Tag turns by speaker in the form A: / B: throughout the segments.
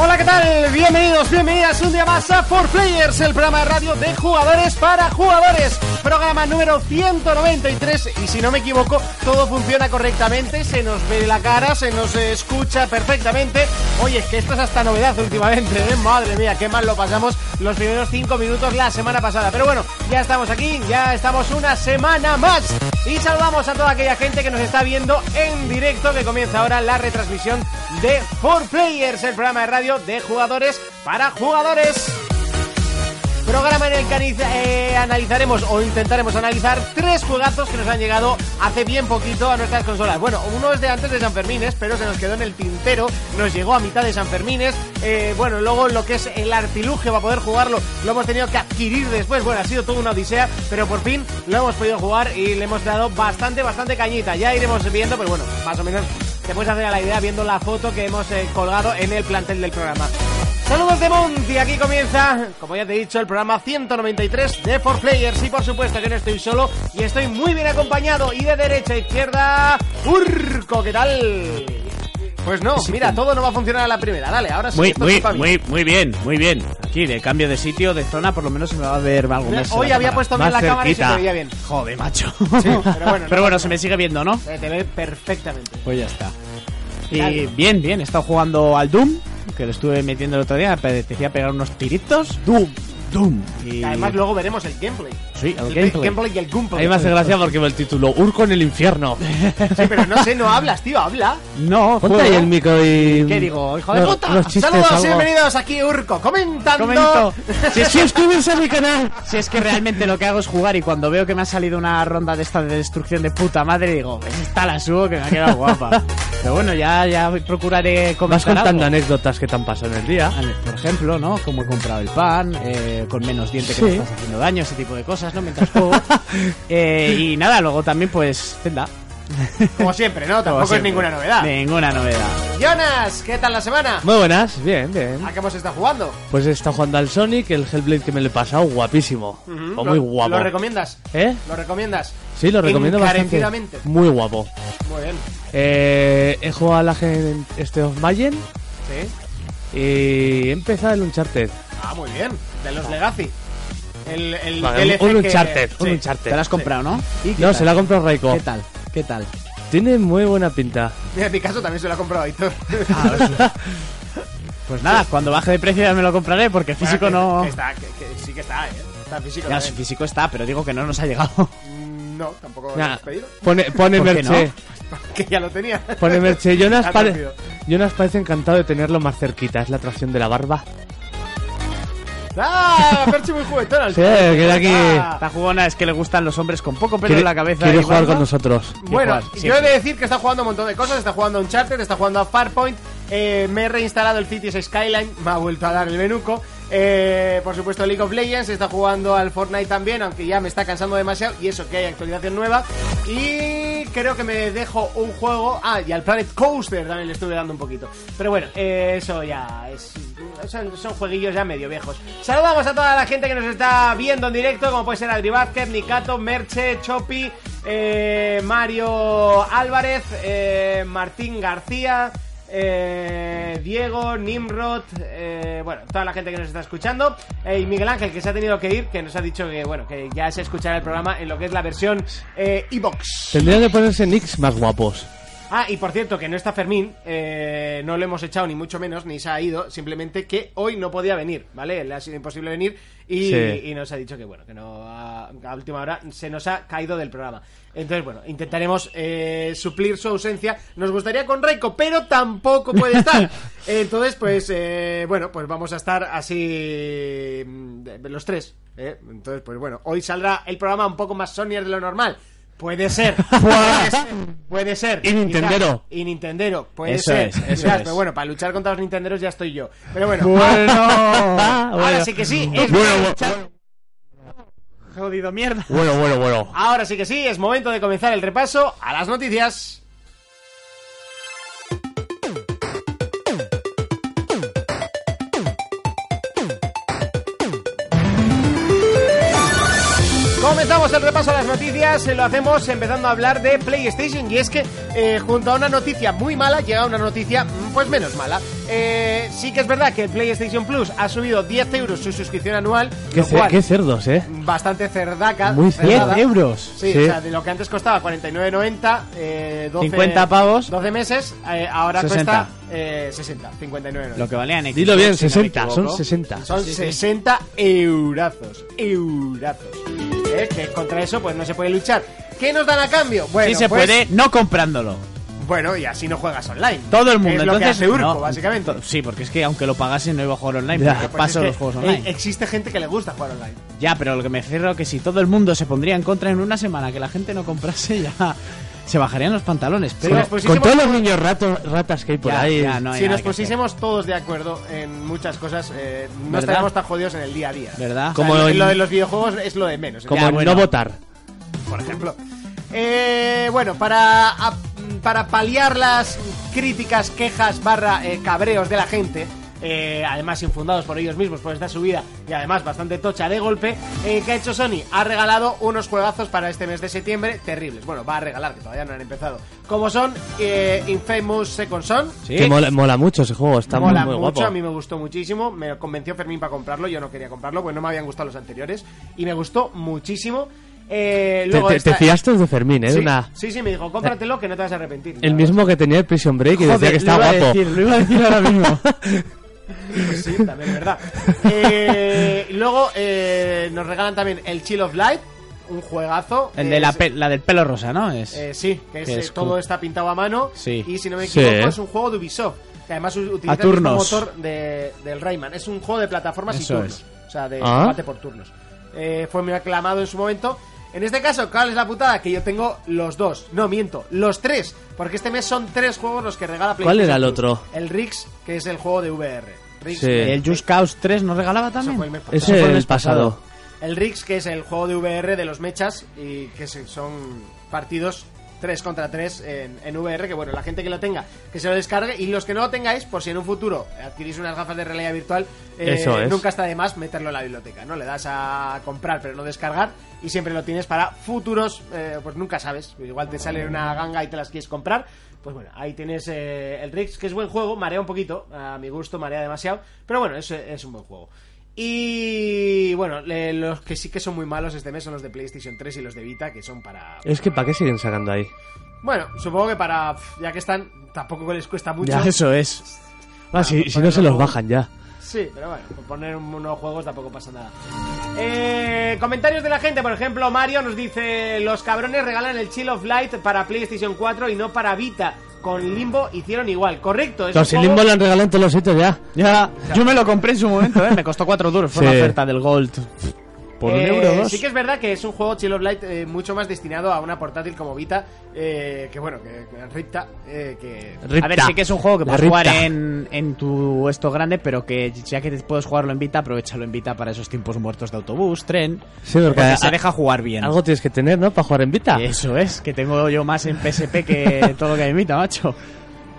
A: Hola, ¿qué tal? Bienvenidos, bienvenidas un día más a 4Players, el programa de radio de jugadores para jugadores. Programa número 193 y si no me equivoco, todo funciona correctamente, se nos ve la cara, se nos escucha perfectamente. Oye, es que esto es hasta novedad últimamente, ¿eh? Madre mía, qué mal lo pasamos los primeros 5 minutos la semana pasada. Pero bueno, ya estamos aquí, ya estamos una semana más. Y saludamos a toda aquella gente que nos está viendo en directo, que comienza ahora la retransmisión de 4Players, el programa de radio de jugadores para jugadores. Programa en el que eh, analizaremos o intentaremos analizar tres juegazos que nos han llegado hace bien poquito a nuestras consolas. Bueno, uno es de antes de San Fermines, pero se nos quedó en el tintero, nos llegó a mitad de San Fermines. Eh, bueno, luego lo que es el artilugio para poder jugarlo lo hemos tenido que adquirir después. Bueno, ha sido toda una odisea, pero por fin lo hemos podido jugar y le hemos dado bastante, bastante cañita. Ya iremos viendo, pero bueno, más o menos te puedes hacer a la idea viendo la foto que hemos eh, colgado en el plantel del programa. Saludos de Monty, aquí comienza, como ya te he dicho, el programa 193 de 4Players y por supuesto que no estoy solo y estoy muy bien acompañado y de derecha a izquierda, Urco, ¿qué tal? Pues no, mira, todo no va a funcionar a la primera, dale, ahora sí.
B: Muy,
A: esto es
B: muy,
A: culpa mía.
B: muy, muy bien, muy bien. Aquí, de cambio de sitio, de zona, por lo menos se me va a ver algo
A: Mira,
B: más.
A: hoy
B: la
A: había
B: cámara.
A: puesto bien
B: Más
A: la cámara y se te
B: cerquita.
A: veía bien.
B: Joder, macho.
A: pero bueno, no
B: Pero
A: pasa
B: bueno, se me sigue viendo, ¿no?
A: Se Eh, te ve perfectamente.
B: Pues ya está.
A: Dale.
B: Y bien, bien, he estado jugando al Doom, que lo estuve metiendo el otro día, me apetecía pegar unos tiritos. Doom, Doom. Y
A: Y además luego veremos el gameplay.
B: Sí, el
A: El
B: gameplay.
A: gameplay y el
B: A
A: gameplay.
B: mí me hace gracia porque el título, Urco en el infierno.
A: Sí, pero no sé, no hablas, tío, habla.
B: No,
C: Ponte
B: juego.
C: ahí el micro y...
A: ¿Qué digo? ¡Hijo de
C: Los-
A: puta!
C: los chistes,
A: Saludos
C: algo.
A: y bienvenidos aquí, Urco, comentando.
B: Comento.
C: Si suscribirse a mi canal.
B: Si es que realmente lo que hago es jugar y cuando veo que me ha salido una ronda de esta de destrucción de puta madre, digo, "Pues esta la subo que me ha quedado guapa. Pero bueno, ya, ya procuraré
C: Vas
B: comentar
C: contando
B: algo.
C: anécdotas que te han pasado en el día.
B: Vale, Por ejemplo, ¿no? Cómo he comprado el pan, eh, con menos diente que me
C: Sí.
B: estás haciendo daño, ese tipo de cosas, ¿no? Mientras juego. Eh, y nada, luego también, pues, Zelda.
A: Como siempre, ¿no? Tampoco
B: Como
A: es
B: siempre.
A: ninguna novedad.
B: Ninguna novedad.
A: Jonas, ¿qué tal la semana?
C: Muy buenas, bien, bien.
A: ¿A qué hemos estado jugando?
C: Pues he estado jugando al Sonic, el Hellblade que me lo he pasado guapísimo. O muy
A: ¿Lo-
C: guapo.
A: ¿Lo recomiendas?
C: ¿Eh?
A: ¿Lo recomiendas?
C: Sí, lo recomiendo bastante.
A: Encarecidamente.
C: Muy guapo.
A: Muy bien.
C: Eh, he jugado al Agent este of Mayen
A: Sí.
C: y he empezado el Uncharted.
A: Ah, muy bien. De los Legacy. El, el
C: Vale,
A: DLC
C: un
A: que-
C: Uncharted, un
A: sí.
C: Uncharted.
B: Te la has comprado, ¿no? ¿Y qué
C: No,
B: tal?
C: se la ha comprado Raiko.
B: ¿Qué tal? ¿Qué tal?
C: Tiene muy buena pinta.
A: Mira, Picasso también se lo ha comprado a Aitor.
C: Ah,
B: Pues nada, cuando baje de precio ya me lo compraré porque físico
A: Bueno,
B: no.
A: que- que está, que- que sí que está, ¿eh? Está físico.
B: Ya,
A: también.
B: si físico está, pero digo que no nos ha llegado.
A: Mm, No, tampoco lo
C: Nah,
A: hemos pedido.
C: pone, pone
B: ¿Por qué
C: merche.
B: no?
A: Que ya lo tenía.
C: Pone Merche, Jonas,
A: Ha
C: pare-
A: cogido.
C: Jonas parece encantado de tenerlo más cerquita, es la atracción de la barba.
A: ¡Ah! Perche muy juguetón al
C: Sí, queda aquí.
A: Ah.
B: Esta jugona es que le gustan los hombres con poco pelo
C: Quiere-
B: en la cabeza.
C: quiere
B: y Pues
C: jugar
B: barba.
C: con nosotros.
A: Bueno,
B: jugar,
A: yo
B: siempre.
A: he de decir que está jugando un montón de cosas. Está jugando a Uncharted, está jugando a Farpoint. eh, me he reinstalado el Cities Skyline, me ha vuelto a dar el menuco. eh, por supuesto, League of Legends, está jugando al Fortnite también, aunque ya me está cansando demasiado. Y eso que hay actualización nueva. Y creo que me dejo un juego. Ah, y al Planet Coaster también le estuve dando un poquito. Pero bueno, eh, eso ya es. Son, son jueguillos ya medio viejos. Saludamos a toda la gente que nos está viendo en directo, como puede ser Adri Vázquez, Nikato, Merche, Chopi, eh, Mario Álvarez, eh, Martín García, eh, Diego, Nimrod, eh, bueno, toda la gente que nos está escuchando. Eh, y Miguel Ángel, que se ha tenido que ir, que nos ha dicho que, bueno, que ya se escuchará el programa en lo que es la versión eh, iVox.
C: Tendrían que ponerse nicks más guapos.
A: Ah, y por cierto, que no está Fermín, eh, no lo hemos echado ni mucho menos, ni se ha ido, simplemente que hoy no podía venir, ¿vale? Le ha sido imposible venir y,
C: Sí.
A: y nos ha dicho que, bueno, que no ha- a última hora se nos ha caído del programa. Entonces, bueno, intentaremos eh, suplir su ausencia. Nos gustaría con Reiko, pero tampoco puede estar. Entonces, pues, eh, bueno, pues vamos a estar así mm, de- los tres. ¿eh? Entonces, pues bueno, hoy saldrá el programa un poco más Sonyer de lo normal. Puede ser. Puede ser. Puede ser.
C: Y Nintendero.
A: Quizás. Y Nintendero. Puede
B: Eso
A: ser.
B: es, eso
A: Quizás,
B: es.
A: Pero bueno, para luchar contra los Nintenderos ya estoy yo. Pero bueno.
C: Ah,
A: Ahora
C: bueno.
A: sí que sí. es
C: Bueno,
A: momento de
C: bueno,
A: luchar-
B: Jodido mierda.
C: Bueno, bueno, bueno.
A: Ahora sí que sí. Es momento de comenzar el repaso a las noticias. Comenzamos Hacemos el repaso a las noticias, eh, lo hacemos empezando a hablar de PlayStation y es que eh, junto a una noticia muy mala llega una noticia mm, pues menos mala. Eh, sí que es verdad que PlayStation Plus ha subido 10 euros su suscripción anual,
C: Qué,
A: lo
C: cer-
A: cual
C: qué cerdos, ¿eh?
A: bastante cerdaca.
C: Muy
A: cerdada.
C: cerdos. euros.
A: Sí, o sea, de lo que antes costaba 49,90, eh, 12
B: 50 pavos.
A: 12 meses, eh, ahora
B: 60.
A: cuesta eh, 60, 59,90.
B: Lo que valía Xbox.
C: Dilo bien,
B: si no me
C: 60, son
B: equivoco.
C: 60.
A: Son 60 eurazos. Eurazos. ¿Eh? Que contra eso pues no se puede luchar. ¿Qué nos dan a cambio? Bueno,
B: sí se
A: pues,
B: puede, no comprándolo.
A: Bueno, y así no juegas online.
B: Todo el mundo.
A: Es lo
B: Entonces,
A: que hace Urco,
B: no.
A: básicamente.
B: Sí, porque es que aunque lo pagase no iba a jugar online,
C: Ya.
B: porque
A: Pues
B: paso
A: es que,
B: los juegos
A: eh,
B: online.
A: existe gente que le gusta jugar online.
B: Ya, pero lo que me refiero que si todo el mundo se pondría en contra en una semana que la gente no comprase, ya se bajarían los pantalones.
A: Si
B: Pero
A: nos pusiésemos
C: Con todos los
A: todos-
C: niños ratos, ratas que hay por
B: Ya,
C: ahí.
B: ya, no hay
A: si
B: nada
A: nos
B: que
A: pusiésemos todos de acuerdo en muchas cosas, eh, no
B: ¿Verdad?
A: estaríamos tan jodidos en el día a día.
B: hacer, ¿verdad?
A: O sea,
C: Como
A: lo,
C: en-
A: lo de los videojuegos es lo de menos.
C: Como
B: Ya,
C: el
B: bueno.
C: no votar.
A: por ejemplo. Eh, bueno, para, a- para paliar las críticas, quejas, barra eh, cabreos de la gente, eh, además infundados por ellos mismos por esta subida y además bastante tocha de golpe, eh, ¿qué ha hecho Sony? Ha regalado unos juegazos para este mes de septiembre terribles. Bueno, va a regalar, que todavía no han empezado. Como son eh, Infamous Second Son,
B: Sí.
C: Que mola, mola mucho ese juego, está muy-
A: Mola
C: muy,
A: mucho,
C: guapo.
A: a mí me gustó muchísimo. Me convenció Fermín para comprarlo. Yo no quería comprarlo, pues no me habían gustado los anteriores. Y me gustó muchísimo. Eh,
C: Te,
A: luego
C: te- te
A: está-
C: fiaste de Fermín, ¿eh?
A: Sí,
C: De una-
A: sí, sí, me dijo, cómpratelo que no te vas a arrepentir.
C: el mismo que tenía el Prison Break y decía
B: Joder,
C: que está
B: lo iba a
C: guapo.
B: decir, lo iba a decir ahora mismo.
A: Pues sí, también es verdad. Eh, luego eh, nos regalan también el Chill of Light, un juegazo.
B: El de la,
A: Es-
B: pe- la del pelo rosa, ¿no? Es...
C: Pues,
A: eh, sí, que es,
B: que
A: eh,
B: es
A: todo
B: como-
A: está pintado a mano.
B: Sí.
A: Y si no me
C: Sí.
A: equivoco, es un juego de Ubisoft. Que además u- utiliza el mismo
B: turnos.
A: motor de- del Rayman. Es un juego de plataformas
B: Eso
A: y turnos. O sea, de
C: Ah.
A: combate por turnos. Eh, fue muy aclamado en su momento. En este caso, ¿cuál es la putada? Que yo tengo los dos. No, miento. Los tres. Porque este mes son tres juegos los que regala PlayStation.
C: ¿Cuál era el
A: Plus.
C: otro?
A: El Rix, que es el juego de VR. Rix,
C: Sí.
A: que-
B: El Just Cause 3 nos regalaba
A: eso fue el
B: también.
A: mes pasado.
C: Ese
B: Eso fue
C: el
B: mes pasado.
C: pasado.
A: El Rix, que es el juego de VR de los mechas y que se- son partidos 3 contra 3 en, en VR, que bueno, la gente que lo tenga, que se lo descargue y los que no lo tengáis, por si en un futuro adquirís unas gafas de realidad virtual, eh,
C: Eso es.
A: nunca está de más meterlo en la biblioteca, ¿no? Le das a comprar pero no descargar y siempre lo tienes para futuros, eh, pues nunca sabes, igual te sale una ganga y te las quieres comprar. Pues bueno, ahí tienes eh, el Rix, que es buen juego, marea un poquito, a mi gusto, marea demasiado, pero bueno, es, es un buen juego. Y bueno, le- los que sí que son muy malos este mes son los de PlayStation 3 y los de Vita, que son para...
C: Es que ¿para qué siguen sacando ahí?
A: Bueno, supongo que para... pf, Ya que están, tampoco les cuesta mucho.
B: Ya, eso es.
C: Ah, si, si no se los bajan ya.
A: Sí, pero bueno, por poner un- unos juegos tampoco pasa nada. Eh, comentarios de la gente, por ejemplo, Mario nos dice: Los cabrones regalan el Chill of Light para PlayStation 4 y no para Vita. Con Limbo hicieron igual, correcto. es un
C: Los sin
A: juego-
C: limbo lo han regalado en todos los sitios ya.
B: Ya, yo me lo compré en su momento, ¿eh? Me costó 4 duros. Fue
C: Sí.
B: una oferta del Gold. Por un
A: Eh,
B: euro dos.
A: Sí que es verdad que es un juego Chill of Light eh, mucho más destinado a una portátil como Vita, eh, que bueno, que, que Ripta, eh, que
C: Ripta.
B: A ver, sí que es un juego que
C: La
B: puedes jugar
C: Ripta.
B: en, en tu esto grande, pero que ya que puedes jugarlo en Vita, aprovechalo en Vita para esos tiempos muertos de autobús, tren.
C: Sí, porque a-
B: se deja jugar bien.
C: Algo tienes que tener, ¿no? Para jugar en Vita.
B: Y Eso es, que tengo yo más en PSP que todo lo que hay en Vita, macho.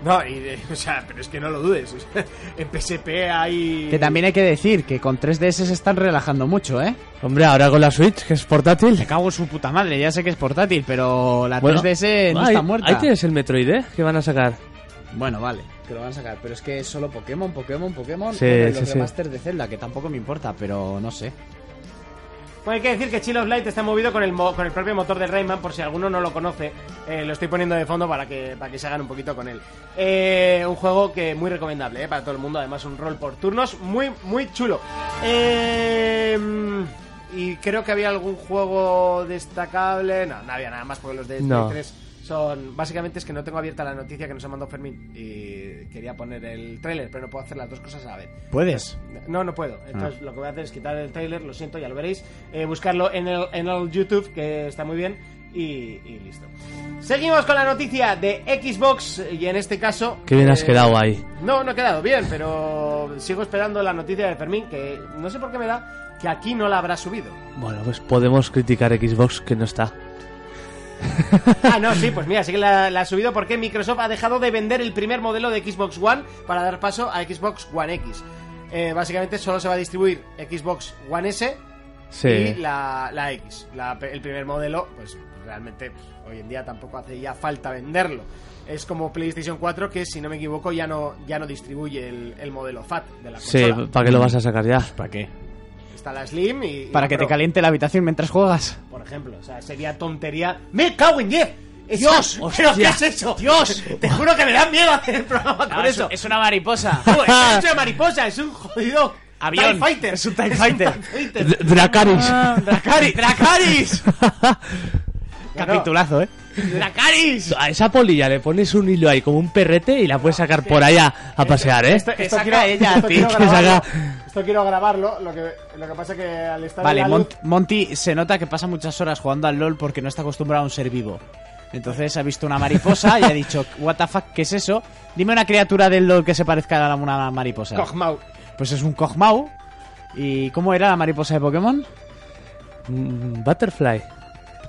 A: No, y, de- o sea, pero es que no lo dudes. o sea, en PSP hay.
B: Que también hay que decir que con 3DS se están relajando mucho, ¿eh?
C: Hombre, ahora con la Switch, que es portátil.
B: Me cago en su puta madre, ya sé que es portátil, pero la
C: Bueno,
B: 3DS no
C: ahí-
B: está muerta.
C: Ahí tienes el Metroid, ¿eh? Que van a sacar.
B: Bueno, vale, que lo van a sacar, pero es que es solo Pokémon, Pokémon, Pokémon,
C: Sí,
B: bueno, y los
C: sí, sí.
B: remasters de Zelda, que tampoco me importa, pero no sé.
A: Bueno, hay que decir que Chill of Light está movido con el, mo- con el propio motor del Rayman, por si alguno no lo conoce. Eh, lo estoy poniendo de fondo para que, para que se hagan un poquito con él. Eh, un juego que muy recomendable eh, para todo el mundo, además un rol por turnos muy, muy chulo. Eh, y creo que había algún juego destacable. No, no había nada más porque los de
C: No.
A: Play 3 son... Básicamente es que no tengo abierta la noticia que nos ha mandado Fermín y quería poner el tráiler, pero no puedo hacer las dos cosas a la vez.
B: ¿Puedes?
A: No, no puedo. Entonces
C: Ah.
A: lo que voy a hacer es quitar el trailer, lo siento, ya lo veréis. Eh, buscarlo en el, en el YouTube, que está muy bien. Y, y listo. Seguimos con la noticia de Xbox y en este caso...
C: Qué bien has
A: eh,
C: quedado ahí.
A: No, no he quedado bien, pero sigo esperando la noticia de Fermín, que no sé por qué me da que aquí no la habrá subido.
C: Bueno, pues podemos criticar Xbox que no está.
A: Ah, no, sí, pues mira, sí que la, la ha subido porque Microsoft ha dejado de vender el primer modelo de Xbox One para dar paso a Xbox One X. Eh, básicamente solo se va a distribuir Xbox One S
C: Sí.
A: y la, la X. La- el primer modelo, pues realmente pues, hoy en día tampoco hace ya falta venderlo. Es como PlayStation 4 que, si no me equivoco, ya no, ya no distribuye el, el modelo FAT de la
C: Sí,
A: consola.
C: ¿para qué lo vas a sacar ya?
B: ¿Para qué?
A: Está la Slim y... y
B: Para
A: la
B: que te
A: Pro,
B: caliente la habitación mientras juegas.
A: Por ejemplo, o sea, sería tontería... ¡Me cago en 10! ¡Dios! ¿Pero qué es eso? ¡Dios! Te juro que me da miedo hacer el programa con eso.
B: Ah, es una mariposa. este
A: Joder, no es una mariposa, es un jodido...
B: Avión.
A: TIE Fighter.
B: Es un TIE Fighter.
A: TIE Fighter.
C: D- Dracaris.
B: ah, Dracaris. Dracaris. Capitulazo, ¿eh?
C: ¡Dracaris! A esa polilla le pones un hilo ahí como un perrete y la puedes sacar por allá a pasear, ¿eh?
A: Esto,
B: Que
A: esto
B: saca
A: quiero,
B: ella,
A: esto
B: tío,
A: quiero
C: que
A: grabarlo,
C: saca.
A: esto quiero grabarlo, lo que, lo que pasa que al estar
B: Vale,
A: en la luz-
B: Mont- Monty se nota que pasa muchas horas jugando al LOL porque no está acostumbrado a un ser vivo. Entonces ha visto una mariposa y ha dicho, what the fuck, ¿qué es eso? Dime una criatura del LOL que se parezca a una mariposa.
A: Cogmau.
B: Pues es un Kog'Maw. ¿Y cómo era la mariposa de Pokémon?
C: Mm, Butterfly.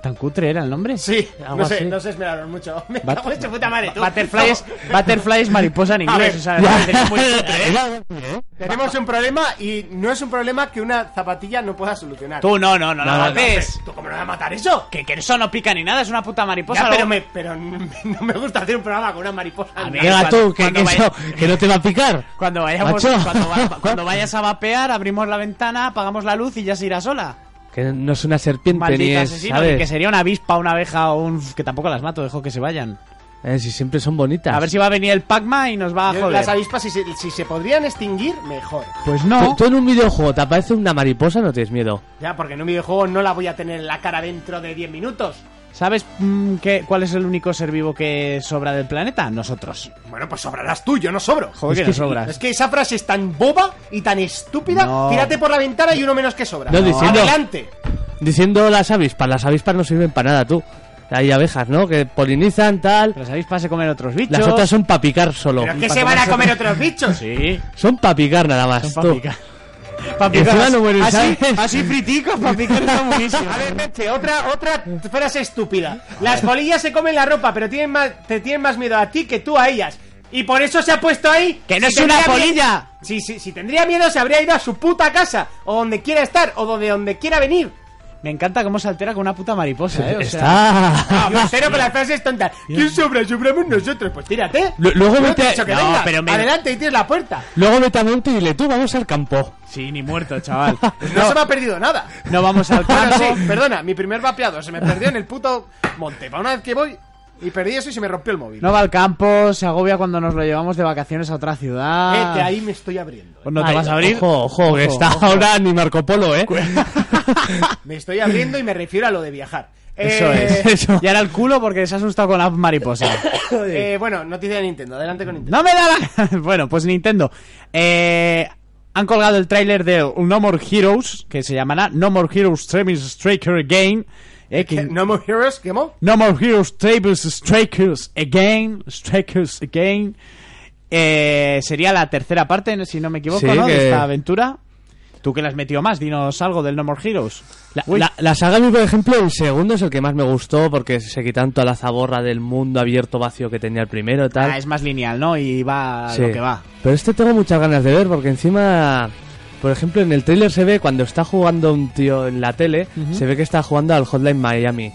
B: ¿Tan cutre era el nombre?
A: Sí,
C: Algo
A: no sé,
C: así.
A: no se esmeraron mucho. Me
B: Bat-
A: cago en su puta madre, tú.
B: Butterfly, es,
A: No.
B: Butterfly es mariposa en
A: A
B: inglés.
A: ver.
B: o sea, la tenía muy cutre, ¿eh?
A: Tenemos un problema y no es un problema que una zapatilla no pueda solucionar.
B: Tú no, no, no, la
C: No, no, no.
B: mates.
A: ¿Tú cómo no vas a matar eso?
B: Que, que eso no pica ni nada, es una puta mariposa.
A: Ya,
B: luego-
A: pero, me, pero n- no me gusta hacer un programa con una mariposa.
B: A ver.
C: Venga
B: cuando-
C: tú, que,
B: cuando
C: que
B: vaya-
C: eso, que no te va a picar.
B: Cuando vayamos,
C: Macho.
B: cuando, va- cuando vayas a vapear, abrimos la ventana, apagamos la luz y ya se irá sola.
C: Que no es una serpiente ni
B: Maldito
C: es,
B: asesino, ni
C: ¿sabes?
B: que sería una avispa, una abeja o un... Que tampoco las mato, dejo que se vayan.
C: Eh, si siempre son bonitas.
B: A ver si va a venir el Pac-Man y nos va a
A: Yo- Las
B: joder.
A: avispas, si se, si se podrían extinguir, mejor.
B: Pues
C: Tú, tú en un videojuego te aparece una mariposa, no tienes miedo.
A: Ya, porque en un videojuego no la voy a tener en la cara dentro de 10 minutos.
B: ¿Sabes mm, qué- cuál es el único ser vivo que sobra del planeta? Nosotros.
A: Bueno, pues sobrarás tú, yo no sobro.
B: Joder,
C: Es
B: que
C: que
B: nos sobras.
A: Es que esa frase es tan boba y tan estúpida.
B: No.
A: Tírate por la ventana y uno menos que sobra.
C: No, diciendo-
A: Adelante.
C: Diciendo las avispas, las avispas no sirven para nada, tú. Hay abejas, ¿no? Que polinizan, tal.
B: Las avispas se comen otros bichos.
C: Las otras son para picar solo.
A: ¿Pero qué se van a comer otros bichos?
B: Sí,
C: Son para picar nada más,
B: son
C: tú.
B: papica.
C: Encima no mueren,
B: así,
C: ¿sabes?
B: así friticos, papicar está buenísimo.
A: A ver, Peche, otra, otra frase estúpida. Las polillas se comen la ropa, pero tienen más, te tienen más miedo a ti que tú a ellas. Y por eso se ha puesto ahí.
B: ¡Que no
A: Si
B: es una
A: tendría mie-
B: polilla!
A: Sí, sí, si tendría miedo se habría ido a su puta casa, o donde quiera estar, o donde, donde quiera venir.
B: Me encanta cómo se altera con una puta mariposa, ¿eh? O sea,
C: Está.
A: Yo cero con las frases tontas. ¿Quién sobra? Sobramos nosotros. Pues tírate.
C: Lu- luego
A: Yo no te
C: vete
A: he
C: a-
A: dicho que
C: No,
A: venga.
B: pero me-
A: Adelante y tienes la puerta.
C: Luego vete a monte y dile tú, vamos al campo.
B: Sí, ni muerto, chaval.
A: No se me ha perdido nada.
B: Ah, No vamos al
A: Bueno,
B: campo.
A: sí, perdona, mi primer vapeado se me perdió en el puto monte. Para una vez que voy y perdí eso y se me rompió el móvil.
B: No va al campo, se agobia cuando nos lo llevamos de vacaciones a otra
C: Eh,
B: ciudad.
A: Vete, Eh, ahí me estoy abriendo.
B: Pues no te
C: Ay,
B: vas a abrir.
C: Ojo, ojo, que está ahora ni Marco Polo, ¿eh?
A: eh. Me estoy abriendo y me refiero a lo de viajar.
B: Eso
A: Eh,
B: es.
C: eso.
B: Y ahora el culo porque se ha asustado con la mariposa.
A: eh, bueno, noticia de Nintendo. Adelante con Nintendo.
B: No me da la... Bueno, pues Nintendo. Eh, han colgado el tráiler de No More Heroes, que se llamará No More Heroes Travis Striker Again. eh, que-
A: No More Heroes, ¿qué mo?
B: No More Heroes Tables Strikers Again, Strikers Again. Eh, sería la tercera parte, si no me equivoco,
C: Sí,
B: ¿no?
C: que-
B: De esta aventura. Tú que la has metido más, dinos algo del No More Heroes.
C: La,
B: Uy,
C: la- la saga a mí, por ejemplo, el segundo es el que más me gustó porque se quitan toda la zaborra del mundo abierto vacío que tenía el primero y tal.
B: ah, es más lineal, ¿no? Y va a
C: Sí.
B: Ah, lo que va.
C: Pero este tengo muchas ganas de ver porque encima, por ejemplo, en el tráiler se ve cuando está jugando un tío en la tele, se ve que está jugando al Hotline Miami.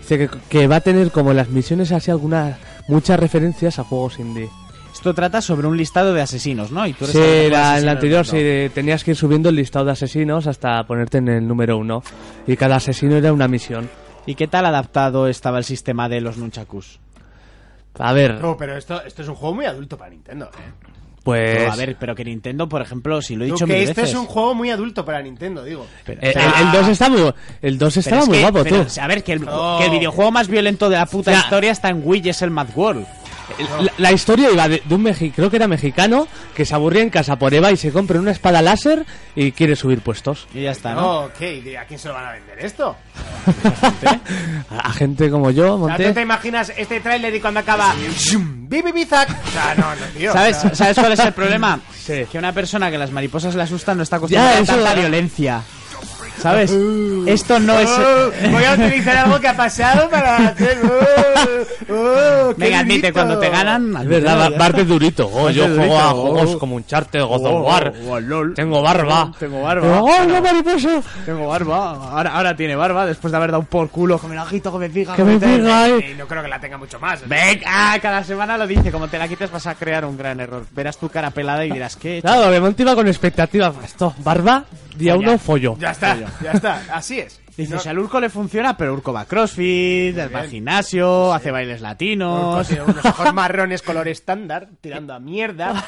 C: Dice que, que va a tener como en las misiones así algunas muchas referencias a juegos indie.
B: Esto trata sobre un listado de asesinos, ¿no? Y tú eres
C: Sí,
B: el mejor
C: la,
B: asesino
C: en la
B: del
C: anterior
B: mundo.
C: sí, de- tenías que ir subiendo el listado de asesinos hasta ponerte en el número uno. Y cada asesino era una misión.
B: ¿Y qué tal adaptado estaba el sistema de los nunchakus?
C: A ver,
A: No, pero esto, esto es un juego muy adulto para Nintendo. ¿eh?
C: pues...
B: No, a ver, pero que Nintendo, por ejemplo, si lo he
A: Digo
B: dicho
A: que
B: mil
A: este
B: veces...
A: es un juego muy adulto para Nintendo, digo.
C: eh,
A: O sea,
C: el- el 2 está muy, gu- el dos
B: Pero
C: estaba
B: es
C: muy
B: que-
C: guapo,
B: pero,
C: tú.
B: A ver, que el,
A: No.
B: que el videojuego más violento de la puta
C: Ya.
B: historia está en Wii y es el Mad World.
C: La, la historia iba de, de un mexicano, creo que era mexicano, que se aburría en casa por Eva y se compra una espada láser y quiere subir puestos.
B: Y ya está, ¿no?
A: no, ¿qué? ¿A quién se lo van a vender esto?
C: A, a gente como yo,
A: O sea, ¿tú
C: Monte.
A: te imaginas este tráiler y cuando acaba... ¡shum! ¡Bibi Bizak! O sea, no, no, tío.
B: ¿Sabes,
A: o sea,
B: ¿Sabes cuál es el problema?
C: Sí.
B: Que una persona que las mariposas le asustan no está acostumbrada
C: Ya,
B: a
C: eso
B: tanta
C: es verdad.
B: violencia. ¿Sabes? Esto no es.
A: Oh, Voy a utilizar algo que ha pasado para hacer. oh, oh, qué
B: Venga,
A: bonito.
B: admite, cuando te ganan.
C: Es verdad,
B: admítelo,
C: bar-
B: ya
C: bar de durito. Oh, yo
A: de
C: juego
A: durito,
C: a
A: oh.
C: juegos como un charter, God of
B: Oh,
C: War.
B: oh, lol.
C: Tengo barba.
B: Tengo
C: Pero,
B: barba.
C: ¡Oh, la mariposa!
B: Tengo barba. Ahora, ahora tiene barba, después de haber dado por culo. Que me la agito, que me diga.
C: ¡Que me pega!
A: Y no creo que la tenga mucho más.
B: Venga, Ah, cada semana lo dice. Como te la quites, vas a crear un gran error. Verás tu cara pelada y dirás, ¿qué? he hecho?
C: Claro, de momento iba con expectativas. Esto, barba, día uno, follo.
A: Ya está, ya está. Así es.
B: Dices,
A: No-
B: al Urco le funciona, pero Urco va a crossfit, va al gimnasio, hace bailes
A: Urco
B: latinos.
A: tiene unos ojos marrones color estándar, tirando a mierda.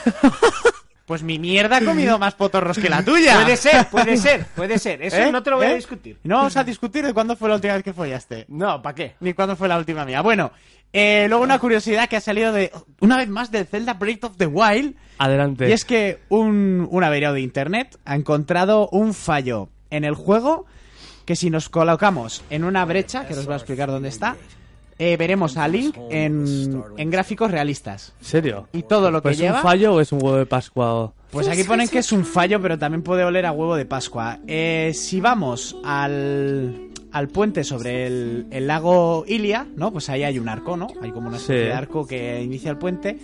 B: Pues mi mierda ha comido más potorros que la tuya.
A: Puede ser, puede ser, puede ser. Eso
B: ¿Eh?
A: no te lo voy a
B: ¿Eh?
A: discutir.
B: No vamos a discutir de cuándo fue la última vez que follaste.
A: No, ¿para qué?
B: Ni cuándo fue la última mía. Bueno, eh, luego una curiosidad que ha salido de, una vez más, del Zelda Breath of the Wild.
C: Adelante.
B: Y es que un, un averiado de internet ha encontrado un fallo en el juego que si nos colocamos en una brecha, que os voy a explicar dónde está, eh, veremos a Link en, en gráficos realistas.
C: ¿En serio?
B: Y todo lo que
C: ¿Pues
B: lleva...
C: un fallo o es un huevo de Pascua? o-
B: Pues aquí ponen que es un fallo, pero también puede oler a huevo de Pascua. Eh, si vamos al, al puente sobre el, el lago Ilia, ¿no? Pues ahí hay un arco, ¿no? Hay como una especie
C: Sí.
B: de arco que inicia el puente.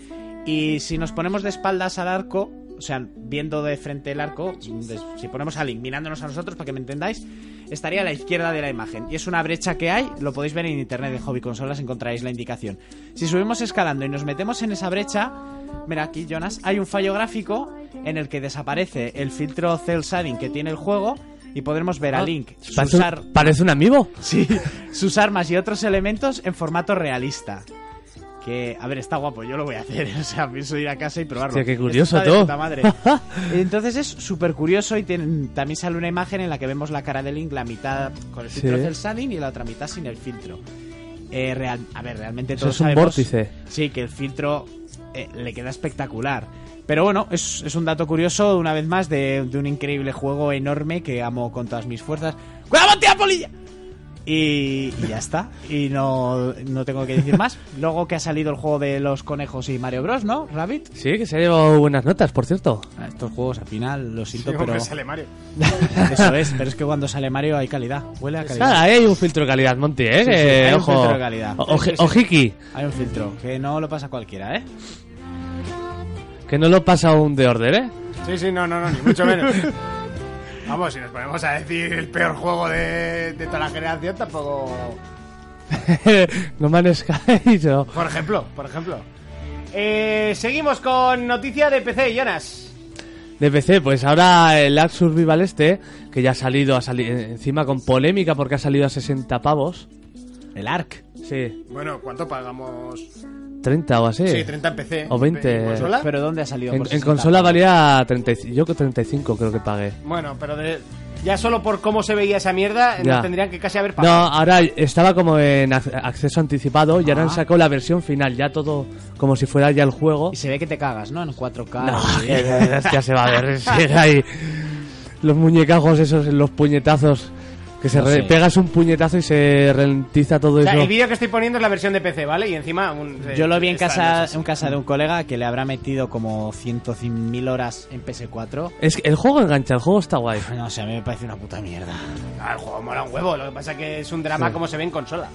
B: Y si nos ponemos de espaldas al arco, o sea, viendo de frente el arco, de- si ponemos a Link mirándonos a nosotros, para que me entendáis, estaría a la izquierda de la imagen. Y es una brecha que hay, lo podéis ver en internet de Hobby Consolas, encontraréis la indicación. Si subimos escalando y nos metemos en esa brecha, mira aquí, Jonas, hay un fallo gráfico en el que desaparece el filtro cel shading que tiene el juego y podremos ver a Link
C: Ah, Parece,
B: sus, ar-
C: un- parece un amigo.
B: sí, sus armas y otros elementos en formato realista. Que, a ver, está guapo, yo lo voy a hacer. O sea, pienso ir a casa y probarlo.
C: Hostia, qué curioso
B: Esto está de
C: todo.
B: puta madre. Entonces es súper curioso y tienen- también sale una imagen en la que vemos la cara de Link, la mitad con el filtro
C: Sí.
B: del shading y la otra mitad sin el filtro. Eh, real- a ver, realmente
C: Eso
B: todos
C: es un
B: sabemos-
C: vórtice.
B: Sí, que el filtro eh, le queda espectacular. Pero bueno, es, es un dato curioso, una vez más, de, de un increíble juego enorme que amo con todas mis fuerzas. ¡Cuidado, tía polilla! Y, y ya está. Y no, no tengo que decir más. Luego que ha salido el juego de los conejos y Mario Bros, ¿no? Rabbit.
C: Sí, que se ha llevado buenas notas, por cierto.
B: Ah, Estos juegos al final, lo siento,
A: Digo
B: pero.
A: que sale Mario.
B: Eso es, pero es que cuando sale Mario hay calidad. Huele a calidad.
C: Nada, ahí hay un filtro de calidad, Monty, ¿eh?
B: Sí, sí,
C: Que,
B: hay un
C: ojo.
B: filtro de calidad.
C: O- oji- Ojiki,
B: Hay un filtro, que no lo pasa cualquiera, ¿eh?
C: que no lo pasa un de order, ¿eh?
A: Sí, sí, no, no, no, ni mucho menos. Vamos, si nos ponemos a decir el peor juego de, de toda la generación, tampoco.
C: ¿eh? no me Sky, yo.
A: Por ejemplo, por ejemplo. Eh, seguimos con noticia de PC, Jonas.
C: De PC, pues ahora el Ark Survival este, que ya ha salido, ha salido encima con polémica porque ha salido a 60 pavos.
B: El ARC.
C: Sí,
A: Bueno, ¿cuánto pagamos? Sí,
C: 30 o así.
A: 30 en PC.
C: O 20.
A: ¿En consola?
B: ¿Pero dónde ha salido?
C: En,
B: por
C: en
B: 60?
C: consola valía 35, yo que 35 creo que pagué.
A: Bueno, pero de- ya solo por cómo se veía esa mierda, eh,
C: Ya.
A: nos tendrían que casi haber
C: No,
A: pagado.
C: ahora estaba como en ac- acceso anticipado y ahora
B: Ah.
C: han sacado la versión final, ya todo como si fuera ya el juego.
B: Y se ve que te cagas, ¿no? En 4K.
C: No,
B: y-
C: que de verdad es que ya se va a ver. sí, ahí. Los muñecajos esos, los puñetazos. Que se
B: No
C: re-
B: sé.
C: pegas un puñetazo y se ralentiza todo
A: O sea,
C: eso.
A: el vídeo que estoy poniendo es la versión de PC, ¿vale? Y encima. un-
B: Yo lo vi en
A: está-
B: casa, en casa de un colega que le habrá metido como 100.000 horas en PS4.
C: Es que el juego engancha, el juego está guay.
B: No sé, a mí me parece una puta mierda.
A: Ah, el juego mola un huevo, lo que pasa que es un drama
C: Sí.
A: como se ve en consola.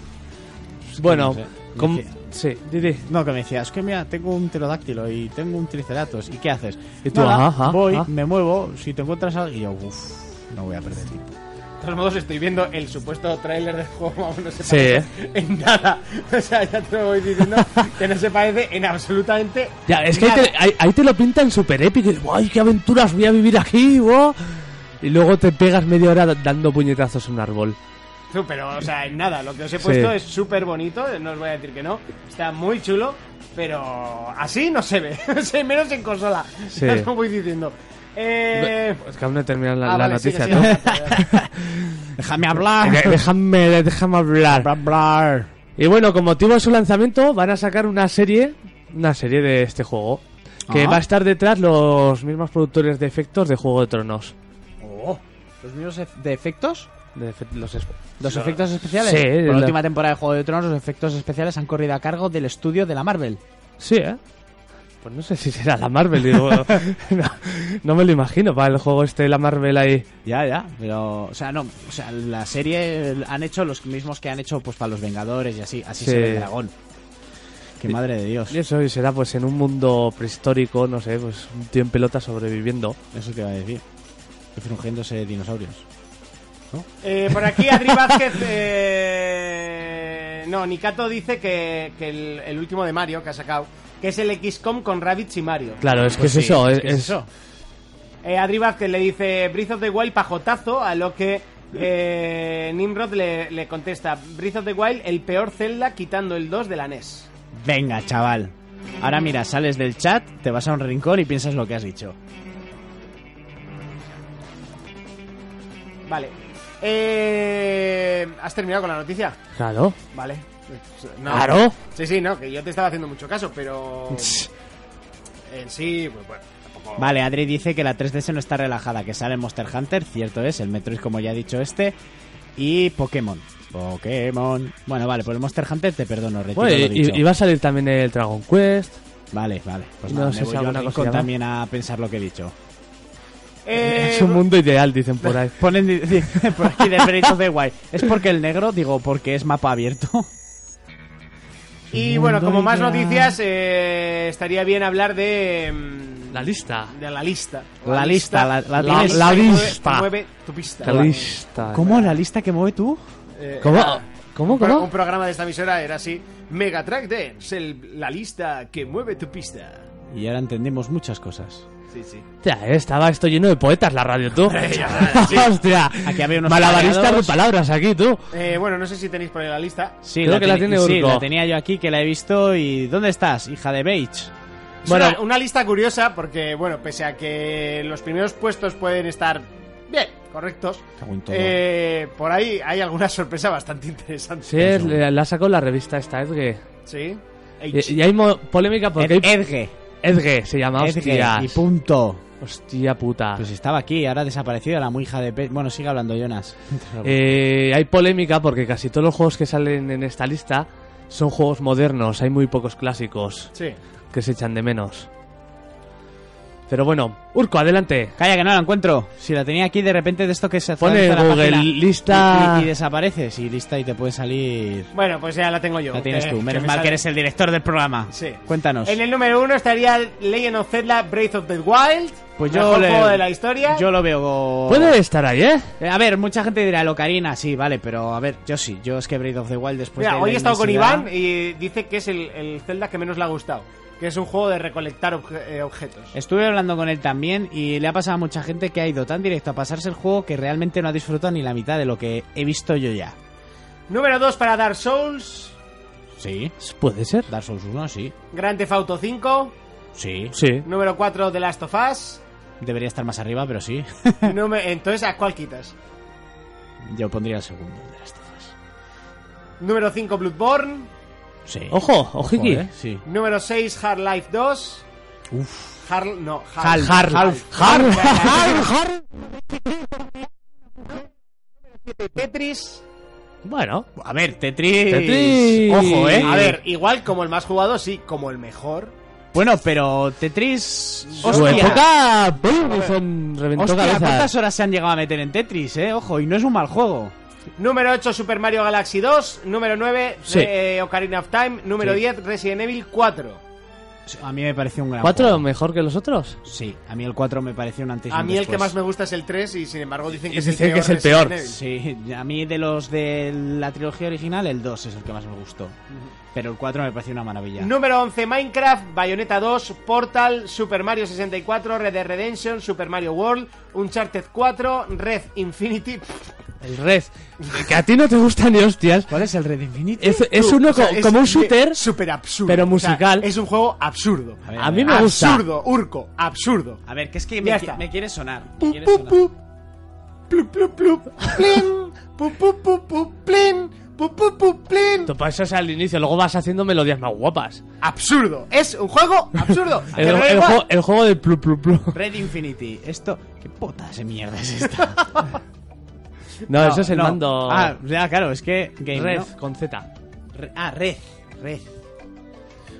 C: Bueno,
B: pues no sé.
C: com-
B: Dice-
C: sí, Didi.
B: No, que me decía, es que mira, tengo un pterodáctilo y tengo un triceratops. ¿Y qué haces?
C: Y tú,
B: Nada,
C: ajá, ajá,
B: voy,
C: ajá.
B: me muevo, si te encuentras algo... Y yo, uff, no voy a perder tiempo.
A: De todos modos, estoy viendo el supuesto tráiler del juego, vamos, no se
C: Sí, ¿eh?
A: parece en nada. O sea, ya te lo voy diciendo que no se parece en absolutamente
C: Ya, es que ahí te, ahí- ahí te lo pintan súper épico. y dices, ¡Ay, qué aventuras voy a vivir aquí! wow". Y luego te pegas media hora da- dando puñetazos a un árbol.
A: Tú, pero, o sea, en nada. Lo que os he puesto
C: Sí.
A: es súper bonito, no os voy a decir que no. Está muy chulo, pero así no se ve. O sea, menos en consola.
C: Sí.
A: Ya os lo voy diciendo. Eh...
C: Es que aún no he terminado la,
A: ah,
C: la
A: vale, sigue,
C: noticia.
A: sigue,
C: ¿no?
A: adelante, adelante.
B: Déjame hablar.
C: Eh, déjame, déjame hablar.
B: Bla, bla.
C: Y bueno, con motivo de su lanzamiento van a sacar una serie, una serie de este juego, que
B: Ajá.
C: va a estar detrás los mismos productores de efectos de Juego de Tronos.
B: Oh, ¿Los mismos ef- de efectos?
C: De efe- los es-
B: ¿Los efectos especiales?
C: Sí,
B: Por la
C: la-
B: última temporada de Juego de Tronos, los efectos especiales han corrido a cargo del estudio de la Marvel.
C: sí, ¿eh? pues no sé si será la Marvel. Digo, no, no me lo imagino para el juego este, la Marvel ahí.
B: Ya, ya, pero, o sea, no, o sea, la serie eh, han hecho los mismos que han hecho pues para los Vengadores y así, así
C: Sí.
B: se ve el dragón. Qué
C: Y-
B: madre de Dios.
C: Y eso y será pues en un mundo prehistórico, no sé, pues un tío en pelota sobreviviendo.
B: Eso te iba a decir. Y Frungiéndose dinosaurios.
A: Eh, por aquí Adri Vázquez. eh, No, Nikato dice que, que el, el último de Mario que ha sacado, que es el XCOM con Rabbids y Mario.
C: Claro, es que
B: Pues
C: es
B: sí,
C: eso.
B: es
C: Es,
B: que es eso.
A: Eh, Adri Vázquez le dice Breath of the Wild pajotazo, a lo que eh, Nimrod le, le contesta Breath of the Wild el peor Zelda quitando el 2 de la E NES.
B: Venga, chaval. Ahora mira, sales del chat, te vas a un rincón y piensas lo que has dicho.
A: Vale. Eh, ¿Has terminado con la noticia?
C: Claro,
A: Vale. No.
C: claro.
A: Sí, sí, no, que yo te estaba haciendo mucho caso, pero... En sí, pues bueno, tampoco...
B: Vale, Adri dice que la 3DS no está relajada, que sale Monster Hunter, cierto es, el Metroid como ya ha dicho este, y Pokémon. Pokémon. Bueno, vale, por el Monster Hunter te perdono, retiro
C: Bueno,
B: lo dicho.
C: Pues, y, y va a salir también el Dragon Quest.
B: Vale, vale. Pues
C: No
B: nada,
C: sé
B: me
C: si
B: voy yo
C: alguna
B: al
C: cosa
B: rincón
C: llama.
B: también a pensar lo que he dicho.
A: Eh,
C: es un mundo ideal, dicen por ahí.
B: Eh, Ponen di- di- por aquí de Breath of the Wild. ¿Es porque el negro? Digo, porque es mapa abierto.
A: Y bueno, como más
C: Mundo
A: noticias, eh, estaría bien hablar de... mm,
C: La lista.
A: De la lista.
B: La lista, la- la tienes-
A: que
C: la
A: mueve-
C: lista.
A: Mueve tu pista.
C: La lista. Ah.
B: ¿Cómo la lista que mueve tú?
A: Eh,
C: ¿Cómo?
A: era-
C: ¿Cómo?
A: un pro-
C: ¿Cómo?
A: Un programa de esta emisora era así. Megatrack Dance, el- la lista que mueve tu pista.
B: Y ahora entendemos muchas cosas.
A: Sí, sí.
C: Hostia, eh, estaba esto lleno de poetas la radio, tú. Hostia,
B: Aquí había unos
C: malabaristas de
B: pareados.
C: palabras aquí, tú.
A: Eh, bueno, no sé si tenéis por ahí la lista.
B: Sí,
C: Creo que la
B: teni-
C: tiene
B: sí,
C: Urco.
B: la tenía yo aquí, que la he visto. ¿Y dónde estás, hija de Beige?
A: Es
C: Bueno.
A: una, una lista curiosa porque, bueno, pese a que los primeros puestos pueden estar bien, correctos,
B: Cago en todo.
A: eh, por ahí hay alguna sorpresa bastante interesante.
C: Sí, es- le- la sacó la revista esta, Edge.
A: Sí.
B: Eh,
C: Y, y hay mo- polémica porque hay...
B: Edge.
C: Edge se llama,
B: Edge.
C: hostia. Ah.
B: Y punto.
C: Hostia puta.
B: Pues estaba aquí, ahora ha desaparecido, era muy hija de Beige. Bueno, sigue hablando, Jonas.
C: Eh, hay polémica porque casi todos los juegos que salen en esta lista son juegos modernos, hay muy pocos clásicos
A: Sí.
C: que se echan de menos. Pero bueno, Urco, adelante.
B: Calla, que no la encuentro. Si la tenía aquí, de repente de esto que se
C: Pone
B: actualiza la
C: Google,
B: página
C: lista-
B: Y, y- y desapareces, y lista, y te puede salir.
A: Bueno, pues ya la tengo yo.
B: La tienes
A: Eh,
B: tú. Menos
A: me
B: mal
A: sale-
B: que eres el director del programa.
A: Sí.
B: Cuéntanos.
A: En el número uno estaría Legend of Zelda Breath of the Wild.
B: Pues yo
A: mejor
B: le-
A: juego de la historia. Pues
B: Yo lo veo.
C: Puede estar ahí, ¿eh?
B: Eh, A ver, mucha gente dirá Locarina, sí, vale, pero a ver, yo sí, yo es que Breath of the Wild después
A: Mira,
B: pues de
A: hoy he
B: la
A: estado con
B: inmensidad-
A: Iván y dice que es el, el Zelda que menos le ha gustado. Que es un juego de recolectar obje- eh, objetos.
B: Estuve hablando con él también y le ha pasado a mucha gente que ha ido tan directo a pasarse el juego que realmente no ha disfrutado ni la mitad de lo que he visto yo ya.
A: Número 2 para Dark Souls.
B: Sí,
C: Puede ser.
B: Dark Souls 1, sí.
A: Grand Theft Auto 5.
B: Sí.
C: Sí.
A: Número 4 The Last of Us.
B: Debería estar más arriba, pero sí.
A: Nume- Entonces, ¿a cuál quitas?
B: Yo pondría el segundo de las tofas.
A: Número 5 Bloodborne.
B: Sí.
C: Ojo, ojiki.
B: Joder, Sí.
A: Número 6 Hard Life 2.
B: Uf.
A: Hard... No,
B: Hal,
A: Hard...
B: Hal,
C: Har-
A: Ya, ya, ya.
C: har- har-
A: Tetris.
C: Bueno,
B: A ver, Tetris.
C: Tetris.
B: Ojo, eh.
A: A ver, igual como el más jugado, sí, como el mejor.
B: Bueno, pero Tetris.
A: Su
C: su
B: Hostia.
C: época boom, son reventó
B: Hostia,
C: cabezas.
B: ¿cuántas horas se han llegado a meter en Tetris, eh? Ojo, y no es un mal juego.
A: Número 8 Super Mario Galaxy 2. Número 9
C: Sí.
A: eh, Ocarina of Time. Número
B: Sí.
A: 10 Resident Evil 4.
B: A mí me pareció un gran
C: ¿Cuatro
B: juego.
C: mejor que los otros?
B: Sí, a mí el 4 me pareció un antes y
A: A
B: un
A: mí el
B: después.
A: que más me gusta es el 3 y sin embargo dicen que
C: Y
A: es el
C: dicen
A: peor.
C: que es el
A: Resident
C: peor.
A: Evil.
B: Sí, a mí de los de la trilogía original, el 2 es el que más me gustó. Pero el 4 me pareció una maravilla.
A: Número 11 Minecraft, Bayonetta 2, Portal, Super Mario 64, Red Dead Redemption, Super Mario World, Uncharted 4, Red Infinity.
C: El Red. Que a ti no te gusta ni hostias.
B: ¿Cuál es el Red Infinity?
C: Es, es uno
A: O sea,
C: co-
A: es
C: como un
A: de-
C: shooter.
A: Súper absurdo.
C: pero
A: O sea,
C: musical.
A: es un juego absurdo.
B: ver,
C: A mí me gusta.
A: Absurdo, Urco, absurdo.
B: A ver, que es que
A: Ya
B: me,
A: está.
B: me quiere sonar. me
A: Pum,
B: quiere
A: pum,
B: sonar.
A: pum. Plup, plup, plup. Plin. Pum, pum, pum, pum. Plin. Pum, pum, pum, plin.
C: Tú, Para eso es al inicio, luego vas haciendo melodías más guapas.
A: Absurdo. Es un juego absurdo. Que
C: El,
A: no
C: el
A: le
C: juego,
A: va-
C: el juego del plu plu plu.
B: Red Infinity. Esto. ¿Qué putas de mierda es esta?
C: No, eso es el
B: no.
C: mando
B: Ah, ya, claro, es que. Game,
C: Red
B: ¿no?
C: con Z.
B: Re- Ah, Red. Red.
A: Bueno,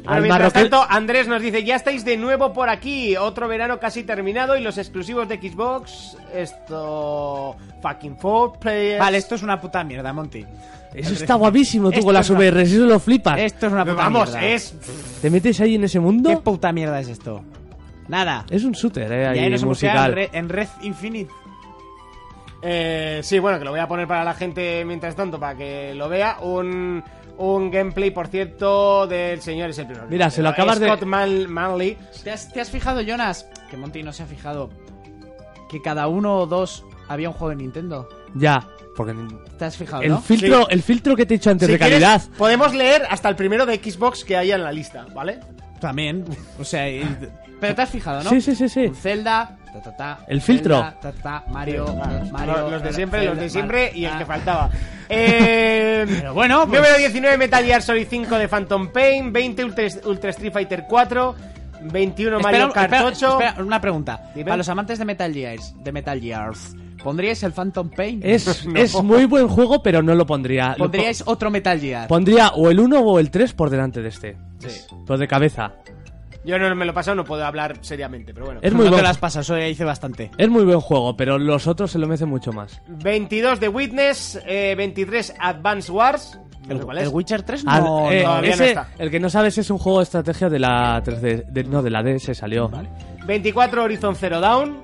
C: Al
A: mientras
C: marroquí-
A: tanto, Andrés nos dice, ya estáis de nuevo por aquí, otro verano casi terminado y los exclusivos de Xbox, esto... Fucking four players...
B: Vale, esto es una puta mierda, Monty.
C: Eso está guapísimo, tú
B: Esto
C: con las
B: es una-
C: VR, eso lo flipas.
B: Esto es una puta
A: Vamos,
B: mierda.
A: es...
C: ¿Te metes ahí en ese
B: ¿Qué
C: mundo?
B: puta mierda es esto? Nada.
C: Es un shooter, eh,
B: y
C: ahí
B: ahí nos hemos quedado en,
C: musical.
B: Re- en Red Infinite.
A: eh, sí, bueno, que lo voy a poner para la gente mientras tanto, para que lo vea. Un, un gameplay, por cierto, del señor es el primero.
C: Mira, se lo acabas de-
A: Scott Man- Manley.
B: ¿Te has, te has fijado, Jonas? Que Monty no se ha fijado. Que cada uno o dos había un juego de Nintendo.
C: Ya, porque
B: ¿Te has fijado,
C: el
B: no?
C: filtro,
A: Sí.
C: el filtro que te he dicho antes
A: Si
C: de
A: quieres,
C: calidad.
A: podemos leer hasta el primero de Xbox que haya en la lista, ¿vale?
B: También. O sea, y- pero te has fijado, ¿no?
C: Sí, sí, sí, sí.
B: Un Zelda, ta, ta, ta,
C: El filtro.
B: Zelda, ta, ta, Mario,
A: Claro,
B: Mario,
A: los, los de siempre,
B: Zelda,
A: los de siempre
B: Mario,
A: y el
B: ta.
A: que faltaba. Eh,
B: Ah. Pero bueno, pues-
A: número 19 Metal Gear Solid 5 de Phantom Pain, 20 Ultra, Ultra Street Fighter 4, 21 Mario
B: Espera,
A: Kart
B: espera,
A: 8.
B: espera, una pregunta.
A: Dime.
B: Para los amantes de Metal Gears, de Metal Gears, ¿pondríais el Phantom Pain?
C: Es,
A: No.
C: es muy buen juego, pero no lo pondría. Lo
B: ¿Pondríais otro Metal Gear?
C: po- pondría o el 1 o el 3 por delante de este.
A: Sí.
C: Pues de cabeza.
A: Yo no me lo he pasado, no puedo hablar seriamente, pero bueno.
C: Es muy
B: no te
C: buen.
B: las pasas, hoy hice bastante.
C: Es muy buen juego, pero los otros se lo merecen mucho más.
A: 22 de Witness, eh, 23 Advance Wars. no
B: ¿El,
A: sé cuál es.
B: el Witcher 3 no,
C: Ah,
B: no,
C: eh,
A: todavía no
C: ese-
A: está.
C: El que no sabes es un juego de estrategia de la 3D. de- no, de la DS salió.
A: 24 Horizon Zero Dawn.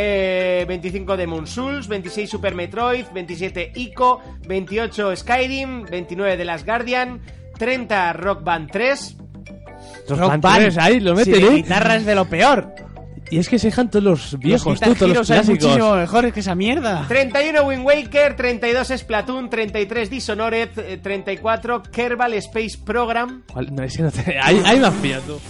A: eh, 25 Demon Souls, 26 Super Metroid, 27 Ico, 28 Skyrim, 29 The Last Guardian, 30 Rock Band 3,
C: Los
B: Rock
C: Band
B: Band.
C: 3, ahí lo
B: Si
C: meten,
B: de
C: ¿eh?
B: guitarra es de lo peor.
C: Y es que se dejan todos los viejos,
B: Guitar
C: tú, todos los
B: Hero es muchísimo
C: clásicos.
B: mejores que esa mierda.
A: 31 Wind Waker, 32 Splatoon, 33 Dishonored, eh, 34 Kerbal Space Program.
C: ¿Cuál? No, ese no te- Ahí, ahí me has pillado tú.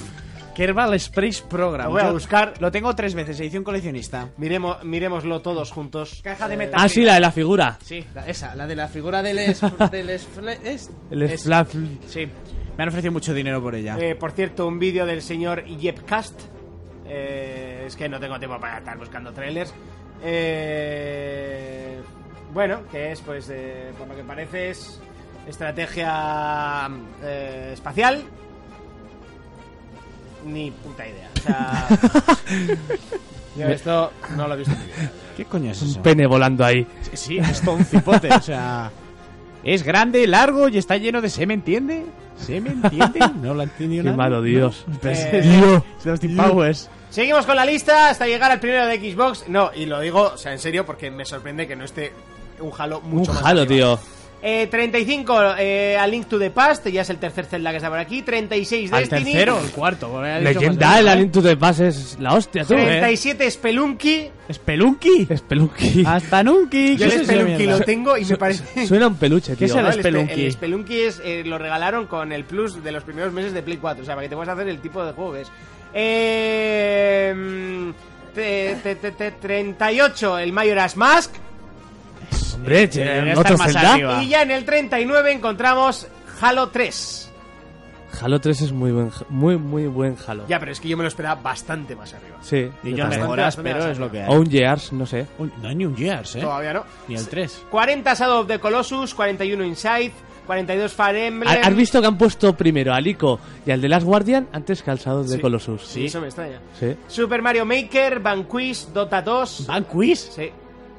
B: Kerbal Space Program.
A: Lo voy a
B: Yo
A: buscar.
B: Lo tengo tres veces, edición coleccionista.
A: Miremo- miremoslo todos juntos.
B: Caja de metal.
C: Ah, sí, la de la figura.
B: Sí, la- esa, la de la figura del... Es, del es- es-
C: El
B: es-
C: Splaf-
B: Sí, me han ofrecido mucho dinero por ella.
A: Eh, por cierto, un vídeo del señor Yepcast. Eh, es que no tengo tiempo para estar buscando trailers. Eh, bueno, que es, pues, eh, por lo que parece, es estrategia eh, espacial. Ni puta idea. O sea, yo esto no lo he visto en mi vida.
B: ¿Qué coño es
C: Un
B: eso?
C: pene volando ahí.
B: Sí, es todo un cipote, o sea... Es grande, largo y está lleno de... ¿Se me entiende? ¿Se me entiende? No lo ha entendido
C: Qué
B: nadie.
C: malo, Pues, Dios.
A: Eh,
C: Dios.
B: De Austin Powers.
A: Seguimos con la lista hasta llegar al primero de Xbox. No, y lo digo, o sea, en serio, porque me sorprende que no esté un Halo mucho
C: Un
A: más
C: jalo,
A: arriba.
C: tío.
A: Eh, 35 eh, a Link to the Past, ya es el tercer Zelda que está por aquí. 36
B: Al
A: Destiny.
B: tercero, el cuarto. como había dicho
C: Leyenda,
B: José.
C: el Alien to the Past es la hostia, tú, eh.
A: 37 Spelunky.
B: ¿Spelunky? Ah,
C: Spelunky.
B: Hasta Nunky.
A: Yo
B: ¿qué es
A: el
B: esa
A: Spelunky
B: mierda?
A: lo tengo y me parece.
C: Suena un peluche, tío.
B: ¿Qué es el
A: No,
C: Vale.
A: Spe-
B: Spelunky?
A: el Spelunky es, eh, lo regalaron con el plus de los primeros meses de Play 4. O sea, para que te puedas hacer el tipo de juego que es. Eh, mm, te- te- te- te- 38 el Majora's Mask.
C: Hombre, che,
B: Debería
C: otro
B: estar más
C: Zelda.
B: arriba. Va.
A: Y ya en el 39 encontramos Halo 3.
C: Halo 3 es muy buen, muy, muy buen Halo.
A: Ya, pero es que yo me lo esperaba bastante más arriba.
C: Sí,
B: Y
C: yo
B: yo
C: también.
B: mejoras, pero es lo que
C: O
B: hay.
C: un Gears, no sé.
B: Un- Oh, No hay ni un Gears, ¿eh?
A: Todavía no.
B: Ni el 3.
A: 40 Shadow of the Colossus, 41 Inside, 42 Fire Emblem.
C: ¿Has visto que han puesto primero al Ico y al de Last Guardian antes que al Shadow de
A: Sí.
C: Colossus?
A: Sí, eso me extraña.
C: Sí.
A: Super Mario Maker, Vanquish, Dota 2.
B: Ah, ¿Vanquish?
A: sí.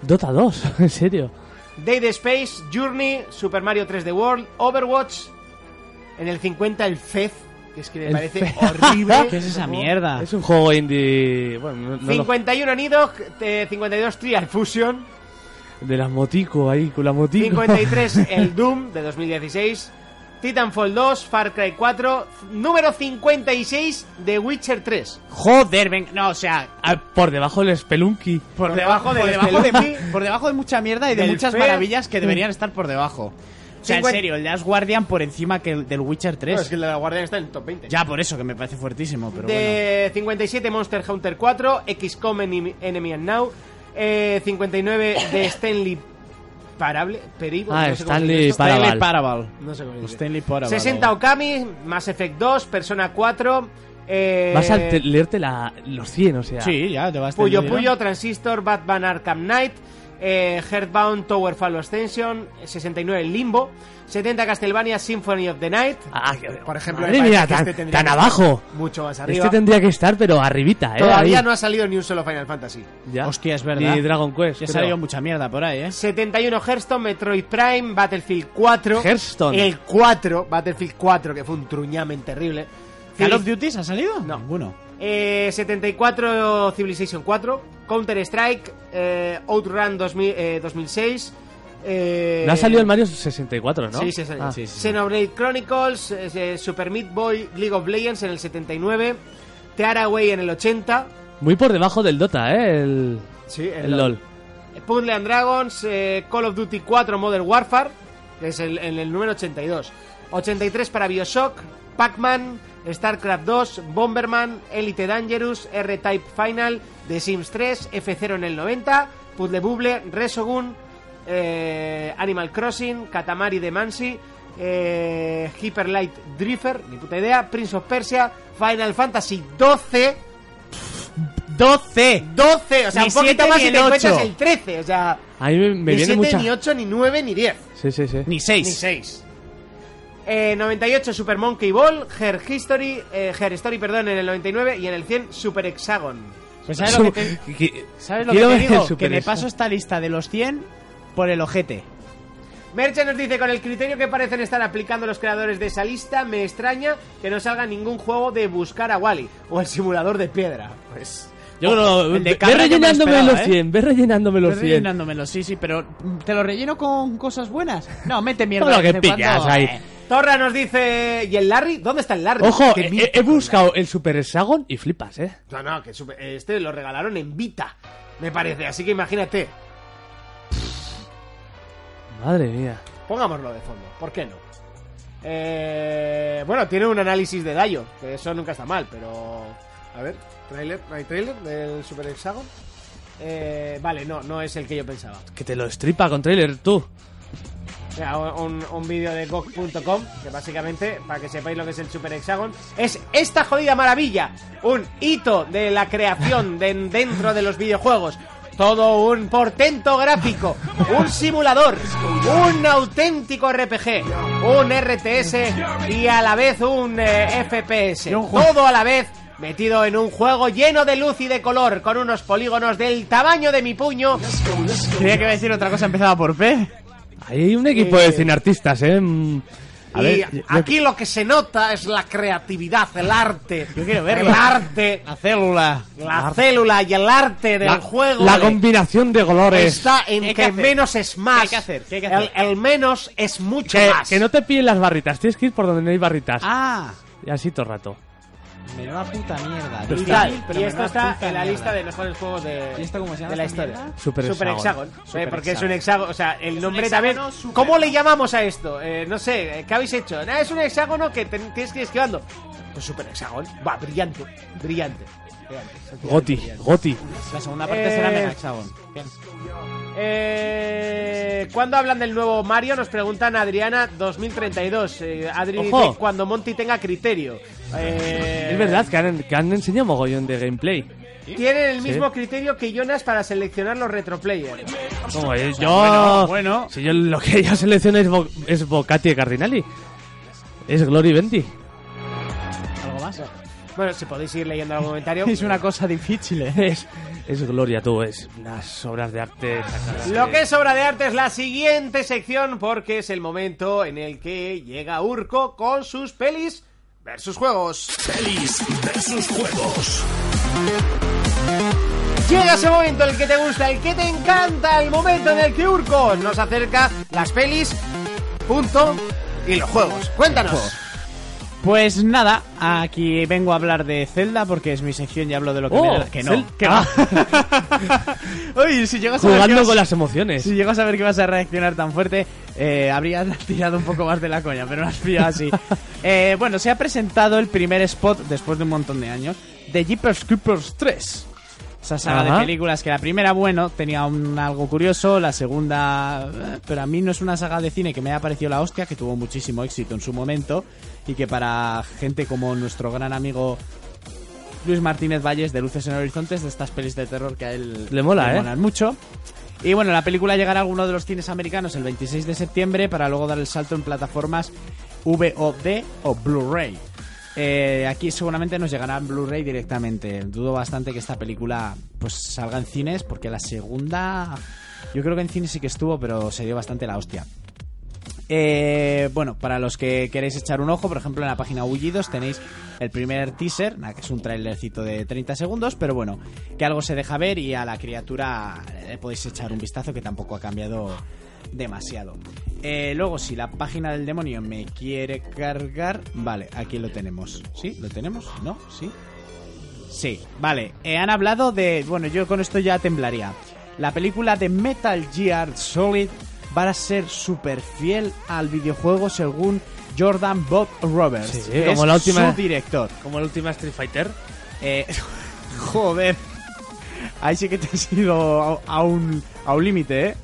C: Dota 2, en serio.
A: Day the Space, Journey, Super Mario 3D World, Overwatch. En el 50 el Fez, que es que me
C: El
A: parece
C: Fez.
A: horrible.
B: ¿Qué es esa mierda?
C: Es un juego indie. Bueno, no, no lo-
A: 51 Nidog, eh, 52 Trial Fusion,
C: De las motico ahí, con la motico.
A: 53 el Doom de 2016, Titanfall 2, Far Cry 4, número 56 de Witcher 3.
B: Joder, ven... No, o sea...
C: Ah, por debajo del Spelunky.
B: Por,
A: Por
B: debajo,
A: debajo
B: por,
A: del
B: debajo de,
A: Spelunky.
B: mu- por debajo de mucha mierda y de
A: Del
B: muchas
A: Fez.
B: maravillas que deberían estar por debajo. O sea, en
A: Cincuenta-
B: serio, el Last Guardian por encima que el del Witcher 3.
A: No, es que el de la Guardian está en el top 20.
B: Ya por eso, que me parece fuertísimo, pero bueno.
A: de 57 Monster Hunter 4, XCOM Enemy, Enemy and Now, eh, 59 de Stanley Parable, Perible,
C: Ah,
A: no sé cómo se
C: Stanley
A: dice esto.
C: Parable.
B: Stanley Parable.
A: No sé cómo se dice.
B: Stanley Parable.
A: 60 Okami, Mass Effect 2, Persona 4, eh,
C: Vas a te- leerte la, los 100, o sea.
B: Sí, ya te vas
A: Puyo
B: entendiendo.
A: Puyo, Transistor, Batman Arkham Knight, eh, Hearthbound Tower Fall Ascension, 69 Limbo, 70 Castlevania Symphony of the Night.
C: Ah, que-
A: Por ejemplo,
C: madre
A: me parece
C: mía,
A: que
C: tan,
A: este tendría
C: tan
A: que-
C: abajo.
A: Mucho más arriba.
C: Este tendría que estar, pero arribita, ¿eh?
A: Todavía
C: Ahí.
A: no ha salido ni un solo Final Fantasy.
C: Ya.
B: Hostia, es verdad.
C: Y Dragon Quest.
B: Ya
C: creo.
B: salió mucha mierda por ahí, ¿eh?
A: 71 Hearthstone, Metroid Prime, Battlefield 4.
C: Hearthstone.
A: El 4, Battlefield 4, que fue un truñamen terrible.
B: ¿Call of
A: Civil-
B: Duty ha salido?
A: No.
B: Ninguno.
A: eh, 74 Civilization 4, Counter Strike, eh, Outrun 2000, eh, 2006. Eh,
C: No ha salido el Mario 64, ¿no?
A: Sí, sí, sí,
C: Ah.
A: sí,
B: sí, sí.
A: Xenoblade Chronicles, eh, eh, Super Meat Boy, League of Legends en el 79, Tearaway en el 80,
C: Muy por debajo del Dota, ¿eh? El,
A: sí,
C: el LOL.
A: Puzzle and Dragons, eh, Call of Duty 4 Modern Warfare, que es el, en el número 82. 83 para Bioshock, Pac-Man, StarCraft 2, Bomberman, Elite Dangerous, R-Type Final, The Sims 3, F0 en el 90, Puzzle Bubble, Resogun, eh, Animal Crossing, Katamari de Mansi, eh, Hyper Light Drifter, ni puta idea, Prince of Persia, Final Fantasy 12,
B: 12.
A: 12, o sea,
B: Ni
A: un poquito
B: siete
A: más
B: ni
A: y
B: el
A: te encuentras
B: ocho.
A: el 13, o sea,
C: A mí me, me
A: ni
C: viene
A: 7,
C: mucha...
A: ni 8, ni 9, ni 10.
C: Sí, sí, sí.
B: Ni
A: Ni
B: 6.
A: 6. Eh, 98 Super Monkey Ball, Her History, eh, Her Story, perdón, en el 99 y en el 100 Super Hexagon.
B: Pues ¿sabes lo que
C: Su-
B: te,
C: que-
B: ¿sabes lo que
C: quiero
B: te
C: ver el
B: digo?
C: Super
B: Que me
C: Smash.
B: paso esta lista de los 100 por el ojete.
A: Mercha nos dice, con el criterio que parecen estar aplicando los creadores de esa lista, me extraña que no salga ningún juego de buscar a Wally o el simulador de piedra. Pues...
C: Yo creo...
B: el de
C: Ve
B: Cabra yo me lo
C: rellenándome
B: esperaba,
C: los
B: ¿eh.
C: 100, ve rellenándome los
B: Estoy
C: 100.
B: rellenándomelo, sí, sí, pero mm, ¿te lo relleno con cosas buenas? No, mete mierda.
C: Todo lo
B: de
C: que
B: vez en
C: pillas
B: cuando,
C: ahí.
B: eh.
A: Torra nos dice, ¿y el Larry? ¿Dónde está el Larry?
C: Ojo, eh,
A: Que mi-
C: he, he buscado el Super Hexagon y flipas, ¿eh?
A: No, no, que Super- este lo regalaron en Vita, me parece, así que imagínate.
C: Madre mía.
A: Pongámoslo de fondo, ¿por qué no? Eh, bueno, tiene un análisis de Dayo, que eso nunca está mal, pero. A ver, trailer, ¿no hay trailer del Super Hexagon? Eh, vale, no, no es el que yo pensaba.
C: Que te lo estripa con trailer, tú.
A: Mira, un, un vídeo de GOG.com, que básicamente, para que sepáis lo que es el Super Hexagon, es esta jodida maravilla, un hito de la creación de- dentro de los videojuegos. Todo un portento gráfico, un simulador, un auténtico RPG, un RTS y a la vez un eh, FPS.
B: Y un juego.
A: Todo a la vez metido en un juego lleno de luz y de color, con unos polígonos del tamaño de mi puño
B: Creía que iba a decir otra cosa empezada por P.
C: Ahí hay un equipo de cineartistas, ¿eh? Mm, A
A: y
C: ver, yo-
A: aquí lo que se nota es la creatividad, el arte. Yo quiero ver el arte,
B: La célula.
A: la célula y el arte del
C: la,
A: juego.
C: la
A: de-
C: combinación de colores.
A: está en
B: ¿Qué hay
A: que,
B: que hacer?
A: menos es más.
B: ¿Qué hay que hacer? ¿Qué hay que hacer?
A: El, el menos es mucho
C: Que,
A: más.
C: eh, que no te pillen las barritas, tienes que ir por donde no hay barritas.
B: Ah,
C: Y así todo el rato.
B: menuda puta mierda.
A: y,
B: 10.000,
A: tal.
B: pero
A: Y esto está
B: menuda puta
A: en la
B: mierda.
A: lista de mejores juegos de,
B: ¿Y esto cómo se llama
A: de la
B: esta
A: historia.
B: mierda?
C: Super
A: Hexagon.
C: Hexagon.
A: eh,
B: Super
A: porque es
B: Hexagon.
A: un hexágono. O sea, el nombre
B: hexágono
A: también.
B: super.
A: ¿Cómo le llamamos a esto? Eh, no sé, eh, ¿qué habéis hecho? Nada, es un hexágono que ten- tienes que ir esquivando. Pues Super Hexagon. Va, brillante. Brillante. brillante.
C: Goti, Goti.
B: La segunda parte será
A: Eh,
B: Mega Hexagon. Bien.
A: Eh, ¿Cuándo hablan del nuevo Mario? Nos preguntan Adriana 2032. Eh, Adri
C: Ojo.
A: dice cuando Monty tenga criterio. Eh,
C: Es verdad que han, que han enseñado mogollón de gameplay.
A: Tienen el
C: Sí.
A: mismo criterio que Jonas para seleccionar los retroplayers.
C: Como es, yo.
B: pues bueno, bueno.
C: Si yo lo que yo selecciono es, Bo- es Bocati y Cardinali. Es Glory Venti.
B: ¿Algo más?
A: Bueno, si podéis ir leyendo algún comentario.
B: Es una cosa difícil, eh.
C: Es, es Gloria, tú. Es unas obras de arte. sacadas
A: Lo
C: de-
A: que es obra de arte es la siguiente sección porque es el momento en el que llega Urco con sus pelis versus juegos.
D: Pelis versus juegos.
A: Llega ese momento el que te gusta, el que te encanta, el momento en el que Urco nos acerca las pelis, punto y los juegos. Cuéntanos.
B: Pues nada, aquí vengo a hablar de Zelda porque es mi sección y hablo de lo que
C: Oh,
B: me da la- Que no.
C: Zel-
B: Que
C: Ah.
B: no. Oye, si llegas a ver que
C: Jugando
B: vas-
C: con las emociones.
B: Si llego a saber que vas a reaccionar tan fuerte, eh, habrías tirado un poco más de la coña, pero no has pillado así. Eh, bueno, se ha presentado el primer spot, después de un montón de años, de Jeepers Creepers 3. Esa saga
C: Ajá.
B: de películas que la primera, bueno, tenía un algo curioso, la segunda... eh, Pero a mí no es una saga de cine que me haya parecido la hostia, que tuvo muchísimo éxito en su momento y que para gente como nuestro gran amigo Luis Martínez Valles de Luces en Horizontes, de estas pelis de terror que a él
C: Le mola, ¿eh?
B: molan mucho. Y bueno, la película llegará a alguno de los cines americanos el 26 de septiembre para luego dar el salto en plataformas VOD o Blu-ray. Eh, aquí seguramente nos llegará en Blu-ray directamente. Dudo bastante que esta película pues salga en cines porque la segunda yo creo que en cines sí que estuvo, pero se dio bastante la hostia. Eh, bueno, para los que queréis echar un ojo, por ejemplo, en la página Bullidos tenéis el primer teaser, nada, que es un trailercito de 30 segundos, pero bueno, que algo se deja ver y a la criatura le podéis echar un vistazo que tampoco ha cambiado demasiado. Eh, luego, si la página del demonio me quiere cargar, vale, aquí lo tenemos. ¿Sí? ¿Lo tenemos? ¿No? ¿Sí? Sí, vale. Eh, han hablado de. Bueno, yo con esto ya temblaría. La película de Metal Gear Solid va a ser súper fiel al videojuego según Jordan Bob Roberts.
C: Sí, sí,
B: que
C: como
B: es
C: la última-
B: Su director.
C: Como la última Street Fighter.
B: Eh, joder. Ahí sí que te has ido a, a un, a un límite, ¿eh?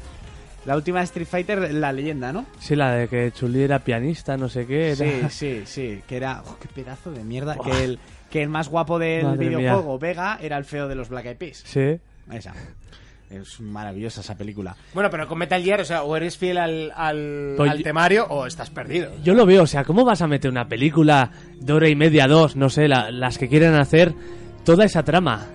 B: La última Street Fighter, la leyenda, ¿no?
C: Sí, la de que Chuli era pianista, no sé qué.
B: Sí,
C: Era...
B: sí, sí. Que era. oh, ¡Qué pedazo de mierda! Que el, que el más guapo del
C: Madre mía.
B: videojuego, Vega, era el feo de los Black Eyed Peas.
C: Sí.
B: Esa. Es maravillosa esa película.
A: Bueno, pero con Metal Gear, o sea, o eres fiel al, al,
C: Pues
A: al
C: yo-
A: temario o estás perdido.
C: Yo lo veo, o sea, ¿cómo vas a meter una película de hora y media, dos, no sé, la- las que quieran hacer, toda esa trama?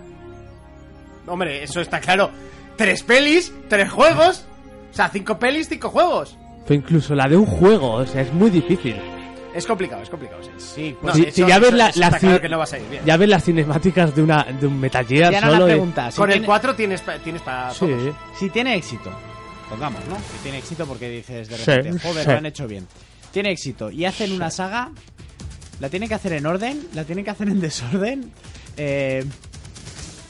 A: Hombre, eso está claro. Tres pelis, tres juegos. O sea, cinco pelis, cinco juegos.
C: Pero incluso la de un juego, o sea, es muy difícil.
A: Es complicado, es complicado. Sí,
B: Sí,
A: No,
B: pues.
C: si,
A: de
C: si
A: hecho,
C: ya ves
A: eso-
C: la-
A: eso
C: la
A: está
C: ci-
A: claro que no vas a ir bien.
C: ya ves las cinemáticas de una de un Metal Gear
B: y ahora
C: solo
B: la
C: y-
B: pregunta. si
A: Con el
B: tiene-
A: 4 tienes, pa- tienes para
C: Sí.
A: todos.
B: Si tiene éxito, pongamos, ¿no? Si tiene éxito porque dices de
C: Sí,
B: repente, joder,
C: sí.
B: lo han hecho bien. Tiene éxito y hacen una saga, la tienen que hacer en orden, la tienen que hacer en desorden. eh,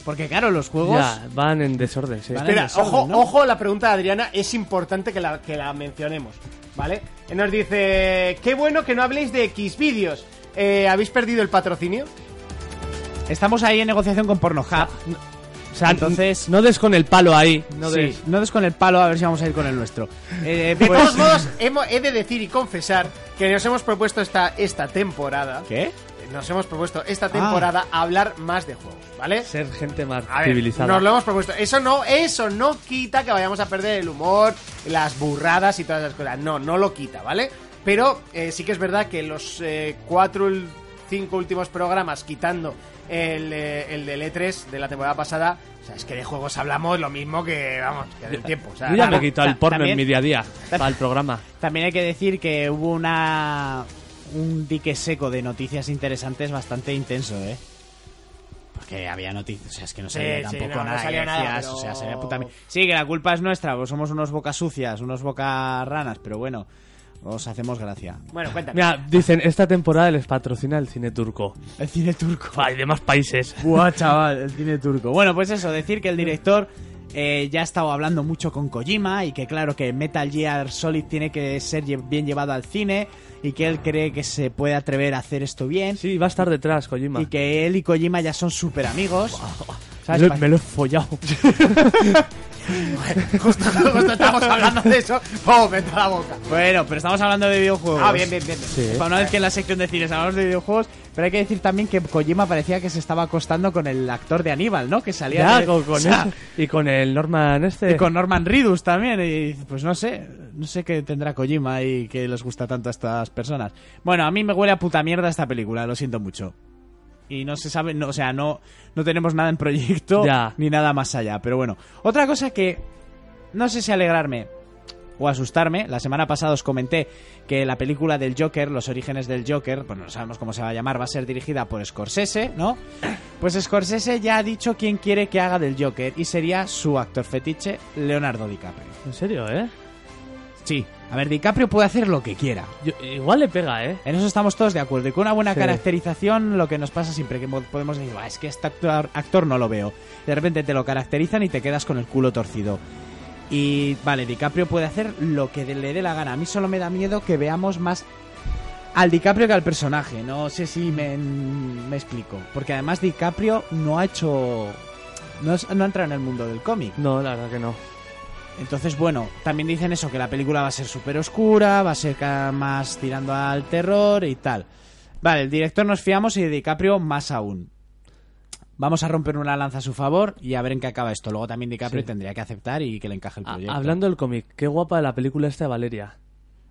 B: porque, claro, los juegos.
C: Ya, van en desorden, sí.
B: Van en-
A: Espera,
B: Dinosaur,
A: ojo,
B: ¿no?
A: ojo, la pregunta de Adriana es importante que la, que la mencionemos, ¿vale? Eh, Nos dice, qué bueno que no habléis de X vídeos. ¿Habéis perdido el patrocinio?
B: Estamos ahí en negociación con Pornhub.
C: O sea,
B: Entonces-
C: no des con el palo ahí.
B: No,
C: No
B: des...
C: des-
B: no des con el palo, a ver si vamos a ir con el nuestro. Eh,
A: De
B: pues-
A: todos modos, hemo- he de decir y confesar que nos hemos propuesto esta, esta temporada,
B: ¿Qué?
A: nos hemos propuesto esta temporada hablar más de juegos, ¿vale?
C: Ser gente más
A: A ver,
C: civilizada.
A: nos lo hemos propuesto. Eso no, eso no quita que vayamos a perder el humor, las burradas y todas esas cosas. No, no lo quita, ¿vale? Pero eh, sí que es verdad que los eh, cuatro, ul- cinco últimos programas, quitando el, eh, el del E3 de la temporada pasada, o sea, es que de juegos hablamos lo mismo que, vamos, que del tiempo. O sea,
C: Yo ya me
B: Claro,
C: he quitado el
B: ta-
C: porno
B: también-
C: en mi día a día para el programa.
B: También hay que decir que hubo una un dique seco de noticias interesantes bastante intenso, ¿eh? Porque había noticias, o sea, es que no
A: Sí,
B: salía
A: sí, no,
B: tampoco
A: no
B: nada. que
A: salía nada,
B: decías,
A: pero-
B: o sea, salía puta mi- Sí, que la culpa es nuestra, pues somos unos bocas sucias, unos boca ranas, pero bueno, os hacemos gracia.
A: Bueno, cuéntame.
C: Mira, dicen, esta temporada les patrocina el cine turco.
B: El cine turco.
C: Hay demás países.
B: Buah, chaval, el cine turco. Bueno, pues eso, decir que el director eh, ya ha estado hablando mucho con Kojima y que claro que Metal Gear Solid tiene que ser lle- bien llevado al cine y que él cree que se puede atrever a hacer esto bien
C: Sí, va a estar detrás, Kojima.
B: y que él y Kojima ya son súper amigos.
C: Me
B: ¿Sabes?
C: lo- me lo he follado.
A: Justo, justo estamos hablando de eso. ¡Pum! Me entra la boca.
B: Bueno, pero estamos hablando de videojuegos.
A: Ah, bien, bien, bien. bien.
C: Pues, Sí.
B: Para una vez que en la sección de cines hablamos de videojuegos, pero hay que decir también que Kojima parecía que se estaba acostando con el actor de Aníbal, ¿no? Que salía
C: Ya,
B: de-
C: con, con
B: o sea,
C: este- Y con el Norman este.
B: Y con Norman Reedus también. Y pues no sé, no sé qué tendrá Kojima y que les gusta tanto a estas personas. Bueno, a mí me huele a puta mierda esta película, lo siento mucho. Y no se sabe, no, o sea, no, no tenemos nada en proyecto
C: Ya.
B: ni nada más allá. Pero bueno, otra cosa que no sé si alegrarme o asustarme. La semana pasada os comenté que la película del Joker, los orígenes del Joker, bueno, no sabemos cómo se va a llamar, va a ser dirigida por Scorsese, ¿no? Pues Scorsese ya ha dicho quién quiere que haga del Joker y sería su actor fetiche, Leonardo DiCaprio.
C: En serio, ¿eh?
B: Sí, a ver, DiCaprio puede hacer lo que quiera.
C: Yo- igual le pega, ¿eh?
B: En eso estamos todos de acuerdo. Y con una buena
C: Sí.
B: caracterización, lo que nos pasa siempre que mo- podemos decir, "Buah, es que este actor, actor no lo veo. De repente te lo caracterizan y te quedas con el culo torcido. Y vale, DiCaprio puede hacer lo que le dé la gana. A mí solo me da miedo que veamos más al DiCaprio que al personaje. No sé si me, me explico. Porque además DiCaprio no ha hecho. No, es- no ha entrado en el mundo del cómic.
C: No, la verdad que no.
B: Entonces, bueno, también dicen eso, que la película va a ser súper oscura, va a ser ca- más tirando al terror y tal. Vale, el director nos fiamos y de DiCaprio más aún. Vamos a romper una lanza a su favor y a ver en qué acaba esto. Luego también DiCaprio tendría que aceptar y que le encaje el
C: Ah,
B: proyecto.
C: hablando del cómic, qué guapa la película esta de Valeria.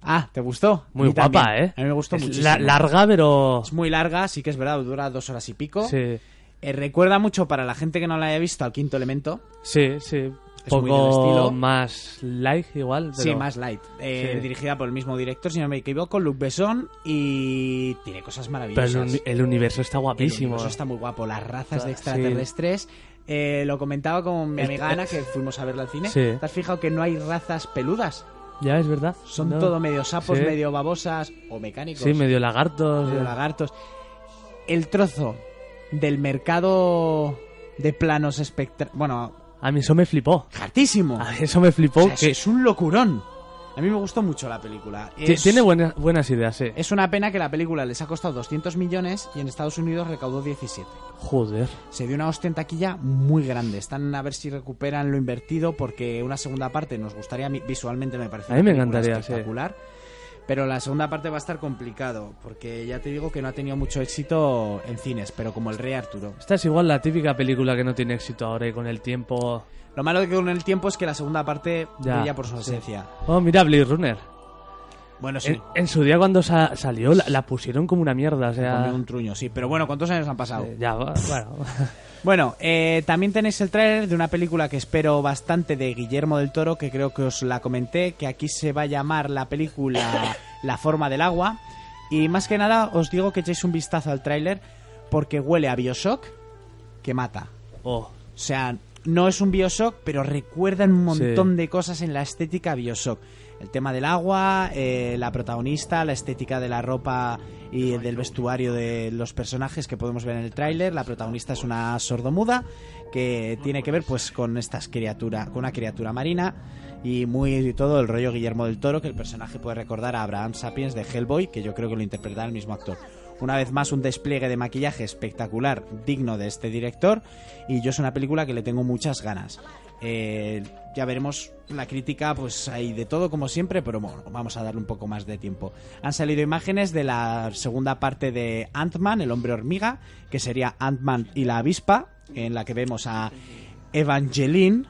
B: Ah, ¿te gustó? A
C: Muy
B: mí
C: guapa,
B: también.
C: ¿eh?
B: A mí me gustó
C: Es
B: muchísimo.
C: la- larga, pero...
B: Es muy larga, sí que es verdad, dura dos horas y pico.
C: Sí,
B: Eh, recuerda mucho para la gente que no la haya visto al quinto elemento.
C: sí, sí.
B: muy del estilo.
C: Poco más like igual, pero...
B: Sí, más light. Eh,
C: Sí.
B: Dirigida por el mismo director, si no me equivoco, Luc Besson. Y tiene cosas
C: Pero
B: maravillosas.
C: el, uni- el universo está guapísimo.
B: Eso está muy guapo. Las razas de
C: Sí.
B: extraterrestres. Eh, lo comentaba con mi
C: El-
B: amiga Ana, que fuimos a verla al cine.
C: eh, Sí.
B: ¿Te has fijado que no hay razas peludas?
C: Ya es verdad.
B: Son
C: No.
B: todo medio sapos,
C: Sí.
B: medio babosas o mecánicos.
C: Sí, medio lagartos.
B: medio lagartos. El trozo del mercado de planos espectral. Bueno,
C: A mí eso me flipó.
B: hartísimo.
C: A mí eso me
B: O
C: flipó.
B: sea,
C: que
B: Es un locurón. A mí me gustó mucho la película.
C: ti-
B: Es- eh,
C: Tiene buenas, buenas ideas, eh. sí.
B: Es una pena que la película les ha costado 200 millones y en Estados Unidos recaudó 17.
C: Joder.
B: Se dio una hostia en taquilla muy grande. Están a ver si recuperan lo invertido porque una segunda parte nos gustaría, a mí- visualmente me parece
C: A mí me
B: una película
C: encantaría, sí.
B: espectacular. Pero la segunda parte va a estar complicado porque ya te digo que no ha tenido mucho éxito en cines, pero como el Rey Arturo.
C: Esta es igual la típica película que no tiene éxito ahora y con el tiempo.
B: Lo malo de que con el tiempo es que la segunda parte
C: Ya,
B: brilla por su
C: sí.
B: ausencia.
C: Oh, mira, Blade Runner.
B: Bueno, sí.
C: En, en su día cuando sa- salió la, la pusieron como una mierda, o sea...
B: comió un truño, sí. Pero bueno, ¿cuántos años han pasado?
C: eh, Ya, va- bueno.
B: Bueno, eh, también tenéis el tráiler de una película que espero bastante de Guillermo del Toro, que creo que os la comenté, que aquí se va a llamar la película La forma del agua. Y más que nada os digo que echéis un vistazo al tráiler porque huele a Bioshock que mata.
C: Oh,
B: O sea, no es un Bioshock, pero recuerdan un montón de cosas en la estética Bioshock. El tema del agua, eh, la protagonista, la estética de la ropa y del vestuario de los personajes que podemos ver en el tráiler. La protagonista es una sordomuda que tiene que ver pues con estas criaturas, con una criatura marina y muy y todo el rollo Guillermo del Toro, que el personaje puede recordar a Abraham Sapiens de Hellboy, que yo creo que lo interpretará el mismo actor. Una vez más, un despliegue de maquillaje espectacular, digno de este director, y yo es una película que le tengo muchas ganas. Eh, ya veremos la crítica, pues hay de todo como siempre, pero bueno, vamos a darle un poco más de tiempo. Han salido imágenes de la segunda parte de Ant-Man, el hombre hormiga, que sería Ant-Man y la avispa, en la que vemos a Evangeline,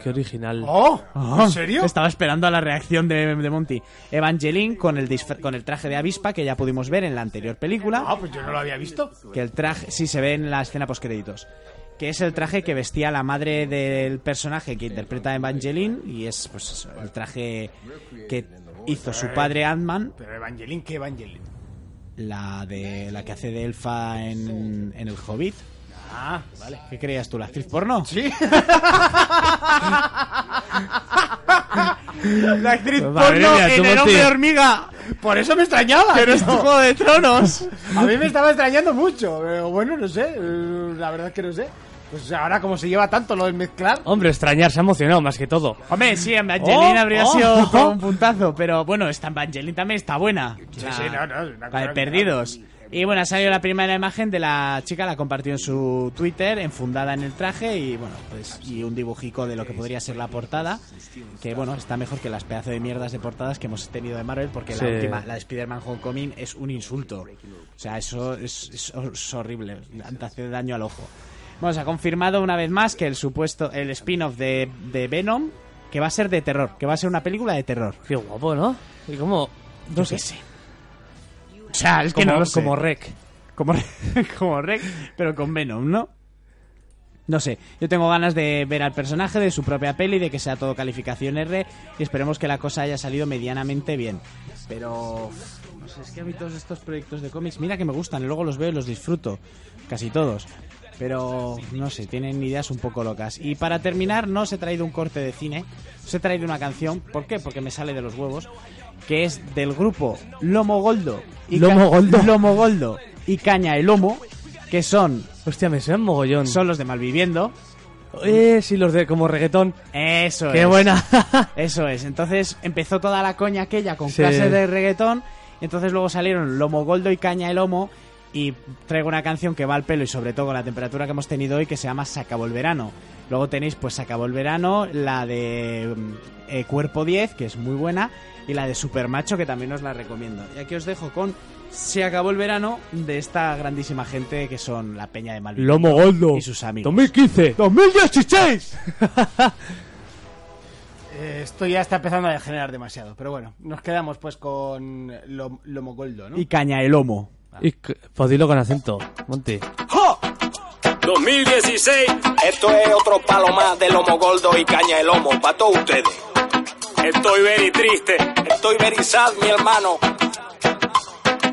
C: qué original.
A: ¡Oh!
B: Ah,
A: ¿En serio?
B: Estaba esperando a la reacción de, de Monty. Evangeline con el, disfra- con el traje de avispa que ya pudimos ver en la anterior
A: Ah,
B: película.
A: pues yo no lo había visto.
B: Que el traje, sí, se ve en la escena postcréditos. Que es el traje que vestía la madre del personaje que interpreta a Evangeline. Y es pues eso, el traje que hizo su padre Ant-Man,
A: Pero Evangeline, ¿qué Evangeline?
B: la, de, la que hace de elfa en, en El Hobbit.
A: Ah, vale.
B: ¿Qué creías tú, la actriz porno?
A: Sí.
B: La actriz
A: Pues
C: Madre porno mía, en tú, El Monty. hombre
B: hormiga.
A: Por eso me extrañaba. tío.
B: Juego de Tronos.
A: A mí me estaba extrañando mucho. Pero bueno, no sé. eh, La verdad es que no sé. Pues ahora como se lleva tanto lo de mezclar.
C: Hombre, extrañar, se ha emocionado más que todo.
B: Hombre, sí, Evangeline
C: Oh,
B: habría
C: oh.
B: sido todo un puntazo, pero bueno, esta Evangeline también está buena.
A: Sí, sí, no, no, es una
B: la de
A: cosa-
B: perdidos. Y bueno, ha salido la primera imagen de la chica, la compartió en su Twitter, enfundada en el traje y bueno, pues y un dibujico de lo que podría ser la portada, que bueno, está mejor que las pedazos de mierdas de portadas que hemos tenido de Marvel, porque
C: Sí.
B: la última, la de Spider-Man Homecoming, es un insulto. O sea, eso es, es- es horrible, te hace daño al ojo. Bueno, se ha confirmado una vez más que el supuesto, el spin-off de, de Venom, que va a ser de terror, que va a ser una película de terror.
C: Qué guapo, ¿no? Y como... No sé.
B: qué sé. O sea, es que
C: como,
B: no lo sé.
C: como rec.
B: Como, Re- como Rec, pero con Venom, ¿no? No sé, yo tengo ganas de ver al personaje, de su propia peli, de que sea todo calificación R y esperemos que la cosa haya salido medianamente bien. Pero... No sé, es que a mí todos estos proyectos de cómics, mira que me gustan, luego los veo y los disfruto, casi todos. Pero no sé, tienen ideas un poco locas. Y para terminar, no os he traído un corte de cine, os he traído una canción, ¿por qué? Porque me sale de los huevos, que es del grupo Lomo Goldo. y Ca-
C: Lomo Goldo.
B: Lomo Goldo y Caña el Lomo, que son,
C: Hostia, me suena mogollón.
B: son los de Malviviendo.
C: Eh, sí, los de como reggaetón.
B: Pues Eso
C: Qué
B: es.
C: buena.
B: Eso es. Entonces empezó toda la coña aquella con
C: Sí.
B: clases de reggaetón. y Entonces luego salieron Lomo Goldo y Caña el Lomo. Y traigo una canción que va al pelo y sobre todo con la temperatura que hemos tenido hoy que se llama Se acabó el verano. Luego tenéis, pues se acabó el verano, la de mm, eh, Cuerpo 10, que es muy buena, y la de Supermacho, que también os la recomiendo. Y aquí os dejo con Se acabó el verano de esta grandísima gente que son la Peña de Malvinas.
C: Lomo Goldo.
B: Y sus amigos.
C: 2015. 2016.
A: Eh, esto ya está empezando a degenerar demasiado. Pero bueno, nos quedamos pues con lo, Lomogoldo, ¿no?
B: Y Caña el Lomo.
C: y c- pues dilo con acento, Monty.
E: 2016.
F: Esto es otro palo más de lomo gordo y caña de lomo para todos ustedes.
E: Estoy very triste.
F: Estoy very sad, mi hermano.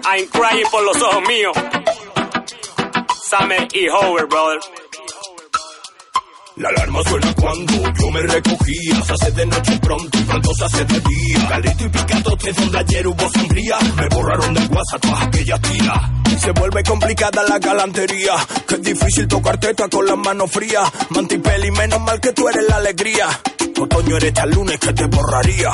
E: I'm crying por los ojos míos. Summer y Howard, brother.
D: La alarma suena cuando yo me recogía. Se hace de noche pronto y pronto se hace de día. Caldito y picatote donde ayer hubo sangría. Me borraron del WhatsApp todas aquellas tiras. Se vuelve complicada la galantería. Que es difícil tocar teta con las manos frías. Mantipeli, menos mal que tú eres la alegría. Otoño eres tal lunes que te borraría.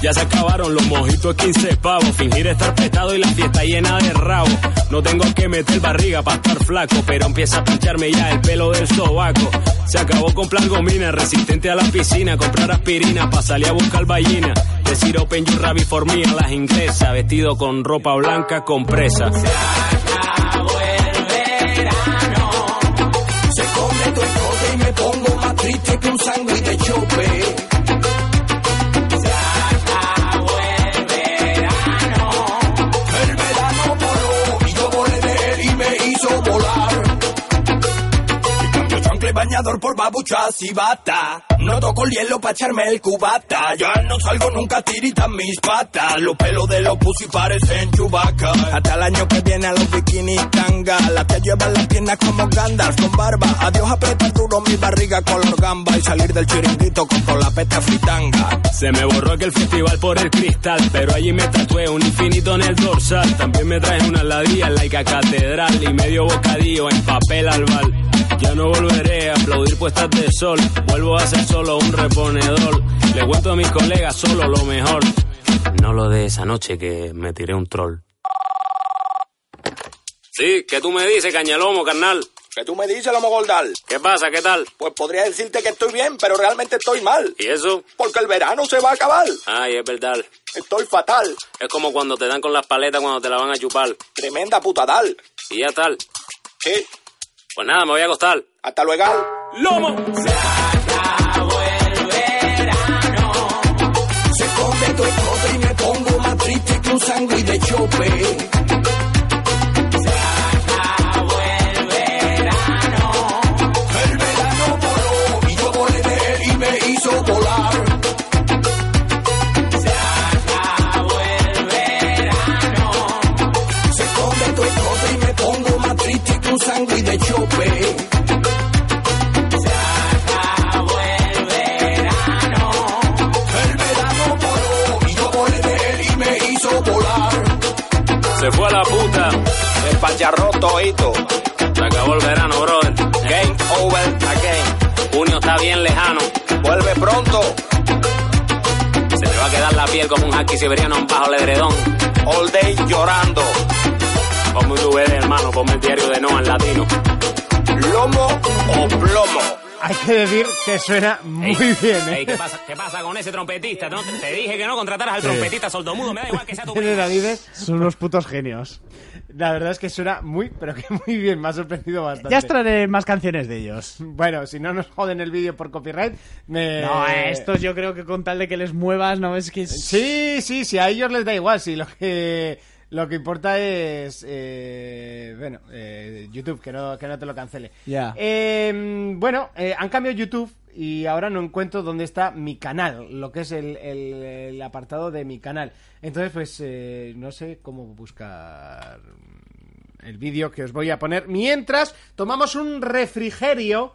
E: Ya se acabaron los mojitos 15 pavos. Fingir estar petado y la fiesta llena de rabo. No tengo que meter barriga para estar flaco, pero empieza a pincharme ya el pelo del sobaco. Se acabó comprar gomina, resistente a la piscina, comprar aspirina para salir a buscar ballena. Decir open your rabbit for me a las inglesas, vestido con ropa blanca compresa.
D: Se come tu escote y me pongo más triste que un sándwich de chope. El verano voló y yo volé de él y me hizo volar. Y cambio chancla y bañador por babuchas y bata. No toco el hielo pa' echarme el cubata. Ya no salgo nunca tiritan mis patas. Los pelos de los pussy parecen chubaca. Hasta el año que viene a los bikinis tanga. Las que llevan las piernas como Gandalf con barba. Adiós apretar duro mi barriga color gamba. Y salir del chiringuito con toda la peta fritanga.
E: Se me borró aquel festival por el cristal, pero allí me tatué un infinito en el dorsal. También me traje una ladilla laica catedral y medio bocadillo en papel albal. Ya no volveré a aplaudir puestas de sol, vuelvo a ser solo un reponedor. Le cuento a mis colegas solo lo mejor. No lo de esa noche que me tiré un troll. Sí, ¿qué tú me dices, cañalomo, carnal?
F: Que tú me dices, lomo gordal.
E: ¿Qué pasa? ¿Qué tal?
F: Pues podría decirte que estoy bien, pero realmente estoy mal.
E: ¿Y eso?
F: Porque el verano se va a acabar.
E: Ay, es verdad.
F: Estoy fatal.
E: Es como cuando te dan con las paletas cuando te la van a chupar.
F: Tremenda putadal.
E: Y ya tal.
F: Sí.
E: Pues nada, me voy a acostar.
F: Hasta luego.
E: ¡Lomo!
D: Se come tu escote y me pongo más triste que un sándwich de chope. El verano voló y yo volé de él y me hizo volar. Se acabó el verano. Se come tu escote y me pongo más triste que un sándwich de chope. El verano voló y yo volé de él y me hizo volar.
E: Se fue a la puta.
F: Despacharró toito.
E: Se acabó el verano, brother.
F: Game over again.
E: Junio está bien lejano.
F: Vuelve pronto.
E: Se te va a quedar la piel como un haki siberiano en bajo ledredón.
F: All day llorando.
E: Ponme un DVD, hermano. Ponme el diario de Noah en latino.
F: Lomo o plomo.
A: Hay que decir que suena muy
E: Ey,
A: bien, ¿eh?
E: ey, ¿qué, pasa, ¿Qué pasa con ese trompetista? No, te, te dije que no contrataras al trompetista sordomudo. Me da igual que sea tu...
A: Los Davides son unos putos genios. La verdad es que suena muy, pero que muy bien. Me ha sorprendido bastante.
B: Ya os traeré más canciones de ellos.
A: Bueno, si no nos joden el vídeo por copyright, me...
B: No, eh, estos yo creo que con tal de que les muevas, no es que...
A: Sí, sí, sí, a ellos les da igual. Sí, lo que, lo que importa es... eh, bueno, eh, YouTube, que no, que no te lo cancele.
B: Ya.
A: Eh, bueno, eh, han cambiado YouTube y ahora no encuentro dónde está mi canal, lo que es el, el- el apartado de mi canal. Entonces, pues, eh, no sé cómo buscar el vídeo que os voy a poner. Mientras, tomamos un refrigerio...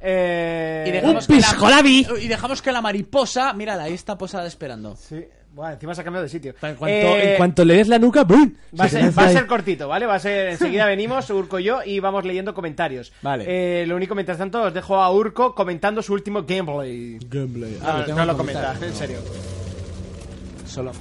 A: eh,
G: Y dejamos,
C: ¡Un
G: que la,
C: piscolabi!
G: y dejamos que la mariposa, mírala, ahí está posada esperando.
A: Sí, bueno, encima se ha cambiado de sitio.
C: En cuanto,
A: Eh,
C: en cuanto le des la nuca, ¡boom!
A: Va a,
C: Se
A: ser,
C: lanza
A: va a
C: ahí.
A: ser cortito, ¿vale? Va a ser enseguida venimos, Urco y yo, y vamos leyendo comentarios.
G: Vale.
A: Eh, lo único, mientras tanto, os dejo a Urco comentando su último gameplay.
G: Ah,
A: No,
G: tengo
A: no
G: que
A: lo
G: comentar.
A: comentas, en serio.
G: Solo.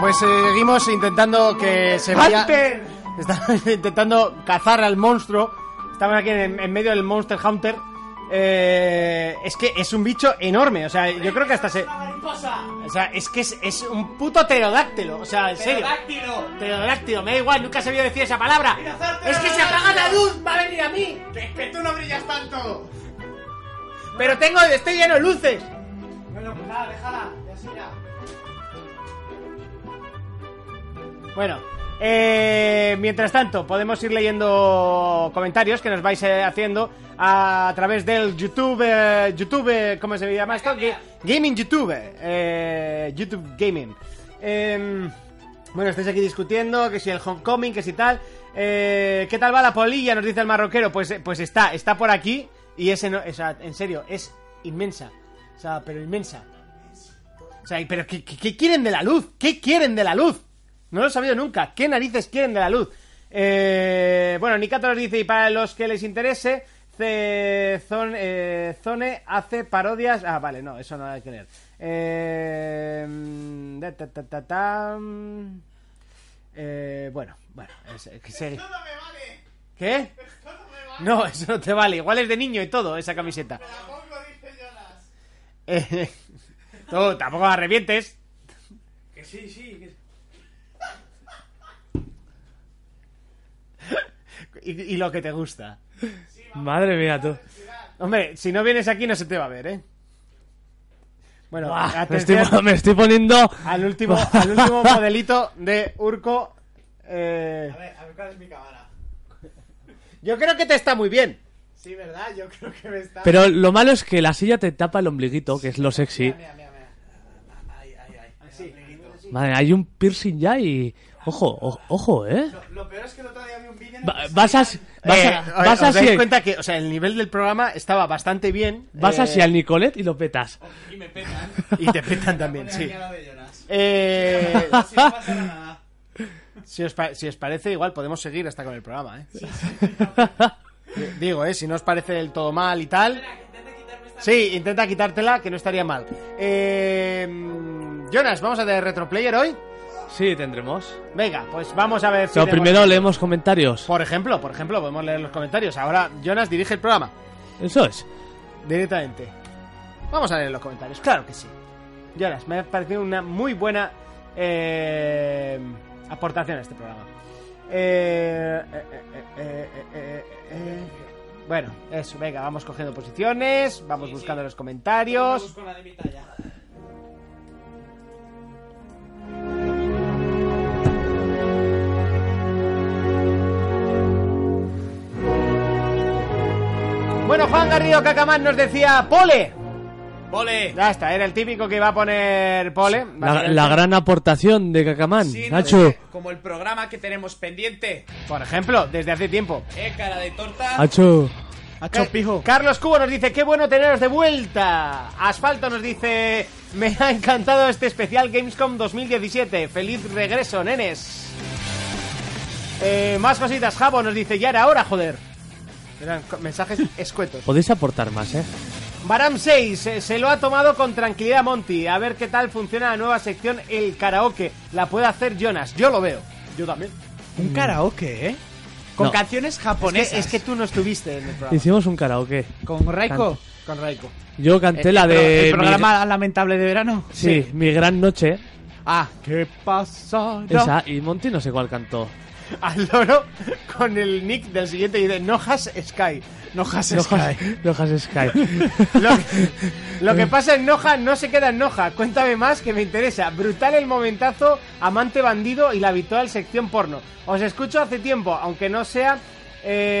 A: pues eh, seguimos intentando que se vaya.
B: ¡Hunter!
A: Estamos intentando cazar al monstruo. Estamos aquí en, en medio del Monster Hunter. Eh, es que es un bicho enorme. O sea, yo creo que hasta se. O sea, es que es, es un puto pterodáctilo. O sea, en serio. Pterodáctilo. Pterodáctilo. Me da igual, nunca se había decir esa palabra. Es que se apaga la luz, va a venir a mí. Que, tú no brillas tanto. Pero tengo, estoy lleno de luces. Bueno, pues nada, déjala. Ya Bueno, eh, mientras tanto, podemos ir leyendo comentarios que nos vais eh, haciendo a, través del YouTube, eh, YouTube, eh, ¿cómo se llama esto? Ga- gaming YouTube, eh, YouTube Gaming. Em, bueno, estáis aquí discutiendo que si el homecoming, que si tal. Eh, ¿Qué tal va la polilla? Nos dice el marroquero. Pues, eh, pues está, está por aquí y es, eno- o sea, en serio, es inmensa. O sea, pero inmensa. O sea, y- pero ¿qué, qué, qué quieren de la luz? ¿Qué quieren de la luz? No lo he sabido nunca. ¿Qué narices quieren de la luz? Eh, bueno, Nikato nos dice, y para los que les interese, Ce- Zon- eh, Zone hace parodias... Ah, vale, no, eso no hay que leer. Eh, mm, da, ta, ta, ta, tam. Eh, bueno, bueno. es- es que se- ¿Qué? No, eso no te vale. Igual es de niño y todo, esa camiseta. Eh, tú tampoco la revientes. Que sí, sí. Y, y lo que te gusta.
C: Madre mía, tú.
A: Hombre, si no vienes aquí no se te va a ver, ¿eh? Bueno,
C: Buah, me, estoy,
A: atención
C: me estoy poniendo.
A: al último, al último modelito de Urco. eh,
H: A ver cuál es mi cámara.
A: yo creo que te está muy bien.
H: Sí, ¿verdad? Yo creo que me está.
C: Pero lo malo es que la silla te tapa el ombliguito, que es lo sexy.
H: Mira, mira, mira. Ay, ay, ay. Así.
C: Madre, hay un piercing ya y. Ojo, o- ojo, eh.
H: Lo peor es que el otro día vi un vídeo. en el
C: Va-
H: que
C: Vas a. Vas
A: Eh,
C: a.
A: os
C: Vas a.
A: dais
C: si-
A: cuenta que, o sea, el nivel del programa estaba bastante bien.
C: Vas
A: eh,
C: hacia el Nicolet y lo petas.
H: Y me petan.
A: Y te petan también, sí.
H: Aquí al lado de Jonas.
A: Eh,
H: Si no pasará nada.
A: si, os pa- si os parece, igual podemos seguir hasta con el programa, ¿eh? Eh, Digo, ¿eh? Si no os parece del todo mal y tal. Sí, intenta quitártela, que no estaría mal. Eh, Jonas, ¿vamos a tener retroplayer hoy?
C: Sí, tendremos.
A: Venga, pues vamos a ver si
C: Pero
A: tenemos-
C: primero leemos comentarios.
A: Por ejemplo, por ejemplo, podemos leer los comentarios. Ahora Jonas dirige el programa
C: Eso es.
A: directamente. Vamos a leer los comentarios, claro que sí. Jonas, me ha parecido una muy buena eh, aportación a este programa. Eh, eh, eh, eh, eh, eh, eh. Bueno, eso, venga, vamos cogiendo posiciones, vamos buscando los comentarios.
H: Busco una de mi talla.
A: Bueno, Juan Garrido Cacamán nos decía Pole.
G: ¡Vole!
A: Ya está, era el típico que iba a poner Pole.
C: La, la gran aportación de Cacamán,
G: Sí, no
C: Nacho.
G: sé, como el programa que tenemos pendiente.
A: Por ejemplo, desde hace tiempo.
G: Eh, cara de torta.
C: Nacho.
A: Ca- Carlos Cubo nos dice, qué bueno teneros de vuelta. Asfalto nos dice, me ha encantado este especial Gamescom 2017. Feliz regreso, nenes. Eh, más cositas, Jabo nos dice, ya era hora, joder. Eran co- mensajes escuetos.
C: Podéis aportar más, eh.
A: Baram 6 eh, se lo ha tomado con tranquilidad Monty. A ver qué tal funciona la nueva sección El Karaoke. La puede hacer Jonas. Yo lo veo. Yo también.
G: Un karaoke, ¿eh? Con
C: No.
G: canciones
A: Es
G: japonesas.
A: que, es que tú no estuviste en el programa
C: Hicimos un karaoke.
G: Con Raiko.
A: con Raiko.
C: Yo canté la de.
G: El
C: mi-
G: programa lamentable de verano.
C: Sí, mi gran noche.
G: Ah. ¿Qué pasa?
C: Esa. Y Monty no sé cuál cantó.
A: al loro con el nick del siguiente y de Nojas Sky.
G: Nojas
C: Lojas,
G: Sky.
C: Lojas Sky.
A: Lo que, lo que pasa en Noja no se queda en Noja. Cuéntame más que me interesa. Brutal el momentazo, amante bandido y la habitual sección porno. Os escucho hace tiempo, aunque no sea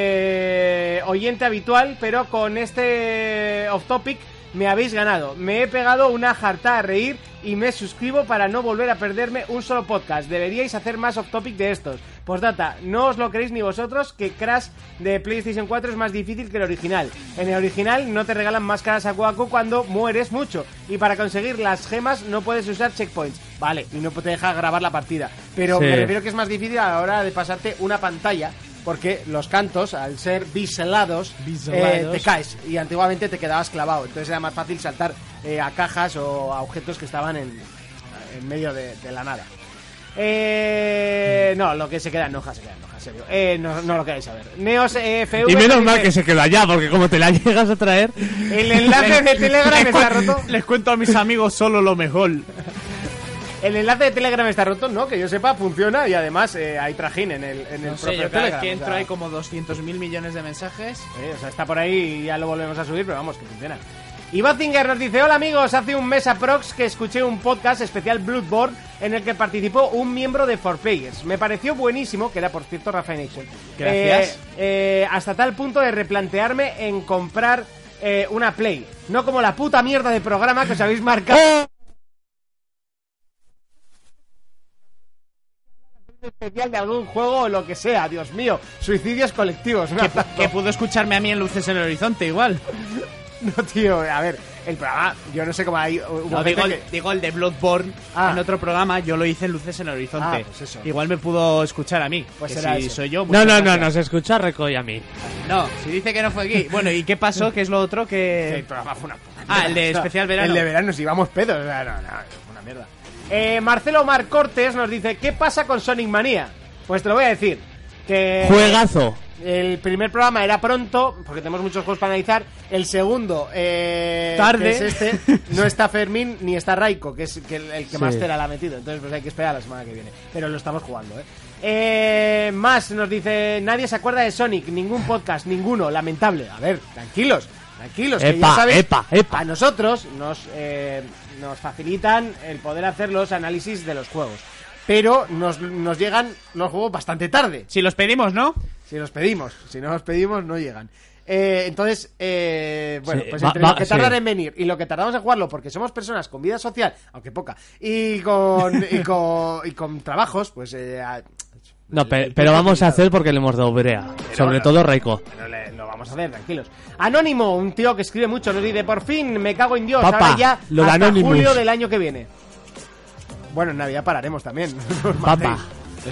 A: eh, oyente habitual, pero con este off topic me habéis ganado. Me he pegado una jarta a reír y me suscribo para no volver a perderme un solo podcast. Deberíais hacer más off topic de estos. Postdata, no os lo creéis ni vosotros que Crash de PlayStation 4 es más difícil que el original. En el original no te regalan máscaras a Waco cuando mueres mucho y para conseguir las gemas no puedes usar checkpoints. Vale, y no te deja grabar la partida. Pero
C: Sí.
A: me refiero que es más difícil a la hora de pasarte una pantalla porque los cantos, al ser biselados,
G: Biselados.
A: eh, te caes y antiguamente te quedabas clavado. Entonces era más fácil saltar eh, a cajas o a objetos que estaban en, en medio de, de la nada. Eh, no, lo que se queda en hoja, se queda en hoja, en serio. Eh, no, no lo queráis saber. Neos eh, FV.
C: Y menos mal
A: dice,
C: que se quedó allá, porque como te la llegas a traer.
A: El enlace de Telegram está
B: cuen-
A: roto.
B: les cuento a mis amigos solo lo mejor.
A: El enlace de Telegram está roto, no, que yo sepa, funciona y además eh, hay trajín en el, en el
B: No sé,
A: propio
B: yo cada vez
A: Telegram,
B: que
A: o
B: entro
A: sea.
B: hay como 200 mil millones de mensajes.
A: Eh, o sea, está por ahí y ya lo volvemos a subir, pero vamos, que funciona. Y Bazinger nos dice, hola amigos, hace un mes aprox que escuché un podcast especial Bloodborne en el que participó un miembro de 4Players. Me pareció buenísimo, que era por cierto Rafael Nixon. Eh,
B: Gracias.
A: eh, hasta tal punto de replantearme en comprar eh, una Play. No como la puta mierda de programa que os habéis marcado. especial de algún juego o lo que sea, Dios mío, suicidios colectivos. me ha dado.
B: Que pudo escucharme a mí en Luces en el Horizonte, igual.
A: No, tío, a ver, el programa, yo no sé cómo hay. hubo
B: No,
A: gente
B: digo, el,
A: que-
B: digo el de Bloodborne
A: Ah.
B: en otro programa. Yo lo hice en Luces en el Horizonte.
A: Ah, pues eso.
B: Igual me pudo escuchar a mí.
A: Pues
B: que
A: será
B: si
A: ese.
B: soy yo.
C: No,
B: muchas
C: no, no,
B: gracias.
C: nos escucha Reco y a mí.
B: No, si dice que no fue aquí. Bueno, ¿y qué pasó? ¿Qué es lo otro
A: El
B: que.?
A: programa fue una puta
B: Ah, el de
A: mierda.
B: especial verano.
A: El de verano, si íbamos pedos. o sea, no, no, fue una mierda. Eh, Marcelo Omar Cortés nos dice: ¿Qué pasa con Sonic Manía? Pues te lo voy a decir. Que
C: Juegazo.
A: El primer programa era pronto, porque tenemos muchos juegos para analizar. El segundo, eh,
B: Tarde.
A: que es este, no está Fermín ni está Raiko, que es que el, el que
C: Sí.
A: más tela la ha metido. Entonces, pues hay que esperar a la semana que viene. Pero lo estamos jugando, ¿eh? Eh, más nos dice: Nadie se acuerda de Sonic, ningún podcast, ninguno, lamentable. A ver, tranquilos, tranquilos. que ya
C: Epa,
A: sabes,
C: epa, epa.
A: A nosotros nos, eh, nos facilitan el poder hacer los análisis de los juegos. Pero nos, nos llegan los juegos bastante tarde.
B: Si los pedimos, ¿no?
A: Si los pedimos, si no los pedimos, no llegan. Eh, entonces, eh, bueno,
C: Sí,
A: pues
C: va-
A: entre
C: va-
A: lo que tardan
C: sí.
A: en venir y lo que tardamos en jugarlo, porque somos personas con vida social, aunque poca, y con, y con, y con trabajos, pues eh, a-
C: No, pe- pero vamos a hacer porque le hemos dado brea. Sobre
A: bueno.
C: todo Reiko.
A: bueno, le- lo vamos a hacer, tranquilos. Anónimo, un tío que escribe mucho, nos dice, por fin, me cago en Dios,
C: Papá,
A: ahora ya
C: lo de
A: hasta
C: Anonymous.
A: julio del año que viene. Bueno, en Navidad pararemos también. no os matéis.
C: Papa.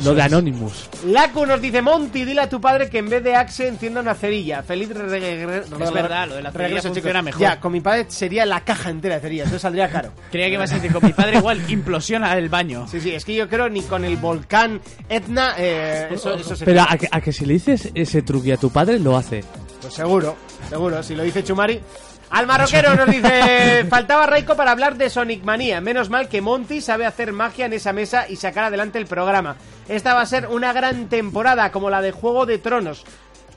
C: Lo de Anonymous.
A: Laku nos dice, Monty, dile a tu padre que en vez de Axe encienda una cerilla. Feliz regreso.
B: Es verdad, lo de la cerilla funciona mejor.
A: Ya, con mi padre sería la caja entera de cerillas, eso saldría caro.
B: Creía que ibas a decir con mi padre igual implosiona el baño.
A: Sí, sí, es que yo creo ni con el volcán Etna, eh, eso, eso se
C: Pero a que, a que si le dices ese truqui a tu padre, lo hace.
A: Pues seguro, seguro, si lo dice Chumari. Al marroquero nos dice, faltaba Raiko para hablar de Sonic Manía. Menos mal que Monty sabe hacer magia en esa mesa y sacar adelante el programa. Esta va a ser una gran temporada, como la de Juego de Tronos.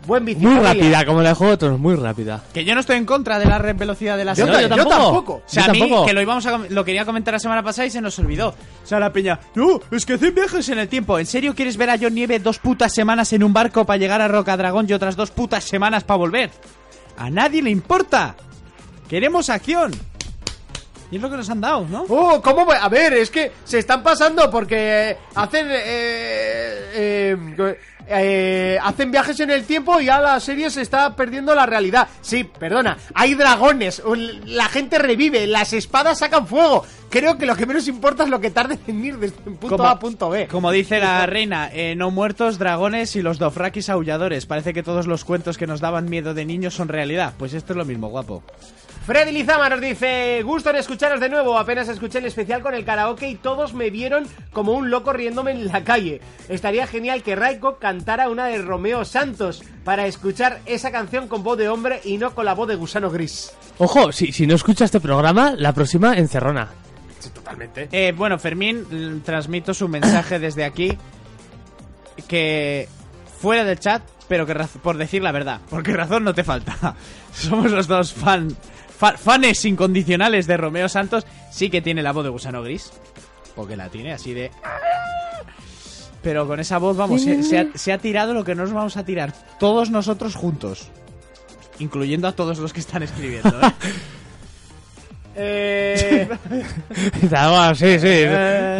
A: Buen bici.
C: Muy
A: familia.
C: rápida, como la de Juego de Tronos, muy rápida.
B: Que yo no estoy en contra de la red velocidad de la
A: Yo
B: serie.
A: ta- yo tampoco.
B: O sea,
C: Yo
B: a mí,
C: tampoco.
B: que lo, íbamos a com- lo quería comentar la semana pasada y se nos olvidó. O sea, la peña, no, es que hacen viajes en el tiempo. ¿En serio quieres ver a John Nieve dos putas semanas en un barco para llegar a Rocadragón y otras dos putas semanas para volver? A nadie le importa. Queremos acción. Y es lo que nos han dado, ¿no?
A: Oh, ¿cómo voy? A ver, es que se están pasando porque hacen eh, eh, eh, hacen viajes en el tiempo y ya la serie se está perdiendo la realidad. Sí, perdona, hay dragones, un- la gente revive, las espadas sacan fuego. Creo que lo que menos importa es lo que tarden en ir desde punto A a punto B.
B: Como dice la reina, eh, no muertos, dragones y los dofrakis aulladores. Parece que todos los cuentos que nos daban miedo de niños son realidad. Pues esto es lo mismo, guapo.
A: Freddy Lizama nos dice, gusto en escucharos de nuevo, apenas escuché el especial con el karaoke y todos me vieron como un loco riéndome en la calle. Estaría genial que Raiko cantara una de Romeo Santos para escuchar esa canción con voz de hombre y no con la voz de gusano gris.
C: Ojo, si, si no escuchas este programa, la próxima encerrona.
B: Eh, bueno, Fermín, l- transmito su mensaje desde aquí. Que fuera del chat, pero que raz- por decir la verdad. Porque razón no te falta. Somos los dos fan, fa- fanes incondicionales de Romeo Santos. Sí que tiene la voz de gusano gris. Porque la tiene así de... ¡ah! Pero con esa voz, vamos, se, se ha, se ha tirado lo que nos vamos a tirar todos nosotros juntos. Incluyendo a todos los que están escribiendo. ¿eh?
A: Eh,
C: Ah, sí, sí.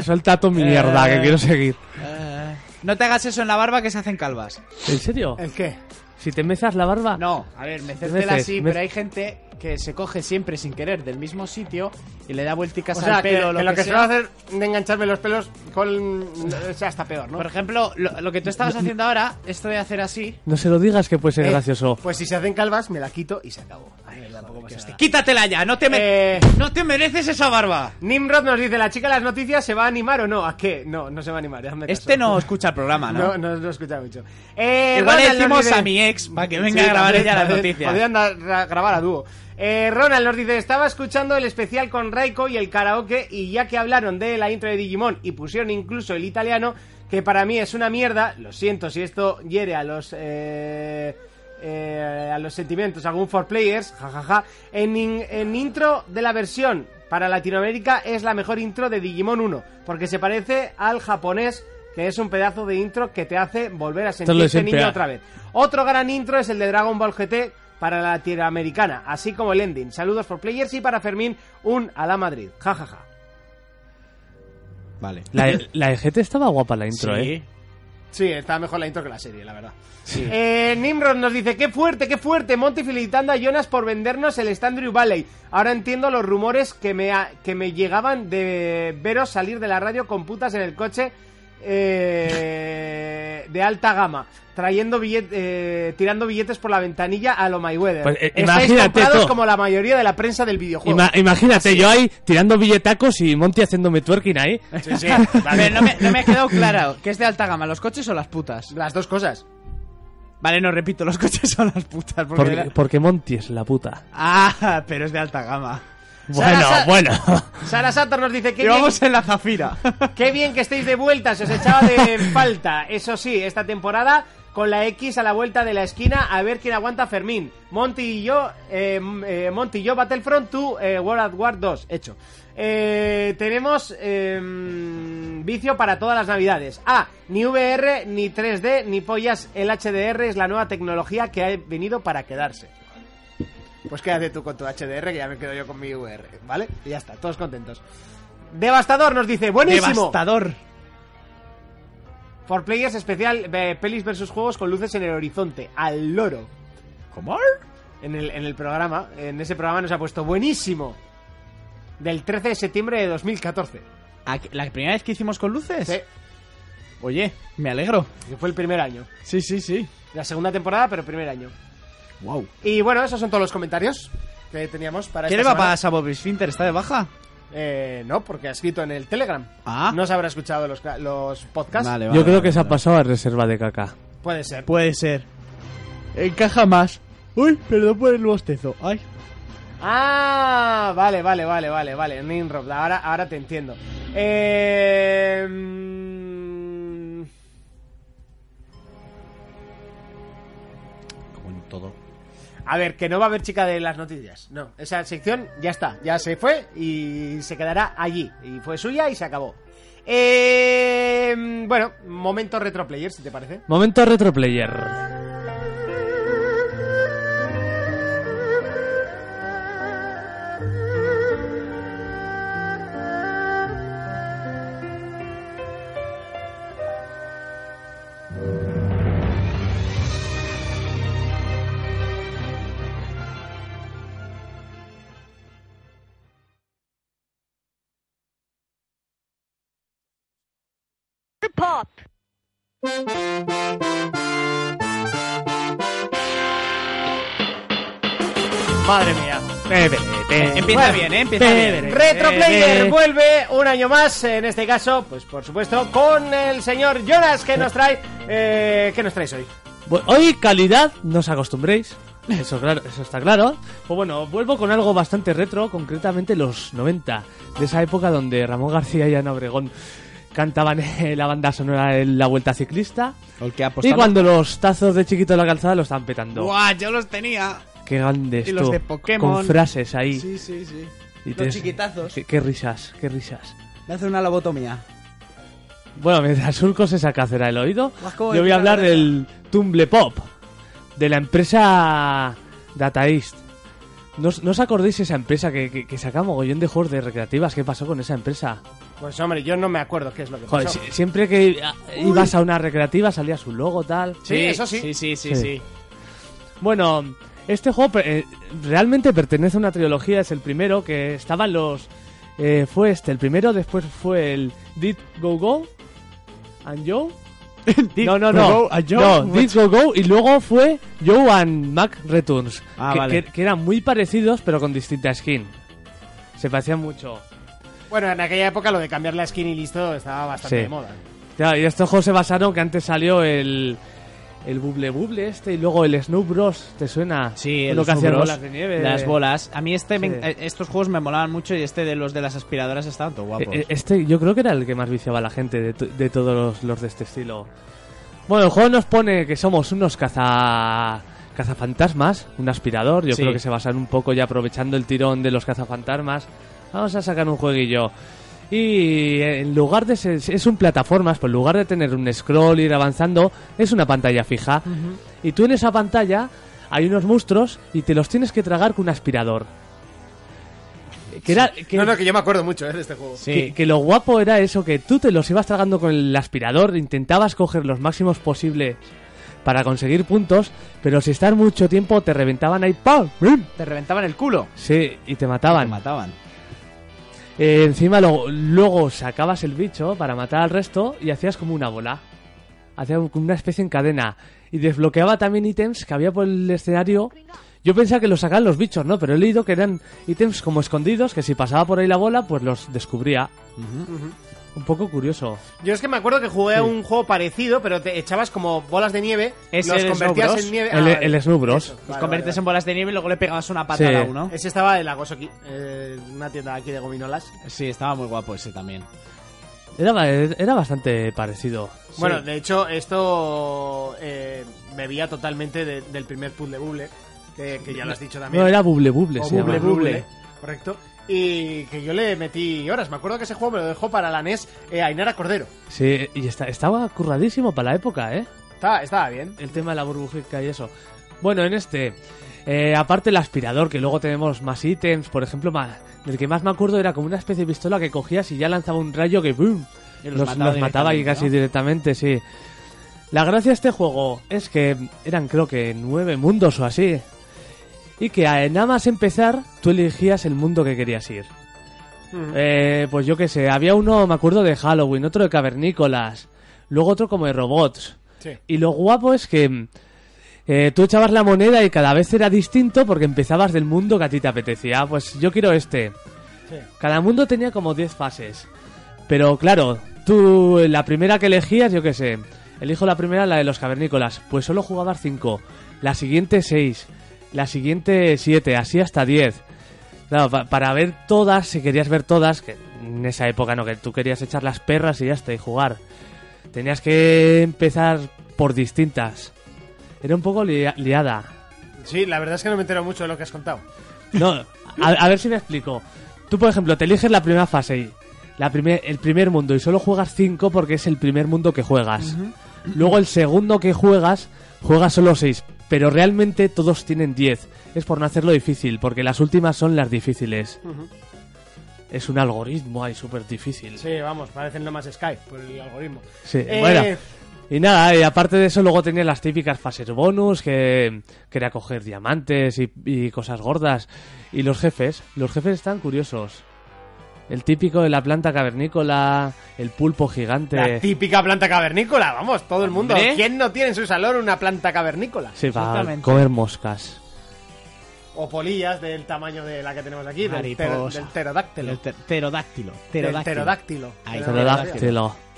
C: Suelta tu mierda, que quiero seguir.
B: Eh, no te hagas eso en la barba que se hacen calvas.
C: ¿En serio?
A: ¿El qué?
C: Si te mezas la barba.
B: No, a ver, mecértela
C: Meces,
B: así,
C: mec-
B: pero hay gente que se coge siempre sin querer del mismo sitio y le da vuelticas
A: O sea,
B: al
A: que,
B: pelo.
A: que
B: lo
A: lo que
B: sea.
A: suelo hacer de engancharme los pelos con... O sea, está peor, ¿no?
B: Por ejemplo, lo, lo que tú estabas haciendo ahora, esto de hacer así.
C: No se lo digas que puede ser
A: Eh,
C: gracioso.
A: Pues si se hacen calvas, me la quito y se acabó. Ay, tampoco pasa nada.
B: ¡Quítatela ya! ¡No te, me-
A: Eh.
B: no te mereces esa barba!
A: Nimrod nos dice, la chica de las noticias se va a animar o no. ¿A qué? No, no se va a animar. déjame caso.
B: Este no escucha el programa, ¿no?
A: No, no, no he escuchado mucho. Eh,
B: Igual le
A: Ronald nos
B: decimos
A: dice-
B: a mi ex para que venga a grabar
A: también,
B: ella las
A: también.
B: noticias.
A: Podrían dar- ra- grabar a dúo. Eh, Ronald nos dice, estaba escuchando el especial con Raiko y el karaoke y ya que hablaron de la intro de Digimon y pusieron incluso el italiano, que para mí es una mierda, lo siento si esto hiere a los... eh, eh, a los sentimientos, algún for players, jajaja. En, in- en intro de la versión para Latinoamérica es la mejor intro de Digimon 1, porque se parece al japonés, que es un pedazo de intro que te hace volver a
C: lo de
A: sentirse
C: siempre,
A: niño
C: ah.
A: otra vez. Otro gran intro es el de Dragon Ball GT para la latinoamericana, así como el ending. Saludos por players y para Fermín, un a la Madrid. Ja, ja, ja.
B: Vale.
C: La, la EGT estaba guapa la intro,
B: sí.
C: ¿eh?
A: Sí, está mejor la intro que la serie, la verdad. Eh, Nimrod nos dice, qué fuerte, qué fuerte, Monty felicitando a Jonas por vendernos el Standrew Valley. Ahora entiendo los rumores que me, ha- que me llegaban de veros salir de la radio con putas en el coche eh, de alta gama, trayendo billet- eh, tirando billetes por la ventanilla a lo Mayweather.
C: Pues, eh,
A: Estáis
C: imagínate,
A: comprados
C: tú.
A: como la mayoría de la prensa del videojuego.
C: Ima- imagínate, yo ahí tirando billetacos y Monty haciéndome twerking ahí.
A: Sí, sí,
B: Pero
A: vale.
B: no me, no me ha quedado claro. ¿Qué es de alta gama, los coches o las putas?
A: Las dos cosas.
B: Vale, no repito, los coches o las putas. Porque
C: Porque, porque Monty es la puta.
B: Ah, pero es de alta gama.
C: Bueno,
A: Sara-
C: bueno.
A: Sara Sator nos dice que...
B: Y vamos en la zafira.
A: Qué bien que estéis de vuelta, se os echaba de falta. Eso sí, esta temporada con la X a la vuelta de la esquina a ver quién aguanta Fermín. Monty y yo, eh, m- eh, Monty y yo, Battlefront 2, eh, World at War 2, hecho. Eh, tenemos eh, vicio para todas las navidades. Ah, ni VR, ni 3D, ni pollas. El HDR es la nueva tecnología que ha venido para quedarse. Pues quédate tú con tu HDR, que ya me quedo yo con mi VR, ¿vale? Y ya está, todos contentos. Devastador nos dice, buenísimo.
B: Devastador.
A: For Players especial eh, pelis versus juegos con luces en el horizonte. Al loro.
B: ¿Cómo?
A: En el, en el programa, en ese programa nos ha puesto buenísimo. Del 13 de septiembre de 2014.
B: Aquí- ¿La primera vez que hicimos con luces?
A: Sí,
B: Oye, me alegro.
A: que fue el primer año.
B: Sí, sí, sí.
A: La segunda temporada, pero primer año.
B: Wow.
A: Y bueno, esos son todos los comentarios que teníamos para
B: ¿Qué
A: esta
B: le va a
A: semana.
B: pasar a Bobby Sfinter? ¿Está de baja?
A: Eh, no, porque ha escrito en el Telegram.
B: Ah.
A: No se habrá escuchado los, ca- los podcasts.
B: Vale,
C: Yo creo que
B: vale,
C: se ha
B: vale.
C: pasado a reserva de caca.
A: Puede ser.
B: Puede ser. Encaja más. Uy, perdón por el bostezo. Ay.
A: Ah, vale, vale, vale, vale, vale. Ninrod, ahora, ahora te entiendo. Eh... mm,
B: Como en todo.
A: A ver, que no va a haber chica de las noticias. No, esa sección ya está, ya se fue y se quedará allí. Y fue suya y se acabó. Eh, mm, bueno, momento retro player, si te parece.
C: Momento retroplayer.
A: Madre mía.
B: Empieza
A: Bueno.
B: bien, ¿eh? Empieza bien.
A: Retro Player
B: Eh,
A: vuelve un año más, en este caso, pues por supuesto, con el señor Jonas que nos trae... Eh, ¿Qué nos traes hoy?
C: Bu- Hoy calidad, no os acostumbréis. Eso, claro, eso está claro. Pues bueno, vuelvo con algo bastante retro, concretamente los 90, de esa época donde Ramón García y Ana Obregón cantaban eh, la banda sonora de La Vuelta Ciclista.
B: El que ha
C: Y
B: apostado.
C: cuando los tazos de chiquito de la calzada lo estaban petando.
B: Pues Guau, yo los tenía.
C: Qué grande
B: Y
C: esto.
B: los de Pokémon.
C: Con frases ahí.
B: Sí, sí, sí.
C: Y
B: Los
C: te-
B: chiquitazos.
C: Qué, qué risas, qué risas.
B: Me hace una lobotomía.
C: Bueno, mientras Surco se saca cera del oído,
B: Vas como
C: yo voy
B: de
C: a hablar
B: primavera.
C: del Tumble Pop, de la empresa Dataist. ¿No, os- no os acordéis de esa empresa que, que, que saca mogollón de juegos de recreativas? ¿Qué pasó con esa empresa?
A: Pues hombre, yo no me acuerdo qué es lo que
C: Joder,
A: pasó.
C: si- siempre que ah, ibas a una recreativa salía su logo, tal.
A: Sí, eso sí.
B: Sí, sí, sí,
C: Sí.
B: sí.
C: Bueno, este juego per- eh, realmente pertenece a una trilogía, es el primero que estaban los eh, fue este el primero, después fue el Did Go Go and Joe. no, no, no.
B: Go Go and Joe.
C: No, Did Go Go y luego fue Joe and Mac Returns.
B: Ah,
C: que,
B: vale.
C: que- que eran muy parecidos pero con distinta skin. Se parecían mucho.
A: Bueno, en aquella época lo de cambiar la skin y listo estaba bastante
C: Sí.
A: de moda.
C: Claro, y estos juegos se basaron que antes salió el. El buble buble este y luego el Snow Bros. ¿Te suena?
B: Sí,
C: lo
B: los
C: que hacían
B: Snubros,
C: bolas de nieve.
B: Las bolas. A mí este me-
C: Sí.
B: eh, estos juegos me molaban mucho y este de los de las aspiradoras estaban todo guapos.
C: Eh, eh, Este yo creo que era el que más viciaba a la gente de, to- de todos los, los de este estilo. Bueno, el juego nos pone que somos unos caza cazafantasmas, un aspirador. Yo
B: Sí.
C: creo que se basan un poco ya aprovechando el tirón de los cazafantasmas. Vamos a sacar un jueguillo. Y eh, en lugar de ser, es un plataformas, pues en lugar de tener un scroll ir avanzando, es una pantalla fija. Y tú en esa pantalla hay unos monstruos y te los tienes que tragar con un aspirador. Que era, que-
A: No, no, que yo me acuerdo mucho eh, de este juego.
B: Sí.
C: que, que lo guapo era eso, que tú te los ibas tragando con el aspirador, intentabas coger los máximos posibles para conseguir puntos, pero si estar mucho tiempo te reventaban ahí, ¡pam! ¡Brum!
B: Te reventaban el culo.
C: Sí, y te
B: Te
C: mataban.
B: mataban.
C: Eh, encima lo- luego sacabas el bicho para matar al resto y hacías como una bola. Hacías como una especie en cadena. Y desbloqueaba también ítems que había por el escenario. Yo pensaba que los sacaban los bichos, ¿no? Pero he leído que eran ítems como escondidos, que si pasaba por ahí la bola, pues los descubría. Un poco curioso.
A: Yo es que me acuerdo que jugué a un juego parecido, pero te echabas como bolas de nieve,
B: ¿Es
A: los
B: el E-
A: convertías
B: Snow Bros?
A: en nieve. Ah,
C: El- el Snow Bros.
A: Eso,
C: Los
B: Los
A: vale,
B: convertes
A: vale,
B: en bolas de nieve y luego le pegabas una pata
C: Sí.
B: a uno.
A: vale. Ese estaba de Lagos aquí, eh, una tienda aquí de gominolas.
B: Sí, estaba muy guapo ese también.
C: Era, ba- era bastante parecido.
A: Bueno, de hecho, esto eh, bebía totalmente de- del primer puzzle buble, que, que ya lo has dicho también.
C: No, era buble buble.
A: O
C: se
A: buble,
C: llama.
A: buble, correcto. Y que yo le metí horas. Me acuerdo que ese juego me lo dejó para la NES eh, Ainara Cordero.
C: Sí, y está- estaba curradísimo para la época, ¿eh?
A: Estaba, estaba bien.
C: El tema de la burbujica y eso. Bueno, en este, eh, aparte el aspirador, que luego tenemos más ítems, por ejemplo, más, del que más me acuerdo era como una especie de pistola que cogías y ya lanzaba un rayo que ¡boom!
B: Y
C: los, los mataba y
B: directamente,
C: casi
B: ¿no?
C: directamente, sí. La gracia de este juego es que eran creo que nueve mundos o así. Y que eh, nada más empezar, tú elegías el mundo que querías ir.
B: Mm.
C: Eh, pues yo qué sé, había uno, me acuerdo, de Halloween, otro de cavernícolas, luego otro como de robots.
A: Sí.
C: Y lo guapo es que mm, eh, tú echabas la moneda y cada vez era distinto porque empezabas del mundo que a ti te apetecía. Ah, Pues yo quiero este. Cada mundo tenía como 10 fases. Pero claro, tú eh, la primera que elegías, yo qué sé, elijo la primera, la de los cavernícolas, pues solo jugabas 5, la siguiente 6, la siguiente 7, así hasta 10. Claro, pa- para ver todas, si querías ver todas, que en esa época no, que tú querías echar las perras y ya está, y jugar. Tenías que empezar por distintas. Era un poco lia- liada.
A: Sí, la verdad es que no me entero mucho de lo que has contado.
C: No, a, a ver si me explico. Tú, por ejemplo, te eliges la primera fase y la primer, el primer mundo y solo juegas 5 porque es el primer mundo que juegas. Luego el segundo que juegas, juegas solo 6, pero realmente todos tienen 10. Es por no hacerlo difícil, porque las últimas son las difíciles. Es un algoritmo ahí súper difícil.
A: Sí, vamos, parecen nomás Skype por el algoritmo.
C: Sí,
A: Eh,
C: bueno. Y nada, y aparte de eso, luego tenía las típicas fases bonus, que, que era coger diamantes y, y cosas gordas. Y los jefes, los jefes están curiosos. El típico de la planta cavernícola, el pulpo
A: La
C: gigante.
A: típica planta cavernícola, vamos, todo el mundo.
B: Hombre.
A: ¿Quién no tiene en su salón una planta cavernícola?
C: Sí, para
B: Exactamente.
C: comer moscas.
A: O polillas del tamaño de la que tenemos aquí, del, ter-
B: Mariposa.
A: del pterodáctilo.
B: El ter- pterodáctilo.
A: Del
B: Pterodáctilo.
A: pterodáctilo.
B: Ahí.
A: Del pterodáctilo.
C: Pterodáctilo.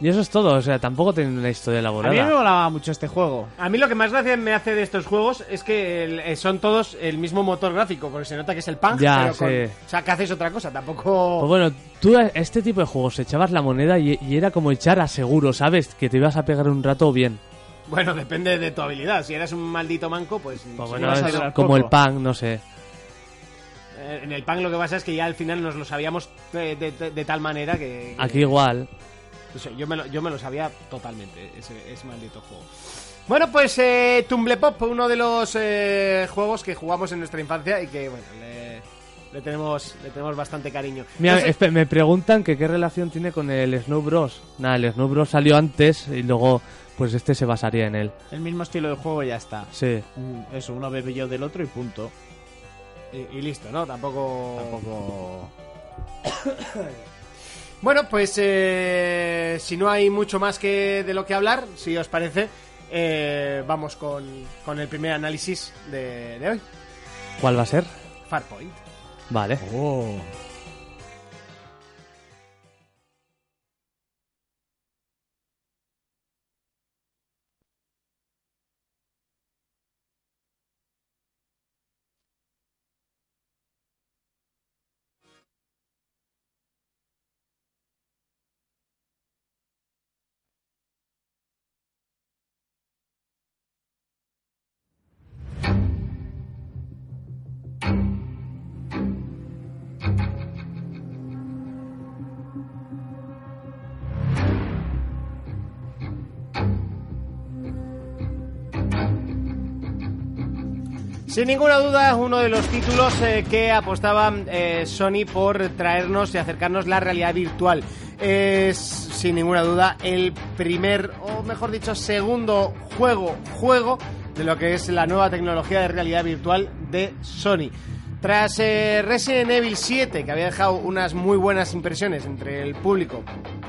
C: Y eso es todo, o sea, tampoco tienen una historia
B: A mí me
C: elaborada.
B: molaba mucho este juego.
A: A mí lo que más gracia me hace de estos juegos es que el- eh, son todos el mismo motor gráfico, porque se nota que es el Pang,
C: Ya,
A: pero con-
C: sí.
A: o sea, que haces otra cosa, tampoco...
C: Pues bueno, tú a este tipo de juegos echabas la moneda y, y era como echar a seguro, ¿sabes? Que te ibas a pegar un rato bien.
A: Bueno, depende de tu habilidad. Si eres un maldito manco, pues...
C: Pues
A: sí,
C: bueno,
A: vas a
C: es
A: durar
C: como
A: poco.
C: el pan, no sé.
A: Eh, En el Pang lo que pasa es que ya al final nos lo sabíamos de, de- de- de tal manera que... que-
C: Aquí igual.
A: O sea, yo, me lo, yo me lo sabía totalmente, ese, ese maldito juego. Bueno, pues eh, Tumble Pop, uno de los eh, juegos que jugamos en nuestra infancia y que, bueno, le, le tenemos, le tenemos bastante cariño.
C: Mira,
A: No sé-
C: espe- me preguntan que qué relación tiene con el Snow Bros. Nada, el Snow Bros salió antes y luego pues este se basaría en él.
B: El mismo estilo de juego y ya está.
C: Sí.
B: Mm, Eso, uno bebe yo del otro y punto.
A: eh, y, y listo, ¿no? Tampoco...
B: Pues, Tampoco.
A: Bueno, pues eh, si no hay mucho más que de lo que hablar, si os parece, eh, vamos con, con el primer análisis de, de hoy.
C: ¿Cuál va a ser?
A: Farpoint.
C: Vale.
A: Sin ninguna duda, es uno de los títulos eh, que apostaba eh, Sony por traernos y acercarnos la realidad virtual. Es, sin ninguna duda, el primer, o mejor dicho, segundo juego, juego de lo que es la nueva tecnología de realidad virtual de Sony. Tras eh, Resident Evil 7, que había dejado unas muy buenas impresiones entre el público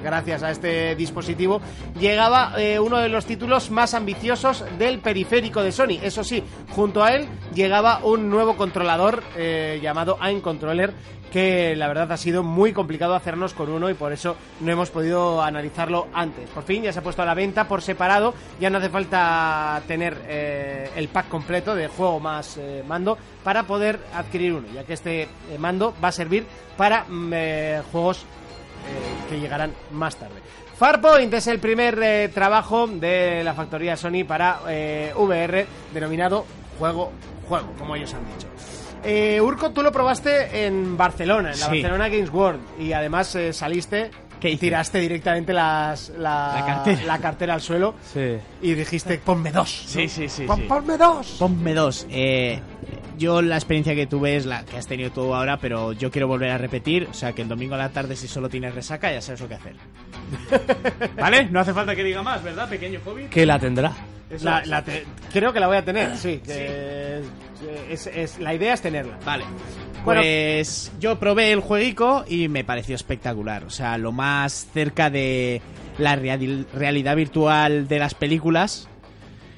A: gracias a este dispositivo, llegaba eh, uno de los títulos más ambiciosos del periférico de Sony. Eso sí, junto a él llegaba un nuevo controlador eh, llamado Aim Controller, que la verdad ha sido muy complicado hacernos con uno y por eso no hemos podido analizarlo antes. Por fin ya se ha puesto a la venta por separado, ya no hace falta tener eh, el pack completo de juego más eh, mando para poder adquirir uno, ya que este eh, mando va a servir para mm, eh, juegos eh, que llegarán más tarde. Farpoint es el primer eh, trabajo de la factoría Sony para eh, VR denominado juego juego, como ellos han dicho. Eh, Urco, tú lo probaste en Barcelona, en la
B: Sí.
A: Barcelona Games World, y además eh, saliste
B: ¿Qué
A: y
B: hice?
A: tiraste directamente las, la,
B: La cartera.
A: la cartera al suelo
C: Sí.
A: y dijiste, ponme dos. ¿no?
B: Sí, sí, sí,
A: Pon-
B: sí.
A: Ponme dos.
B: Ponme dos. Eh, yo la experiencia que tuve es la que has tenido tú ahora, pero yo quiero volver a repetir. O sea, que el domingo a la tarde, si solo tienes resaca, ya sabes lo que hacer. ¿Vale? No hace falta que diga más, ¿verdad, pequeño Fobi?
C: ¿Qué la tendrá?
A: La- la te- creo que la voy a tener, sí. que- que es- es- la idea es tenerla.
B: Vale.
A: Bueno.
B: Pues yo probé el jueguico y me pareció espectacular. O sea, lo más cerca de la reali- realidad virtual de las películas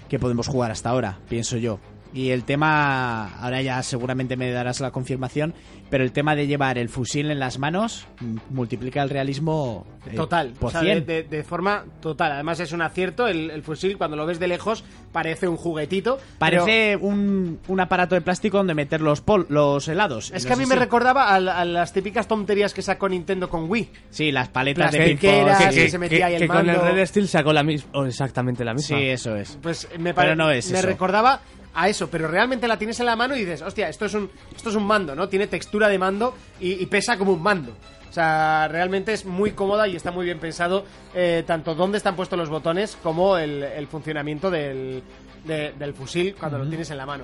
B: que podemos jugar hasta ahora, pienso yo. Y el tema, ahora ya seguramente me darás la confirmación, pero el tema de llevar el fusil en las manos mm, multiplica el realismo eh,
A: Total,
B: por
A: o sea,
B: 100.
A: de, de- de forma total. Además es un acierto, el, el fusil cuando lo ves de lejos parece un juguetito. pero-
B: Parece un, un aparato de plástico donde meter los, pol- los helados.
A: Es
B: No
A: que a
B: sé
A: mí me
B: si-
A: recordaba a, la- a las típicas tonterías que sacó Nintendo con Wii.
B: Sí, las paletas de
A: Plastic-
B: ping-pong,
A: era-
B: Ah, sí.
A: que se metía ahí el
C: que con el
A: mando.
C: Red Steel sacó la mis- o exactamente la
B: sí,
C: misma.
B: eso es.
A: Pues me,
B: Pero
A: pare-
B: no es
A: me
B: eso.
A: recordaba a eso, pero realmente la tienes en la mano y dices, hostia, esto es un, esto es un mando, ¿no? Tiene textura de mando y, y pesa como un mando. O sea, realmente es muy cómoda y está muy bien pensado eh, tanto dónde están puestos los botones como el, el funcionamiento del, de- del fusil cuando lo tienes en la mano.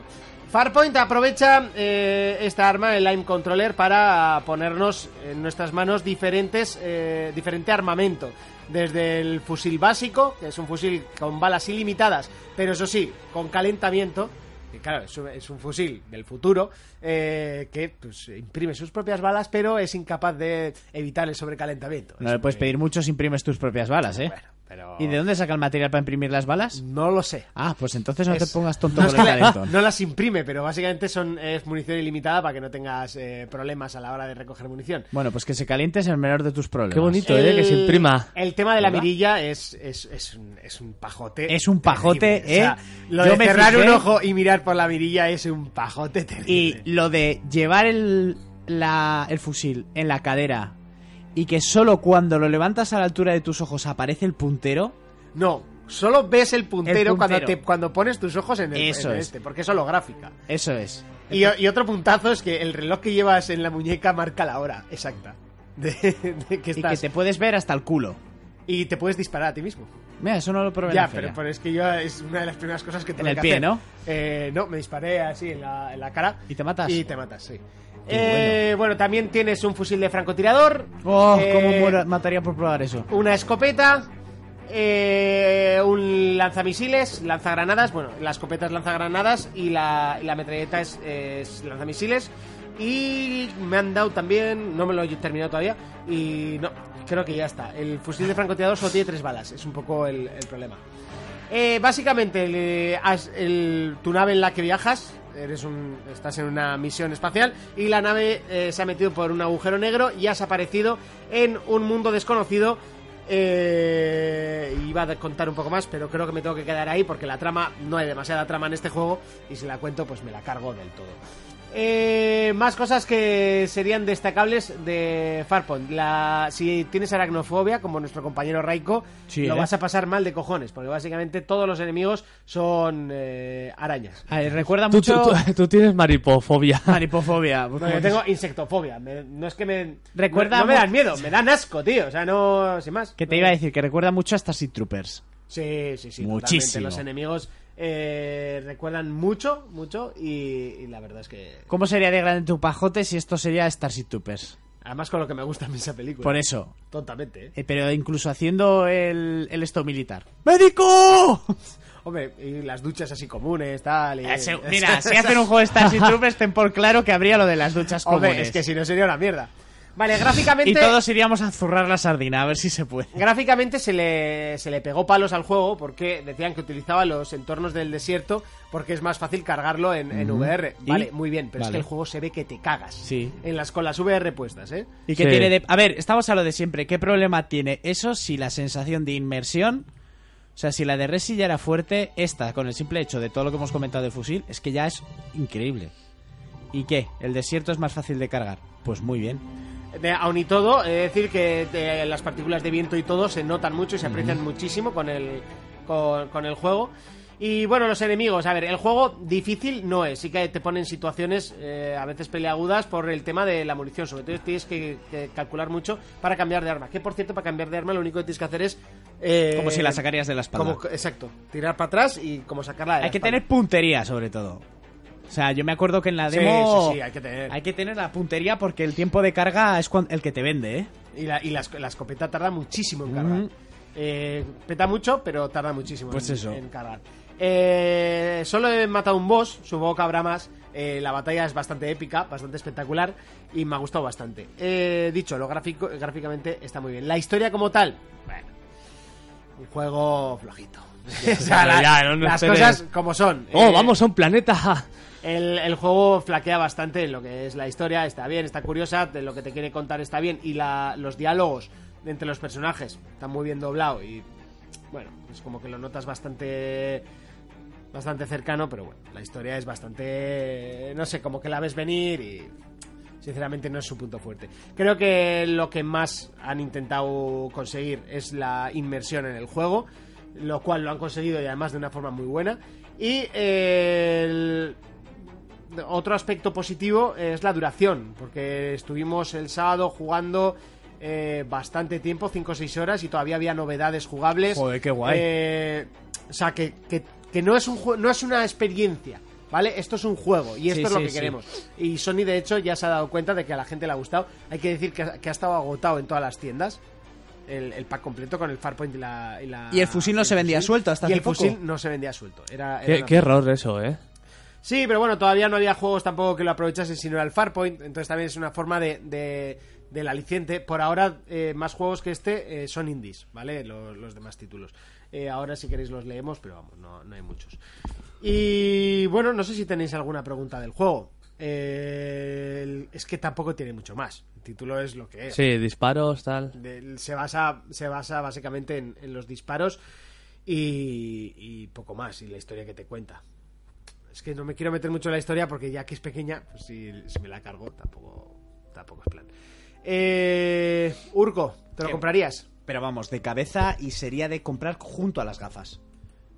A: Farpoint aprovecha eh, esta arma, el Lime Controller, para ponernos en nuestras manos diferentes, eh, diferente armamento. Desde el fusil básico, que es un fusil con balas ilimitadas, pero eso sí, con calentamiento. que claro, es un, es un fusil del futuro eh, que pues, imprime sus propias balas, pero es incapaz de evitar el sobrecalentamiento.
B: No le puedes pedir mucho si imprimes tus propias balas, ¿eh?
A: Pero
B: ¿Y de dónde saca el material para imprimir las balas?
A: no lo sé.
B: Ah, pues entonces no
A: Es-
B: te pongas tonto
A: no,
B: con
A: es
B: el
A: que la-
B: calentón.
A: no las imprime, pero básicamente son es munición ilimitada para que no tengas eh, problemas a la hora de recoger munición.
B: Bueno, pues que se caliente es el menor de tus problemas.
C: Qué bonito, ¿eh? Que se imprima.
A: El tema de la mirilla es, es, es, un, es un pajote.
B: Es un pajote,
A: terrible. O sea,
B: ¿eh?
A: lo
B: Yo
A: de
B: me
A: cerrar
B: fijé-
A: un ojo y mirar por la mirilla es un pajote terrible.
B: Y lo de llevar el, la- el fusil en la cadera y que solo cuando lo levantas a la altura de tus ojos aparece el puntero,
A: No, solo ves el puntero,
B: El puntero.
A: Cuando, te, cuando pones tus ojos en el
B: Eso
A: en el
B: es.
A: este, porque es holográfica.
B: eso es.
A: Y, y otro puntazo es que el reloj que llevas en la muñeca marca la hora exacta. De, de que
B: Y que
A: estás,
B: te puedes ver hasta el culo.
A: y te puedes disparar a ti mismo.
B: Mira, eso no lo probé en
A: Ya,
B: la
A: pero,
B: feria.
A: pero es que yo es una de las primeras cosas que tuve
B: el
A: que
B: pie,
A: hacer.
B: ¿no?
A: Eh, no, me disparé así en la, en la cara.
B: ¿Y te matas?
A: Y te matas, sí.
B: Qué
A: Eh, bueno. también tienes un fusil de francotirador.
B: Oh,
A: eh,
B: cómo muero- mataría por probar eso.
A: Una escopeta. eh, un lanzamisiles, lanzagranadas. Bueno, la escopeta es lanzagranadas y la, y la metralleta es, es lanzamisiles. Y me han dado también, no me lo he terminado todavía, y no, creo que ya está. El fusil de francotirador solo tiene tres balas, es un poco el, el problema. Eh, básicamente, el, eh, as- el- tu nave en la que viajas, eres un, estás en una misión espacial y la nave eh, se ha metido por un agujero negro y has aparecido en un mundo desconocido. Eh, iba a contar un poco más, pero creo que me tengo que quedar ahí porque la trama, no hay demasiada trama en este juego y si la cuento pues me la cargo del todo. Eh, más cosas que serían destacables de Farpoint. La, si tienes aracnofobia, como nuestro compañero Raiko, lo
B: ¿eh?
A: vas a pasar mal de cojones, porque básicamente todos los enemigos son eh, arañas.
B: A ver, recuerda
C: Tú,
B: mucho.
C: tú- tú- tú tienes maripofobia.
B: Maripofobia.
A: No, yo tengo insectofobia. me- no es que me.
B: Pues- Recuerda
A: No, no me
B: mu-
A: dan miedo, me dan asco, tío. O sea, no. Sin más.
B: Que te iba a decir que recuerda mucho a Starship Troopers.
A: Sí, sí, sí. Muchísimo.
B: Muchísimo.
A: Los enemigos eh, recuerdan mucho, mucho. Y, y la verdad es que.
B: ¿Cómo sería de grande tu pajote si esto sería Starship Troopers?
A: Además, con lo que me gusta a mí esa película.
B: Por eso.
A: Tontamente, ¿eh?
B: Eh, pero incluso haciendo el, el esto militar. ¡Médico!
A: Hombre, y las duchas así comunes, tal. y-
B: Eh, se- Mira, si hacen un juego de Starship Troopers, ten por claro que habría lo de las duchas comunes.
A: Hombre, es que si no sería una mierda. Vale, gráficamente.
B: Y todos iríamos a zurrar la sardina, a ver si se puede.
A: Gráficamente se le, se le pegó palos al juego porque decían que utilizaba los entornos del desierto porque es más fácil cargarlo en, en VR.
B: ¿Y?
A: Vale, muy bien, pero es que
B: Vale.
A: el juego se ve que te cagas.
B: Sí.
A: En las, con las VR puestas, ¿eh?
B: ¿Y qué
C: Sí.
B: tiene de.? A ver, estamos a lo de siempre. ¿Qué problema tiene eso si la sensación de inmersión. O sea, si la de Resi ya era fuerte, esta, con el simple hecho de todo lo que hemos comentado del fusil, es que ya es increíble. ¿Y qué? ¿El desierto es más fácil de cargar? Pues muy bien.
A: De- aun y todo, es decir que eh, las partículas de viento y todo se notan mucho y se aprecian muchísimo con el, con, con el juego. Y bueno, los enemigos, a ver, el juego difícil no es, sí que te pone en situaciones eh, a veces peleagudas por el tema de la munición, sobre todo tienes que, que calcular mucho para cambiar de arma, que por cierto, para cambiar de arma lo único que tienes que hacer es... eh,
B: Como si la sacarías de la espalda.
A: como- exacto, tirar para atrás y como sacarla de la
B: Hay que
A: espalda.
B: tener puntería, sobre todo. O sea, yo me acuerdo que en la
A: Sí,
B: demo.
A: sí, sí, hay que tener.
B: Hay que tener la puntería porque el tiempo de carga es cuan- el que te vende, ¿eh?
A: Y, la, y la, esc- la escopeta tarda muchísimo en cargar. Eh, peta mucho, pero tarda muchísimo
B: Pues
A: en,
B: eso.
A: en cargar. Eh, solo he matado un boss, supongo que habrá más. Eh, la batalla es bastante épica, bastante espectacular y me ha gustado bastante. Eh, dicho, lo gráfico, gráficamente está muy bien. La historia como tal, bueno, un juego flojito. O sea,
C: claro,
A: la-
C: ya, no nos
A: las
C: esperes.
A: cosas como son.
C: Oh,
A: Eh,
C: vamos a un planeta.
A: el, el juego flaquea bastante en lo que es la historia, está bien, está curiosa, de lo que te quiere contar está bien, y la- los diálogos entre los personajes están muy bien doblado y bueno, es como que lo notas bastante bastante cercano, pero bueno, la historia es bastante no sé, como que la ves venir y sinceramente no es su punto fuerte. Creo que lo que más han intentado conseguir es la inmersión en el juego, lo cual lo han conseguido y además de una forma muy buena. Y eh, el- otro aspecto positivo es la duración, porque estuvimos el sábado jugando eh, bastante tiempo, 5 o 6 horas, y todavía había novedades jugables.
B: Joder, qué guay.
A: Eh, o sea, que, que- que no, es un jue- no es una experiencia. ¿Vale? Esto es un juego y esto
B: Sí,
A: es lo
B: sí,
A: que
B: sí.
A: queremos. Y Sony, de hecho, ya se ha dado cuenta de que a la gente le ha gustado. Hay que decir que, ha- que ha estado agotado en todas las tiendas. El, el pack completo con el Farpoint y la. Y, la-
B: Y el fusil no se vendía suelto hasta
A: Y
B: hace
A: el fusil
B: poco.
A: no se vendía suelto. Era, era
C: Qué,
A: una-
C: qué error eso, ¿eh?
A: Sí, pero bueno, todavía no había juegos tampoco que lo aprovechasen si no era el Farpoint. Entonces también es una forma de, de- del aliciente. Por ahora, eh, más juegos que este eh, son indies, ¿vale? Los, los demás títulos. Eh, ahora, si queréis, los leemos, pero vamos, no, no hay muchos. Y bueno, no sé si tenéis alguna pregunta del juego. Eh, el- es que tampoco tiene mucho más. El título es lo que es.
C: Sí, disparos, tal.
A: Del- se basa se basa básicamente en, en los disparos y, y poco más y la historia que te cuenta es que no me quiero meter mucho en la historia porque ya que es pequeña pues si, si me la cargo tampoco tampoco es plan eh, Urco te lo
B: ¿Qué?
A: comprarías
B: Pero vamos, de cabeza y sería de comprar junto a las gafas.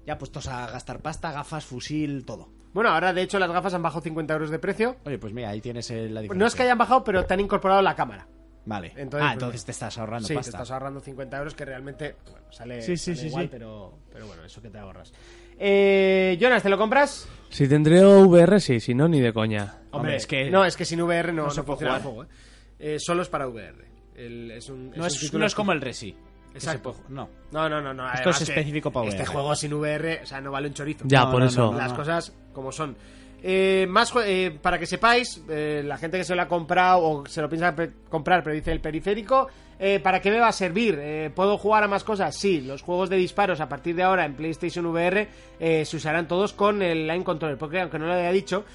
B: Ya puestos a gastar pasta, gafas, fusil, todo.
A: bueno ahora de hecho las gafas han bajado 50 euros de precio
B: Oye, pues mira, ahí tienes eh, la diferencia.
A: no es que hayan bajado pero te han incorporado la cámara
B: Vale.
A: Entonces,
B: ah,
A: pues,
B: entonces te estás ahorrando
A: sí,
B: pasta.
A: te estás ahorrando 50 euros que realmente bueno, sale,
B: Sí, sí,
A: sale
B: sí,
A: igual,
B: sí.
A: Pero, pero bueno, eso que te ahorras. Eh, Jonas, ¿te lo compras?
C: Si tendré VR, sí, si no, ni de coña.
B: Hombre, es que-
A: No, es que sin VR no,
B: no se
A: no
B: puede
A: funciona el
B: jugar.
A: juego. ¿eh? Eh, solo es para VR. El- es un,
B: No
A: un
B: es,
A: título
B: no es como el Resi. que se
A: Exacto.
B: puede ju- No.
A: No, no, no. no
B: Esto
A: además
B: es
A: que
B: específico para
A: Este
B: VR.
A: juego sin VR, o sea, no vale un chorizo.
C: Ya,
B: No,
C: por
B: no,
C: eso.
B: no, no.
A: Las cosas como son. eh, más jue- eh, para que sepáis, eh, la gente que se lo ha comprado o se lo piensa pe- comprar, pero dice el periférico, eh, ¿para qué me va a servir? Eh, ¿Puedo jugar a más cosas? Sí, los juegos de disparos a partir de ahora en PlayStation VR eh, se usarán todos con el Line Controller, porque aunque no lo había dicho,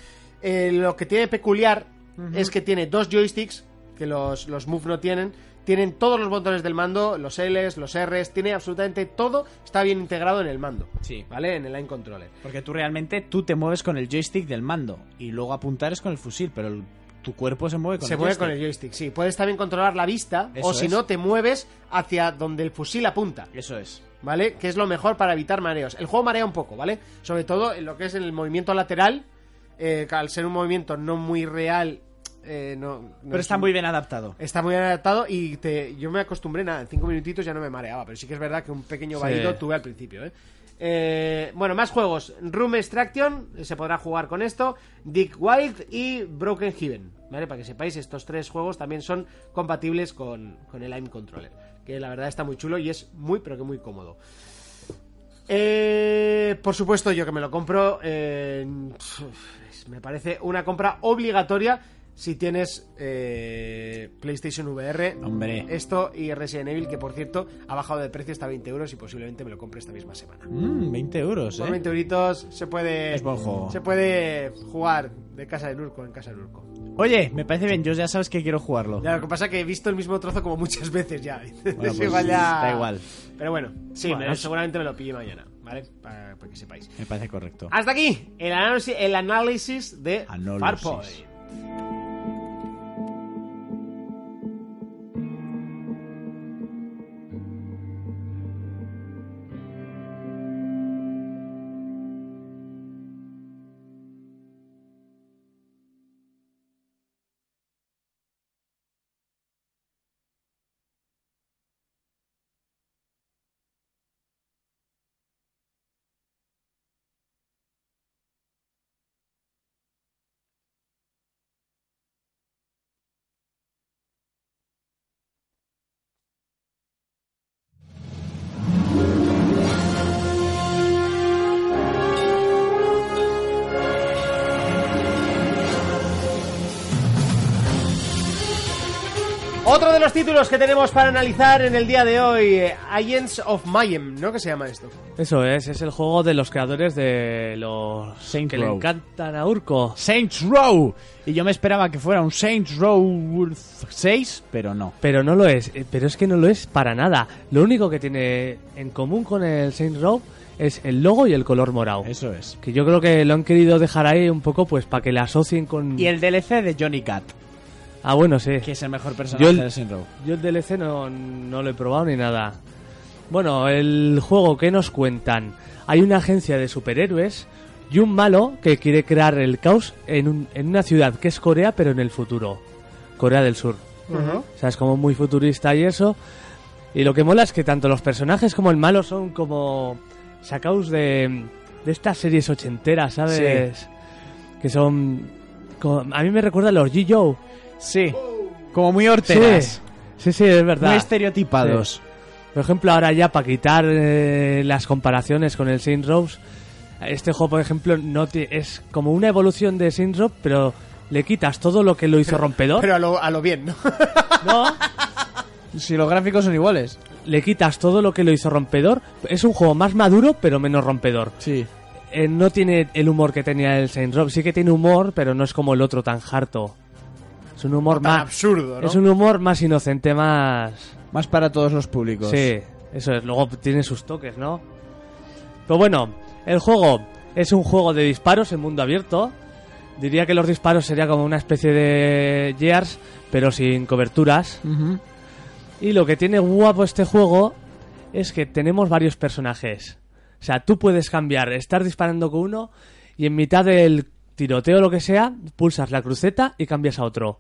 A: eh, lo que tiene peculiar es que tiene dos joysticks que los, los Move no tienen. Tienen todos los botones del mando, los Ls, los Rs, tiene absolutamente todo, está bien integrado en el mando.
B: Sí.
A: ¿Vale? En el Line Controller.
B: Porque tú realmente tú te mueves con el joystick del mando y luego apuntar es con el fusil, pero el- tu cuerpo se mueve con
A: se
B: el
A: mueve
B: joystick.
A: con el joystick, sí. Puedes también controlar la vista
B: Eso
A: o si
B: es.
A: no te mueves hacia donde el fusil apunta,
B: Eso es.
A: ¿vale? Que es lo mejor para evitar mareos. El juego marea un poco, ¿vale? Sobre todo en lo que es el movimiento lateral, eh, que al ser un movimiento no muy real, eh, no, no
B: Pero
A: es
B: está
A: un-
B: muy bien adaptado.
A: Está muy bien adaptado y te, yo me acostumbré, nada, en cinco minutitos ya no me mareaba, pero sí que es verdad que un pequeño vaído tuve al principio, ¿eh? Eh, Bueno, más juegos. Room Extraction, eh, se podrá jugar con esto, Dick Wild y Broken Heaven, ¿vale? Para que sepáis, estos tres juegos también son compatibles con, con el AIM Controller, que la verdad está muy chulo y es muy, pero que muy cómodo. Eh, por supuesto, yo que me lo compro. eh, pf, me parece una compra obligatoria si tienes eh, PlayStation VR.
B: Hombre.
A: Esto y Resident Evil, que por cierto ha bajado de precio hasta 20 euros y posiblemente me lo compre esta misma semana.
B: Mm, 20 euros,
A: Por
B: ¿eh?
A: 20 euritos se puede,
B: Es buen juego.
A: se puede jugar de casa de Nurco en casa de Nurco.
B: Oye, me parece bien. Yo ya sabes que quiero jugarlo.
A: Ya, lo que pasa es que he visto el mismo trozo como muchas veces ya. Entonces
B: pues,
A: igual ya-
B: da igual.
A: Pero bueno, sí,
B: Bueno,
A: me-
B: es-
A: seguramente me lo pille mañana, ¿vale? Para, para que sepáis.
B: Me parece correcto.
A: Hasta aquí el análisis, el análisis de
B: Análisis.
A: Farpoint. Otro de los títulos que tenemos para analizar en el día de hoy, eh, Agents of Mayhem, ¿no? ¿Qué se llama esto?
C: Eso es, es el juego de los creadores de los
B: Saints
C: que
B: Row.
C: le encantan a Urco.
B: Saints Row. Y yo me esperaba que fuera un Saints Row 6, pero no.
C: Pero no lo es, eh, pero es que no lo es para nada. Lo único que tiene en común con el Saints Row es el logo y el color morado.
B: Eso es.
C: Que yo creo que lo han querido dejar ahí un poco pues para que le asocien con...
B: Y el DLC de Johnny Cat,
C: Ah, bueno, sí.
B: que es el mejor
C: Yo
B: personaje
C: el-
B: de Saints Row.
C: Yo el DLC no, no lo he probado ni nada. Bueno, el juego que nos cuentan. Hay una agencia de superhéroes y un malo que quiere crear el caos en, un- en una ciudad que es Corea, pero en el futuro. Corea del Sur. O sea, es como muy futurista y eso. Y lo que mola es que tanto los personajes como el malo son como sacados de, de estas series ochenteras, ¿sabes? Que son... como- a mí me recuerda a los G-Joe.
B: Sí. Como muy
C: Sí,
B: horteras.
C: sí, sí, es verdad.
B: Muy estereotipados.
C: Sí. Por ejemplo, ahora ya para quitar eh, las comparaciones con el Saints Row, este juego, por ejemplo, no ti- es como una evolución de Saints Row, pero le quitas todo lo que lo hizo rompedor.
A: Pero a lo, a lo bien, ¿no?
C: No,
B: Si los gráficos son iguales.
C: le quitas todo lo que lo hizo rompedor. Es un juego más maduro, pero menos rompedor.
B: Sí.
C: Eh, no tiene el humor que tenía el Saints Row. Sí que tiene humor, pero no es como el otro tan harto. Es un humor
A: Tan
C: más
A: absurdo, ¿no?
C: es un humor más inocente, más
B: Más para todos los públicos.
C: Sí, eso es. Luego tiene sus toques, ¿no? Pero bueno, el juego es un juego de disparos en mundo abierto. Diría que los disparos sería como una especie de Gears, pero sin coberturas.
B: Ujú.
C: Y lo que tiene guapo este juego es que tenemos varios personajes. O sea, tú puedes cambiar, estar disparando con uno y en mitad del tiroteo o lo que sea, pulsas la cruceta y cambias a otro.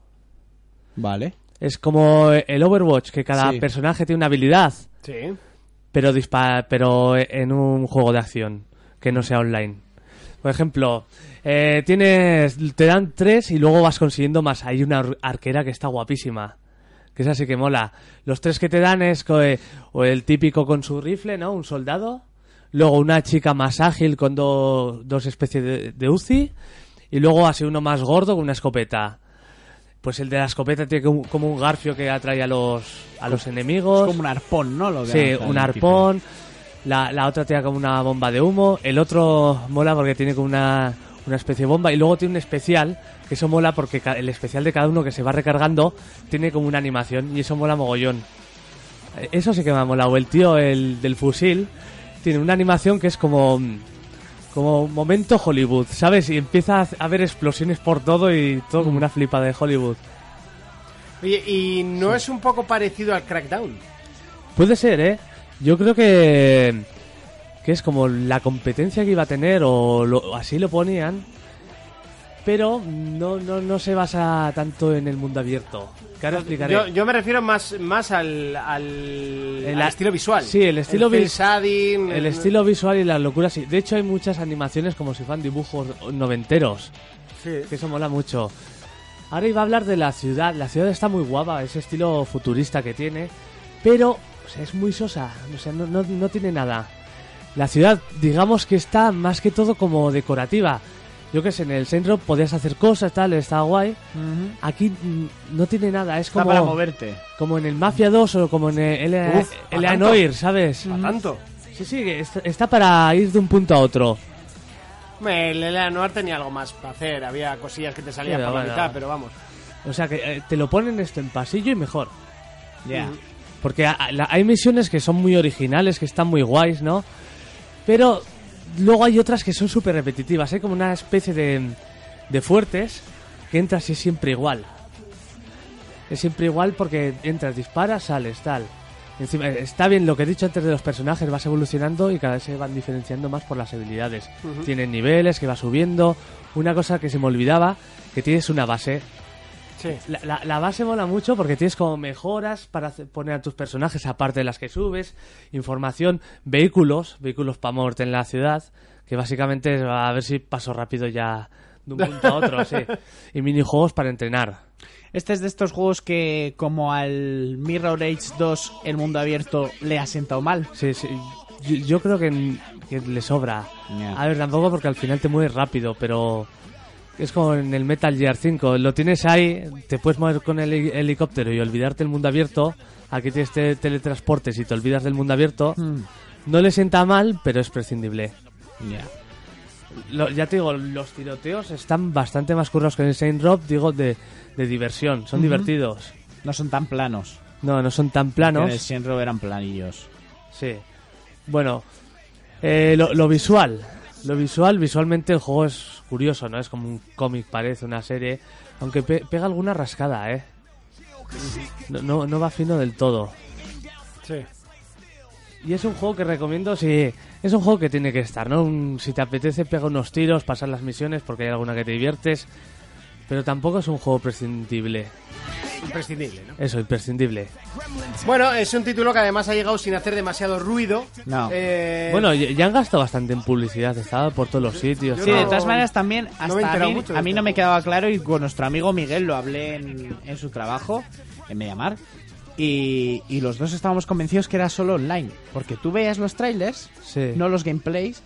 B: Vale.
C: Es como el Overwatch, que cada
B: Sí.
C: personaje tiene una habilidad
A: Sí.
C: pero dispa- pero en un juego de acción que no sea online. Por ejemplo, eh, tienes te dan tres y luego vas consiguiendo más. Hay una ar- arquera que está guapísima, que esa sí que mola. Los tres que te dan es co- eh, o el típico con su rifle, ¿no? Un soldado. Luego una chica más ágil con do- dos especies de, de Uzi. Y luego hace uno más gordo con una escopeta. Pues el de la escopeta tiene como- como un garfio que atrae a los, a los enemigos.
B: como un arpón, ¿no? Lo de
C: Sí,
B: lanzar
C: un
B: el
C: arpón. La, la otra tiene como una bomba de humo. El otro mola porque tiene como una, una especie de bomba. Y luego tiene un especial, que eso mola porque ca- el especial de cada uno que se va recargando tiene como una animación. Y eso mola mogollón. Eh, Eso sí que me ha molado. El tío, el del fusil, tiene una animación que es como. mm, Como momento Hollywood, ¿sabes? Y empieza a haber explosiones por todo y todo como una flipa de Hollywood.
A: Oye, y no es un poco parecido al Crackdown.
C: Puede ser, ¿eh? Yo creo que que es como la competencia que iba a tener o lo- así lo ponían, pero no, no, no se basa tanto en el mundo abierto. Que ahora explicaré.
A: Yo, yo me refiero más, más al, al,
C: El
A: al
C: a-
A: estilo visual.
C: sí, el estilo
A: El,
C: vi-
A: cel shading,
C: el estilo visual y las locuras, sí. De hecho, hay muchas animaciones como si fueran dibujos noventeros. Que eso mola mucho. Ahora iba a hablar de la ciudad. La ciudad está muy guapa, ese estilo futurista que tiene. Pero o sea, es muy sosa, o sea, no, no- no tiene nada. La ciudad, digamos que está más que todo como decorativa. Yo que sé, en el centro podías hacer cosas, tal, estaba guay. Aquí mm, no tiene nada, es
B: Está
C: como,
B: para moverte.
C: como en el Mafia 2 o como en el, el,
A: Uf,
C: el
A: ¿a tanto?
C: Anoir, ¿sabes?
A: ¿A tanto?
C: Sí, sí, que est- está para ir de un punto a otro.
A: Hombre, El Eleanor tenía algo más para hacer, había cosillas que te salían
C: Pero
A: por la
C: bueno.
A: mitad, pero vamos.
C: O sea, que eh, te lo ponen esto en pasillo y mejor. Mm.
B: Ya.
C: Porque a- a- la- hay misiones que son muy originales, que están muy guays, ¿no? Pero luego hay otras que son súper repetitivas. Hay como una especie de, de fuertes que entras y es siempre igual. Es siempre igual porque entras, disparas, sales, tal. Encima, eh, está bien lo que he dicho antes de los personajes, vas evolucionando y cada vez se van diferenciando más por las habilidades. Tienen niveles que va subiendo. Una cosa que se me olvidaba, que tienes una base
A: Sí.
C: la, la- la base mola mucho porque tienes como mejoras para hacer- poner a tus personajes aparte de las que subes, información, vehículos, vehículos para moverte en la ciudad, que básicamente es a ver si paso rápido ya de un punto a otro, sí. Y minijuegos para entrenar.
B: Este es de estos juegos que, como al Mirror Age 2, el mundo abierto le ha sentado mal.
C: Sí, sí, Yo, yo creo que, n- que le sobra.
B: Ya.
C: A ver, tampoco porque al final te mueves rápido, pero es como en el Metal Gear 5. Lo tienes ahí, te puedes mover con el heli- helicóptero y olvidarte del mundo abierto. Aquí tienes te- teletransportes y te olvidas del mundo abierto. No le sienta mal, pero es prescindible.
B: Ya.
C: Lo- ya te digo, los tiroteos están bastante más currados que en el Saint Rob, digo, de, de diversión. Son divertidos.
B: No son tan planos.
C: No, no son tan
B: Que
C: planos.
B: En el Shenron eran planillos.
C: Sí. Bueno, eh, lo, lo visual. Lo visual, visualmente el juego es curioso, ¿no? Es como un cómic, parece, una serie. Aunque pe- pega alguna rascada, ¿eh? No, no, no va fino del todo.
A: Sí.
C: Y es un juego que recomiendo si... Es un juego que tiene que estar, ¿no? Un- si te apetece, pega unos tiros, pasar las misiones, porque hay alguna que te diviertes. Pero tampoco es un juego prescindible.
A: Imprescindible, ¿no?
C: Eso, imprescindible.
A: Bueno, es un título que además ha llegado sin hacer demasiado ruido.
B: No.
A: Eh,
C: Bueno, ya ya han gastado bastante en publicidad. Estaba por todos los sitios.
A: Yo
B: Sí,
C: tal.
B: de todas maneras también hasta
A: no me he
B: a
A: enterado
B: mí,
A: mucho de
B: a mí
A: este
B: no me
A: juego.
B: quedaba claro y con nuestro amigo Miguel lo hablé en, en su trabajo, en Mediamar, y, y los dos estábamos convencidos que era solo online, porque tú veías los trailers,
C: Sí.
B: no los gameplays,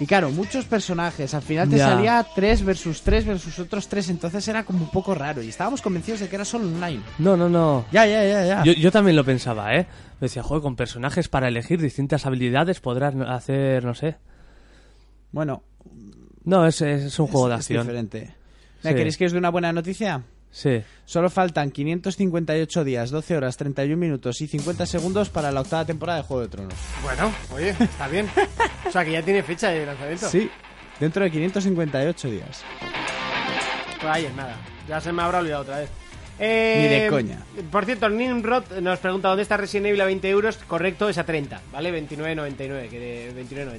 B: y claro, muchos personajes, al final te
C: Ya.
B: salía 3 versus 3 versus otros 3, entonces era como un poco raro, y estábamos convencidos de que era solo online.
C: No, no, no.
B: Ya, ya, ya, ya.
C: Yo, yo también lo pensaba, ¿eh? Decía, joder, con personajes para elegir distintas habilidades podrás no- hacer, no sé.
B: Bueno,
C: No, es, es- es un juego de
B: es, es
C: acción.
B: diferente. Mira,
C: Sí.
B: ¿Queréis que os dé una buena noticia?
C: Sí.
B: Solo faltan 558 días, 12 horas, 31 minutos y 50 segundos para la octava temporada de Juego de Tronos.
A: Bueno, oye, está bien. O sea, que ya tiene fecha de lanzamiento.
B: Sí, dentro de 558 días.
A: Pues ahí es nada. Ya se me habrá olvidado otra vez.
B: Ni
A: Eh,
B: de coña.
A: Por cierto, Nimrod nos pregunta dónde está Resident Evil a 20 euros. Correcto, es a 30, ¿vale? 29.99, que de 29.90.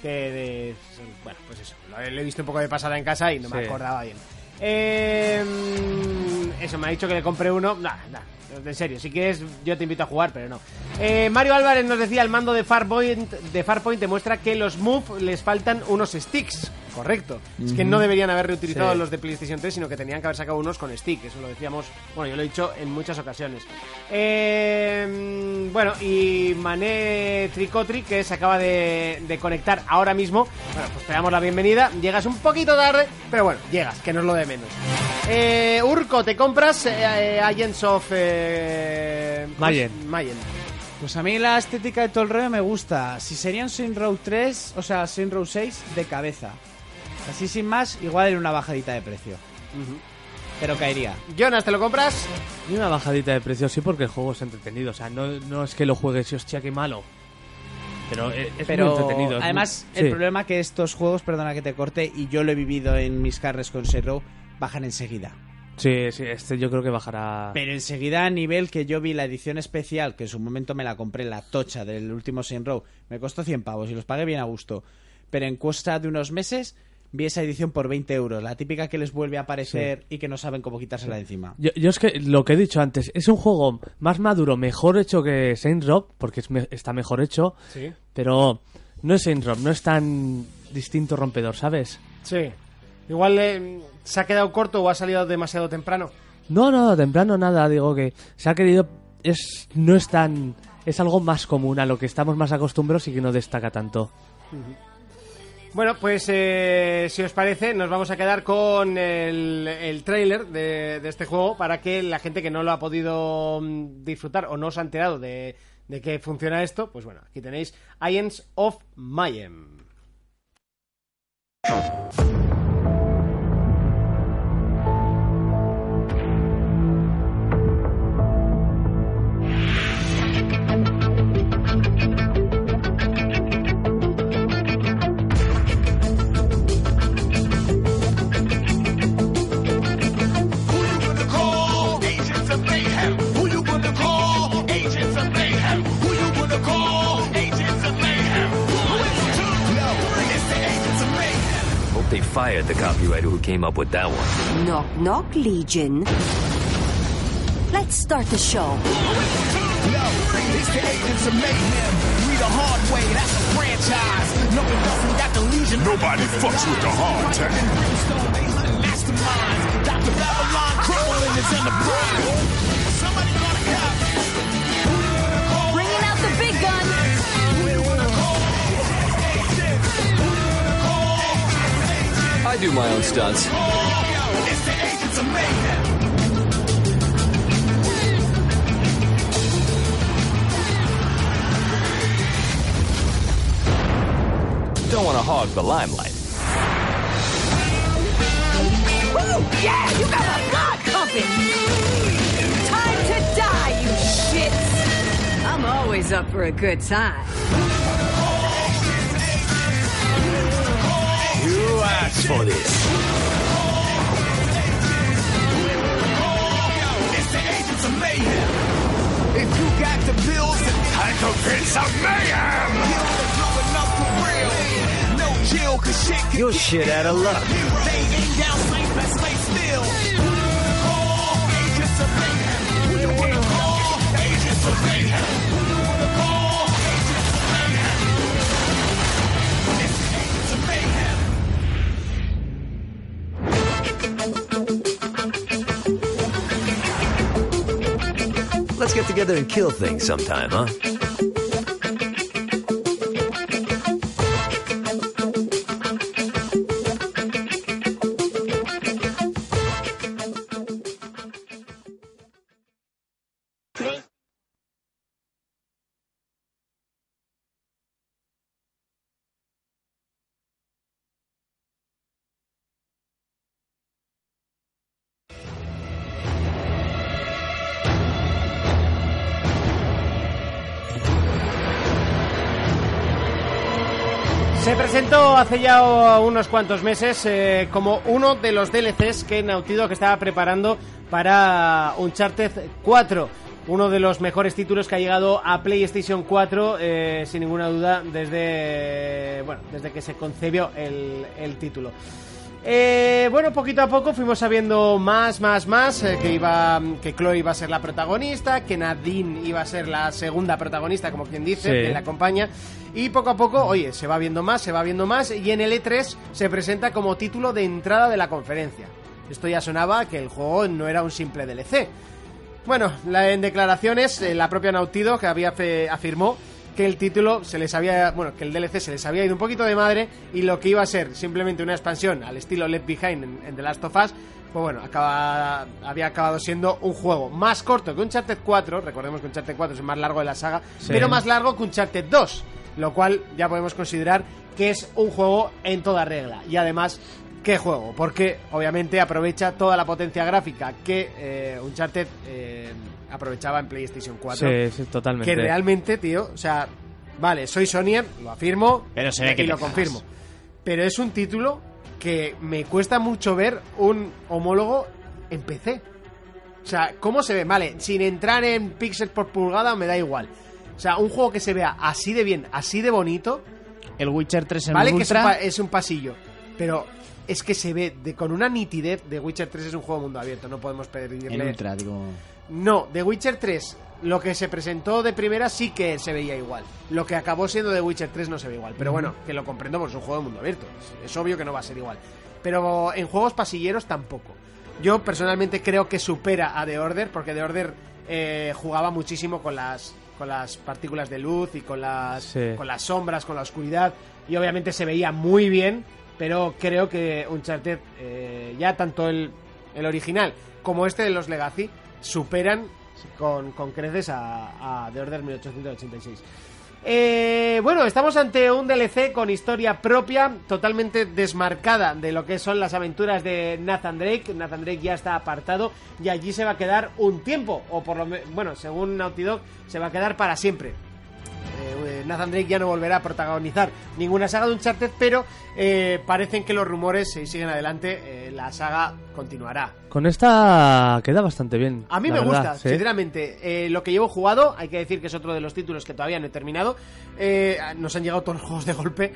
A: Que de... Bueno, pues eso. Lo he, lo he visto un poco de pasada en casa y no me
C: Sí.
A: acordaba bien. Eh, mm, eso, me ha dicho que le compré uno. Nah, nah. En serio, si quieres, yo te invito a jugar, pero no. Eh, Mario Álvarez nos decía: el mando de Farpoint, de Farpoint demuestra que los move les faltan unos sticks. Correcto. Es que no deberían haber reutilizado los de PlayStation 3, sino que tenían que haber sacado unos con stick. Eso lo decíamos, bueno, yo lo he dicho en muchas ocasiones. Eh, bueno, y Mané Tricotri, que se acaba de, de conectar ahora mismo. Bueno, pues te damos la bienvenida. Llegas un poquito tarde, pero bueno, llegas, que no es lo de menos. Eh, Urco, ¿te compras eh, eh, Agents of... Eh, ¿cómo es? Mayen.
B: Pues a mí la estética de todo el rollo me gusta. Si serían Sin Row 3, o sea, Sin Row 6, de cabeza. Así sin más, igual en una bajadita de precio. Pero caería.
A: Jonas, ¿te lo compras?
C: Y una bajadita de precio, sí, porque el juego es entretenido. O sea, no, no es que lo juegues y hostia, qué malo. Pero eh, es muy
B: Pero
C: entretenido. es
B: además,
C: muy-
B: el
C: sí.
B: problema que estos juegos, perdona que te corte, y yo lo he vivido en mis carres con Sin Row, bajan enseguida.
C: Sí, sí, este yo creo que bajará.
B: Pero enseguida a nivel que yo vi la edición especial, que en su momento me la compré, la tocha del último Sin Row, me costó 100 pavos y los pagué bien a gusto. Pero en cuesta de unos meses vi esa edición por 20 euros, la típica que les vuelve a aparecer y que no saben cómo quitársela de encima.
C: Yo, yo es que lo que he dicho antes, es un juego más maduro, mejor hecho que Saints Row, porque es me- está mejor hecho,
A: Sí.
C: pero no es Saints Row, no es tan distinto rompedor, ¿sabes?
A: Sí. Igual eh, se ha quedado corto o ha salido demasiado temprano.
C: No, no, temprano nada, digo que se ha querido, es, no es tan, es algo más común a lo que estamos más acostumbrados y que no destaca tanto.
A: Bueno, pues eh, si os parece, nos vamos a quedar con el, el tráiler de, de este juego para que la gente que no lo ha podido mm, disfrutar o no os ha enterado de, de que funciona esto, pues bueno, aquí tenéis Ions of Mayhem.
D: Who you gonna call? Agents of mayhem. Who you gonna call? Agents of mayhem. Who you gonna call? Agents of mayhem. One, two, no, it's the agents of mayhem.
I: Hope they fired the copywriter who came up with that one.
J: Knock, knock, Legion. Let's start the show.
D: No, it's the agents of mayhem. We the hard way. That's a franchise. No, it doesn't. Got the legion. Nobody fucks with the hard time. Masterminds. Dr. Babylon crawling is in the prime. Somebody gonna cop.
J: Bringing out the big gun.
I: I do my own stunts. Don't want to hog the limelight.
J: Woo! Yeah, you got a lot coming. Time to die, you shits. I'm always up for a good time.
D: You asked for this. It's the agents of mayhem. If you got the pills, then I could pin some mayhem. You're blowing up for real. No chill, cause shit can
I: You're shit out of luck.
D: They ain't down safe, let's stay still. Who you wanna call? Agents of mayhem. Who you wanna call? Agents of mayhem. Who you wanna call? Agents of mayhem. It's the agents of mayhem.
I: Let's get together and kill things sometime, huh?
A: Se presentó hace ya unos cuantos meses eh, como uno de los DLCs que Naughty Dog estaba preparando para Uncharted 4. Uno de los mejores títulos que ha llegado a PlayStation 4, eh, sin ninguna duda, desde, bueno, desde que se concebió el, el título. Eh, bueno, poquito a poco fuimos sabiendo más, más, más eh, que iba, que Chloe iba a ser la protagonista, que Nadine iba a ser la segunda protagonista, como quien dice,
C: Sí.
A: que la acompaña. Y poco a poco, oye, se va viendo más, se va viendo más, y en el E3 se presenta como título de entrada de la conferencia. Esto ya sonaba que el juego no era un simple DLC. Bueno, la- en declaraciones, eh, la propia Nautido que había fe- afirmó que el título se les había, bueno, que el DLC se les había ido un poquito de madre y lo que iba a ser simplemente una expansión al estilo Left Behind en, en The Last of Us, pues bueno, acaba, había acabado siendo un juego más corto que Uncharted 4, recordemos que Uncharted 4 es el más largo de la saga,
C: Sí.
A: pero más largo que Uncharted 2, lo cual ya podemos considerar que es un juego en toda regla y además qué juego, porque obviamente aprovecha toda la potencia gráfica que eh, Uncharted eh, aprovechaba en PlayStation 4.
C: Sí, sí, totalmente.
A: Que realmente, tío, o sea, vale, soy Sonyer, lo afirmo
B: Pero se ve
A: y
B: que te
A: lo
B: cagas.
A: confirmo. Pero es un título que me cuesta mucho ver un homólogo en PC. O sea, ¿cómo se ve? Vale, sin entrar en píxeles por pulgada me da igual. O sea, un juego que se vea así de bien, así de bonito,
B: El Witcher 3 en
A: vale que es un,
B: Ultra.
A: pa- es un pasillo, pero es que se ve de- con una nitidez. The Witcher 3 es un juego mundo abierto, no podemos pedirle.
B: En Ultra, digo.
A: No, The Witcher 3, lo que se presentó de primera sí que se veía igual. Lo que acabó siendo The Witcher 3 no se ve igual. Pero bueno, que lo comprendo porque es un juego de mundo abierto. Es, es obvio que no va a ser igual. Pero en juegos pasilleros tampoco. Yo personalmente creo que supera a The Order porque The Order eh, jugaba muchísimo con las con las partículas de luz y con las
C: Sí.
A: con las sombras, con la oscuridad y obviamente se veía muy bien, pero creo que Uncharted eh, ya tanto el el original como este de los Legacy superan con, con creces a, a The Order 1886. Eh, bueno, estamos ante un DLC con historia propia, totalmente desmarcada de lo que son las aventuras de Nathan Drake. Nathan Drake ya está apartado y allí se va a quedar un tiempo, o por lo menos, bueno, según Naughty Dog, se va a quedar para siempre. Eh, Nathan Drake ya no volverá a protagonizar ninguna saga de Uncharted, pero eh, parecen que los rumores si siguen adelante, eh, la saga continuará.
C: Con esta queda bastante bien.
A: A mí
C: la
A: me
C: verdad,
A: gusta,
C: sí.
A: sinceramente. Eh, lo que llevo jugado, hay que decir que es otro de los títulos que todavía no he terminado. Eh, nos han llegado todos los juegos de golpe.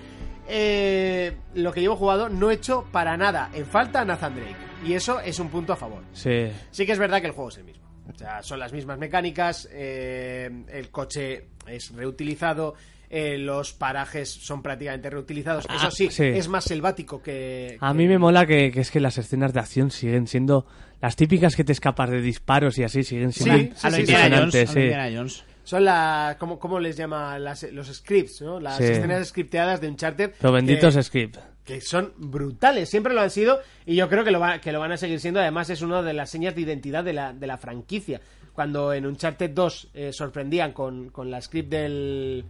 A: Eh, lo que llevo jugado no he hecho para nada en falta a Nathan Drake. Y eso es un punto a favor.
C: Sí.
A: Sí que es verdad que el juego es el mismo. O sea, son las mismas mecánicas, eh, el coche es reutilizado, eh, los parajes son prácticamente reutilizados. Eso sí,
C: Ah, sí.
A: es más selvático que...
C: A
A: que-
C: mí me mola que, que es que las escenas de acción siguen siendo las típicas que te escapas de disparos y así siguen siendo
A: Sí,
B: a
A: sí,
B: lo
A: sí.
B: Indiana Jones.
C: impresionantes,
B: a lo
C: sí.
B: Indiana Jones.
A: Son las. ¿cómo, cómo les llama? Las- los scripts, ¿no? Las
C: Sí.
A: escenas scripteadas de Uncharted.
C: Los benditos
A: que,
C: script.
A: que son brutales, siempre lo han sido y yo creo que lo, va- que lo van a seguir siendo. Además, es una de las señas de identidad de la, de la franquicia. Cuando en Uncharted 2 eh, sorprendían con, con la script del,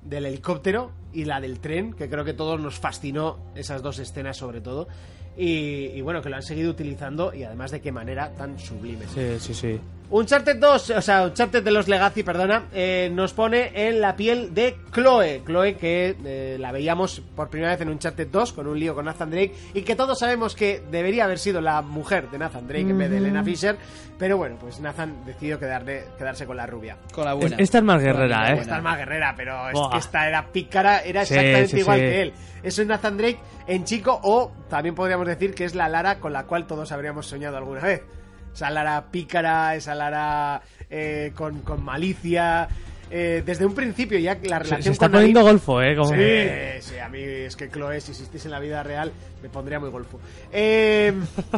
A: del helicóptero y la del tren, que creo que todos nos fascinó esas dos escenas sobre todo. Y, y bueno, que lo han seguido utilizando y además de qué manera tan sublime.
C: Sí, sí, sí.
A: Uncharted 2, o sea, Uncharted de los Legacy, perdona, eh, nos pone en la piel de Chloe. Chloe que eh, la veíamos por primera vez en Uncharted 2 con un lío con Nathan Drake y que todos sabemos que debería haber sido la mujer de Nathan Drake en vez de Elena Fisher, pero bueno, pues Nathan decidió quedarle- quedarse con la rubia.
B: Con la buena.
C: Es- esta es más guerrera,
A: Esta
C: ¿eh?
A: es más guerrera, pero es
C: Buah.
A: que esta era pícara, era
C: Sí,
A: exactamente
C: sí,
A: igual
C: sí.
A: que él. Eso es Nathan Drake en chico, o también podríamos decir que es la Lara con la cual todos habríamos soñado alguna vez. Esa Lara pícara, esa Lara eh, con, con malicia. eh, desde un principio ya la
C: Se,
A: relación
C: se está
A: con Nadine-
C: poniendo golfo, ¿eh? Como...
A: Sí, sí, a mí es que Chloe, si existís en la vida real, me pondría muy golfo. Eh,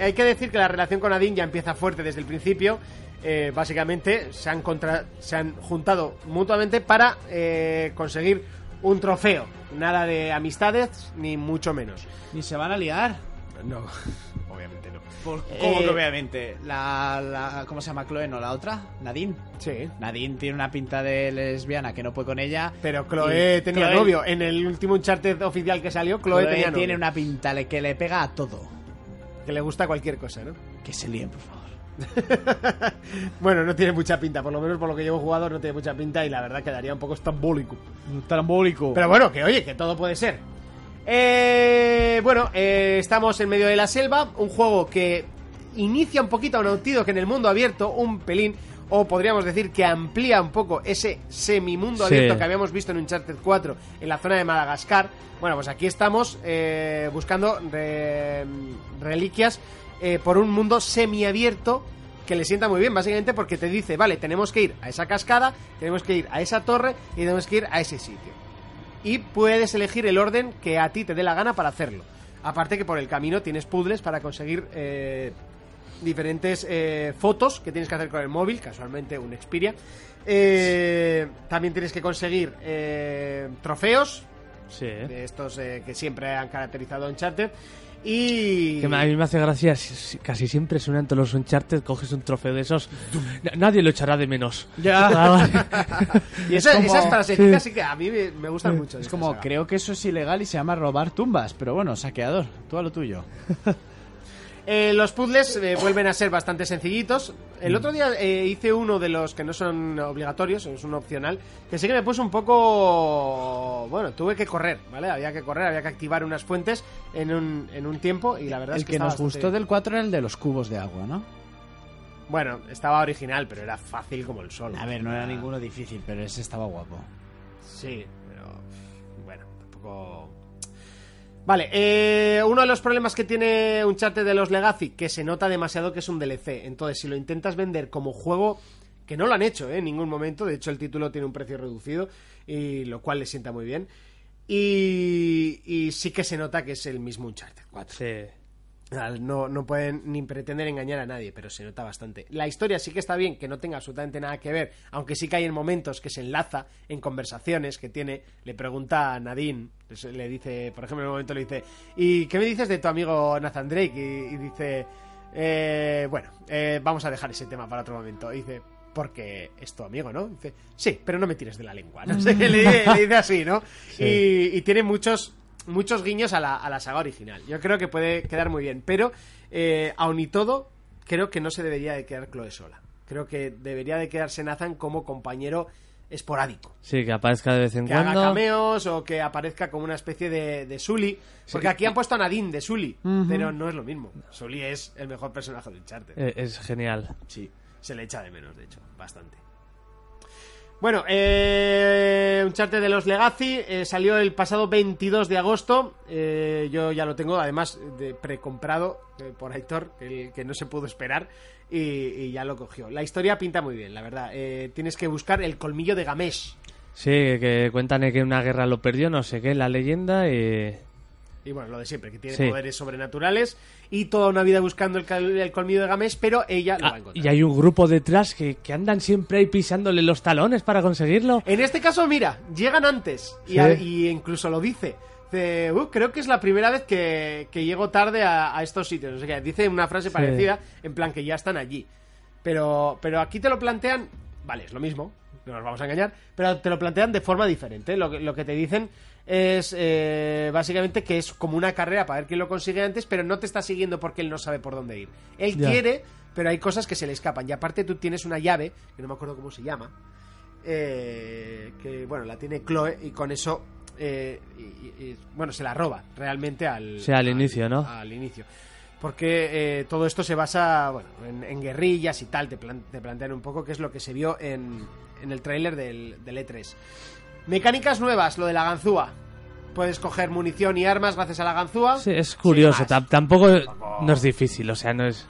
A: hay que decir que la relación con Nadine ya empieza fuerte desde el principio. Eh, básicamente se han, contra- se han juntado mutuamente para eh, conseguir un trofeo. Nada de amistades, ni mucho menos.
B: Ni se van a liar.
A: No, obviamente no.
B: ¿Por
A: Eh,
B: ¿Cómo que obviamente? La, la- ¿Cómo se llama Chloe? ¿No la otra? ¿Nadine?
A: Sí.
B: Nadine tiene una pinta de lesbiana que no puede con ella.
A: Pero Chloe
B: Y
A: tenía
B: Chloe-
A: novio. En el último Uncharted oficial que salió, Chloe,
B: Chloe,
A: tenía novio.
B: tiene una pinta le- que le pega a todo.
A: Que le gusta cualquier cosa, ¿no?
B: Que se líen, por favor.
A: Bueno, no tiene mucha pinta, por lo menos por lo que llevo jugado no tiene mucha pinta y la verdad quedaría un poco estambólico.
B: Trambólico.
A: Pero bueno, que oye, que todo puede ser. Eh, bueno, eh, estamos en medio de la selva, un juego que inicia un poquito a un autido que en el mundo abierto, un pelín, o podríamos decir que amplía un poco ese semimundo
C: Sí.
A: abierto que habíamos visto en Uncharted 4 en la zona de Madagascar. Bueno, pues aquí estamos eh, buscando re- reliquias eh, por un mundo semiabierto que le sienta muy bien, básicamente porque te dice, vale, tenemos que ir a esa cascada, tenemos que ir a esa torre y tenemos que ir a ese sitio y puedes elegir el orden que a ti te dé la gana para hacerlo. Aparte que por el camino tienes puzzles para conseguir eh, diferentes eh, fotos que tienes que hacer con el móvil, casualmente un Xperia. Eh, también tienes que conseguir eh, trofeos
C: Sí.
A: de estos eh, que siempre han caracterizado a Uncharted. Y...
C: Que a mí me hace gracia, si- si- casi siempre suenan todos los Uncharted, coges un trofeo de esos, na- nadie lo echará de menos. Ah,
A: y esa-
B: como-
A: esas frasecitas
C: Sí.
A: sí que a mí me, me gustan mucho. de
B: Es
A: esta
B: como,
A: saga.
B: creo que eso es ilegal y se llama robar tumbas, pero bueno, saqueador, tú a lo tuyo.
A: Eh, los puzzles eh, vuelven a ser bastante sencillitos. El otro día eh, hice uno de los que no son obligatorios, es un opcional, que sí que me puso un poco... Bueno, tuve que correr, ¿vale? Había que correr, había que activar unas fuentes en un, en un tiempo y la verdad
B: El
A: es que...
B: que
A: estaba
B: nos
A: bastante-
B: gustó del 4 era el de los cubos de agua, ¿no?
A: Bueno, estaba original, pero era fácil como el sol.
B: A ver, no era ninguno difícil, pero ese estaba guapo.
A: Sí, pero... Bueno, tampoco... Vale, eh, uno de los problemas que tiene un charte de los Legacy, que se nota demasiado que es un DLC. Entonces, si lo intentas vender como juego, que no lo han hecho ¿eh? en ningún momento, de hecho el título tiene un precio reducido, y lo cual le sienta muy bien. Y, y sí que se nota que es el mismo Uncharted 4.
C: Sí.
A: Al- No, no pueden ni pretender engañar a nadie, pero se nota bastante. La historia sí que está bien, que no tenga absolutamente nada que ver, aunque sí que hay en momentos que se enlaza en conversaciones que tiene. Le pregunta a Nadine, pues, le dice, por ejemplo, en un momento le dice, ¿y qué me dices de tu amigo Nathan Drake? Y, y dice, "Eh, bueno, eh, vamos a dejar ese tema para otro momento. Y dice, porque es tu amigo, ¿no? Y dice, sí, pero no me tires de la lengua. No sé, le, le dice así, ¿no? Y, y tiene muchos muchos guiños a la, a la saga original. Yo creo que puede quedar muy bien, pero eh, aun y todo, creo que no se debería de quedar Chloe sola. Creo que debería de quedarse Nathan como compañero esporádico.
C: Sí, que aparezca de vez en
A: Que haga
C: cuando.
A: cameos o que aparezca como una especie de, de Sully. Porque aquí han puesto a Nadine de Sully, pero no es lo mismo. Sully es el mejor personaje de Uncharted.
C: Eh, es genial.
A: Sí, se le echa de menos, de hecho, bastante. Bueno, eh, un charte de los Legacy eh, salió el pasado 22 de agosto. Eh, yo ya lo tengo, además, de precomprado eh, por Aitor, el que no se pudo esperar, y, y ya lo cogió. La historia pinta muy bien, la verdad. Eh, tienes que buscar el colmillo de Gamesh.
C: Sí, que cuentan que en una guerra lo perdió, no sé qué, la leyenda y...
A: Y bueno, lo de siempre, que tiene
C: Sí.
A: poderes sobrenaturales y toda una vida buscando el, cal- el colmillo de Gamesh, pero ella lo va
C: Ah,
A: a encontrar.
C: y hay un grupo detrás que, que andan siempre ahí pisándole los talones para conseguirlo.
A: En este caso, mira, llegan antes y,
C: Sí.
A: a- y incluso lo dice. Dice, "Uh, creo que es la primera vez que, que llego tarde a, a estos sitios. O sea, que dice una frase parecida, en plan que ya están allí. Pero, pero aquí te lo plantean, vale, es lo mismo, no nos vamos a engañar, pero te lo plantean de forma diferente. Lo, que- lo que te dicen es eh, básicamente que es como una carrera para ver quién lo consigue antes, pero no te está siguiendo porque él no sabe por dónde ir. Él
C: Ya.
A: quiere, pero hay cosas que se le escapan. Y aparte tú tienes una llave, que no me acuerdo cómo se llama, eh, que bueno, la tiene Chloe y con eso, eh, y- y- y, bueno, se la roba realmente al...
C: Sí, al inicio, ¿no?
A: Al inicio. Porque eh, todo esto se basa bueno, en, en guerrillas y tal, te, plan- te plantean un poco qué es lo que se vio en, en el tráiler del, del E3. Mecánicas nuevas, lo de la ganzúa. Puedes coger munición y armas gracias a la ganzúa.
C: Sí, es
A: Sin
C: curioso,
A: más,
C: tam- tampoco
A: Tampoco.
C: no es difícil, o sea, no es...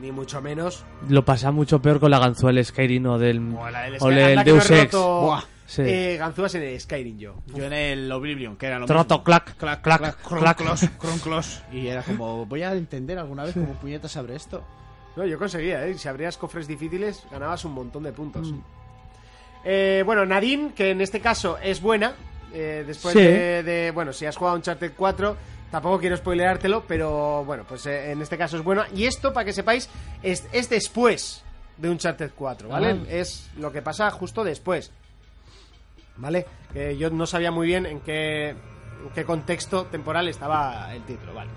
A: Ni mucho menos.
C: Lo pasa mucho peor con la ganzúa del Skyrim o del,
A: O la del
C: o
A: Sky-
C: del
A: anda que no
C: Deus
A: he
C: Ex.
A: roto,
B: Buah,
C: sí.
A: eh, ganzúas en el Skyrim yo.
B: Yo en el Oblivion, que era lo
C: Troto,
B: mismo.
C: clac, clac, clac, clac.
B: cronclos. Y era como, voy a entender alguna vez cómo puñetas abre esto.
A: No, yo conseguía, ¿eh? Si abrías cofres difíciles, ganabas un montón de puntos. Eh, bueno, Nadine, que en este caso es buena. eh, después
C: Sí.
A: de, de- Bueno, si has jugado Uncharted 4, tampoco quiero spoileártelo, pero bueno, pues eh, en este caso es buena. Y esto, para que sepáis, es, es después de Uncharted 4, ¿vale? Es lo que pasa justo después. ¿Vale? Que yo no sabía muy bien en qué, en qué contexto temporal estaba el título, ¿vale?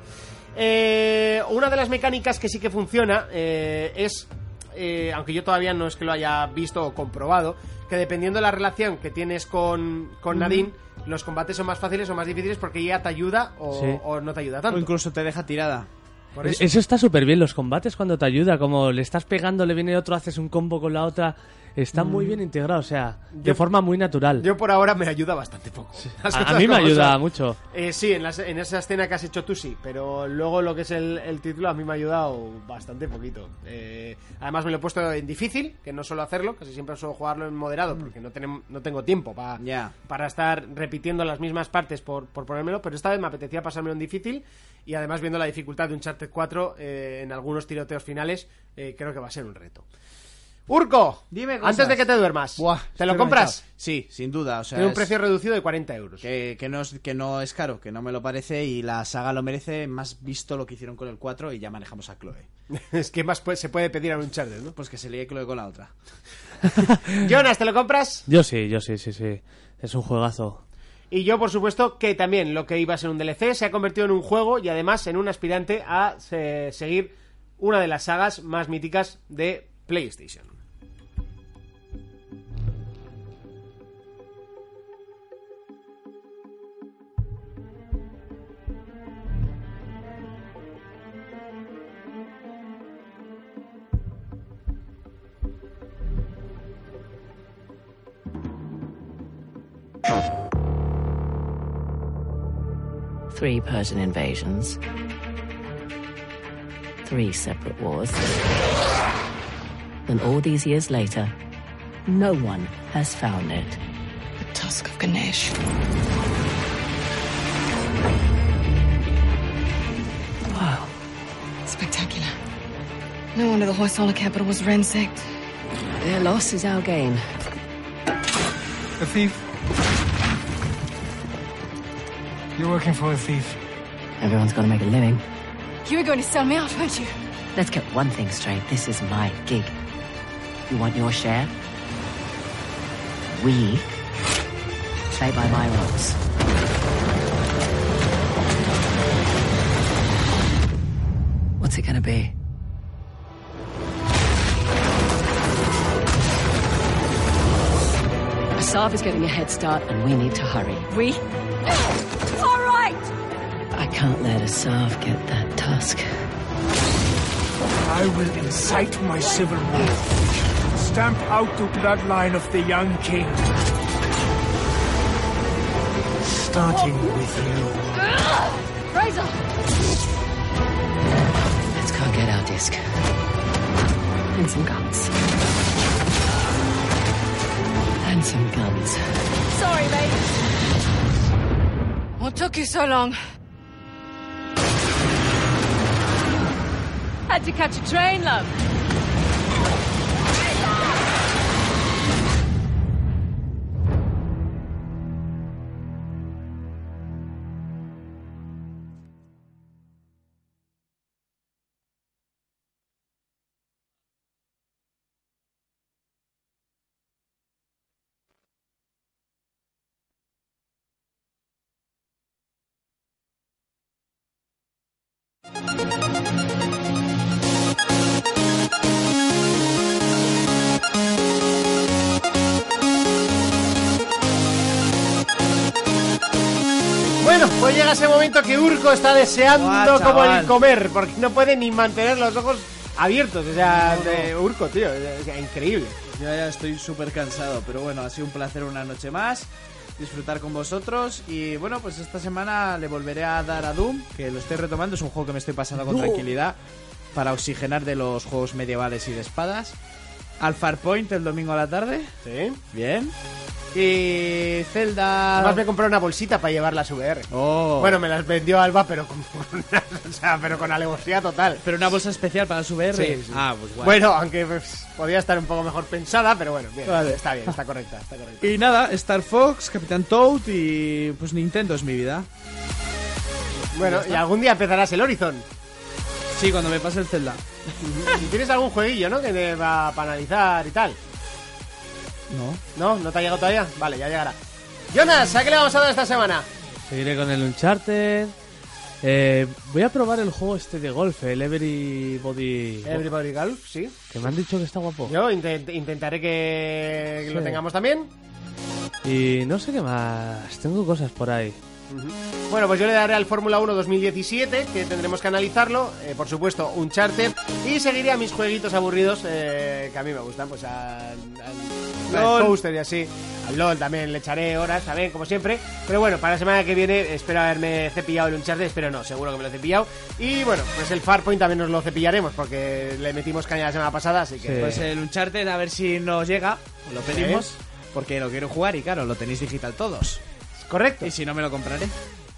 A: Eh, una de las mecánicas que sí que funciona eh, es, eh, aunque yo todavía no es que lo haya visto o comprobado, que dependiendo de la relación que tienes con, con Nadine, los combates son más fáciles o más difíciles porque ella te ayuda o,
C: Sí. eh,
A: o no te ayuda
B: O
A: tanto.
B: incluso te deja tirada. Por
C: Pues eso. está súper bien, los combates cuando te ayuda, como le estás pegando, le viene otro, haces un combo con la otra, está muy bien integrado, o sea, de
A: Mm. Yo-
C: forma muy natural.
A: Yo por ahora me ayuda bastante poco. Las
C: eh, A- a
A: cosas
C: mí me
A: como
C: ayuda
A: son.
C: mucho.
A: Eh, sí, en, las- en esa escena que has hecho tú sí, pero luego lo que es el, el título a mí me ha ayudado bastante poquito. Eh, además me lo he puesto en difícil, que no suelo hacerlo, casi siempre suelo jugarlo en moderado, porque no, tenem- no tengo tiempo para
B: Ya.
A: para estar repitiendo las mismas partes por, por ponérmelo, pero esta vez me apetecía pasármelo en difícil y además viendo la dificultad de un Charter 4 eh, en algunos tiroteos finales, eh, creo que va a ser un reto. Urco,
B: Dime cosas.
A: antes de que te duermas,
B: Buah,
A: ¿te
B: estoy
A: lo compras?
B: reventado. Sí, sin duda. O sea,
A: Tiene un
B: es-
A: precio reducido de 40 euros.
B: que, que no es, que no es caro, que no me lo parece y la saga lo merece, más visto lo que hicieron con el 4 y ya manejamos a Chloe.
A: es que más puede- se puede pedir a un Charter, ¿no?
B: Pues que se líe Chloe con la otra.
A: Jonas, ¿te lo compras?
C: Yo sí, yo sí, sí, sí. Es un juegazo.
A: Y yo, por supuesto, que también lo que iba a ser un DLC se ha convertido en un juego y además en un aspirante a eh, seguir una de las sagas más míticas de PlayStation.
K: Three Persian invasions. Three separate wars. And all these years later, no one has found it. The Tusk of Ganesh.
L: Wow. Spectacular. No wonder the Hoysala capital was ransacked.
K: Their loss is our gain.
M: A thief. You're working for a thief.
K: Everyone's got to make a living.
L: You were going to sell me out, weren't you?
K: Let's get one thing straight. This is my gig. You want your share? We play by my rules. What's it gonna be? Asava's getting a head start, and we need to hurry.
J: We? All right!
K: I can't let Asav get that tusk.
M: I will incite my civil war. Stamp out the bloodline of the young king. Starting with you.
L: Razor!
K: Let's go get our disc. And some guns. And some guns.
L: Sorry, mate. What took you so long? Had to catch a train, love.
A: Bueno, pues llega ese momento que Urco está deseando
B: Buah,
A: como el
B: chaval.
A: comer, porque no puede ni mantener los ojos abiertos. O sea, de Urco, tío, o sea, increíble.
B: Pues Yo ya estoy súper cansado, pero bueno, ha sido un placer una noche más disfrutar con vosotros y bueno, pues esta semana le volveré a dar a Doom, que lo estoy retomando, es un juego que me estoy pasando con
A: Doom.
B: tranquilidad para oxigenar de los juegos medievales y de espadas. Al Farpoint el domingo a la tarde.
A: Sí.
B: Bien. Y Zelda...
A: Además me compré una bolsita para llevar las VR.
B: Oh.
A: Bueno, me las vendió Alba, pero con, o sea, pero con alevosía total.
B: Pero una bolsa especial para su VR.
A: Sí, sí.
B: Ah, pues guay.
A: Bueno, aunque pues, podía estar un poco mejor pensada, pero bueno, bien,
B: Vale.
A: está bien, está correcta, está correcta.
B: Y nada, Star Fox, Capitán Toad y pues Nintendo es mi vida.
A: Bueno, y algún día empezarás el Horizon.
B: Sí, cuando me pase el Zelda.
A: Y tienes algún jueguillo, ¿no? Que te va para analizar y tal.
B: No.
A: ¿No? ¿No te ha llegado todavía? Vale, ya llegará. Jonas, ¿a qué le vamos a dar esta semana?
C: Seguiré con el Uncharted. Eh, voy a probar el juego este de golf, el Everybody.
A: Everybody Golf, sí.
C: Que me han dicho que está guapo.
A: Yo intent- intentaré que
C: Sí.
A: lo tengamos también.
C: Y no sé qué más. Tengo cosas por ahí.
A: Bueno, pues yo le daré al Fórmula 1 2017, que tendremos que analizarlo. eh, por supuesto, un charter. Y seguiré a mis jueguitos aburridos, eh, que a mí me gustan, pues al, al-
B: LOL.
A: al Coaster y así. Al LOL también le echaré horas, también, como siempre. Pero bueno, para la semana que viene espero haberme cepillado el Uncharted, espero no, seguro que me lo he cepillado. Y bueno, pues el Farpoint también nos lo cepillaremos, porque le metimos caña la semana pasada, así que...
B: Pues el Uncharted, a ver si nos llega. Lo pedimos. Porque lo quiero jugar y claro, lo tenéis digital todos.
A: Correcto.
B: Y si no, me lo compraré.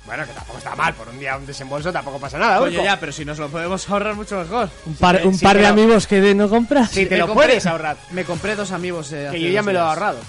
A: Bueno, que tampoco está mal, por un día un desembolso tampoco pasa nada,
B: Coño,
A: Urco.
B: ya, pero si nos lo podemos ahorrar mucho mejor.
C: Un par,
A: eh,
C: un par de amigos que de- no compras.
A: Si te lo
B: Me compré-
A: puedes ahorrar.
B: Me compré dos amigos. eh,
A: Que
B: hace
A: yo ya
B: dos
A: me lo he
B: días.
A: ahorrado.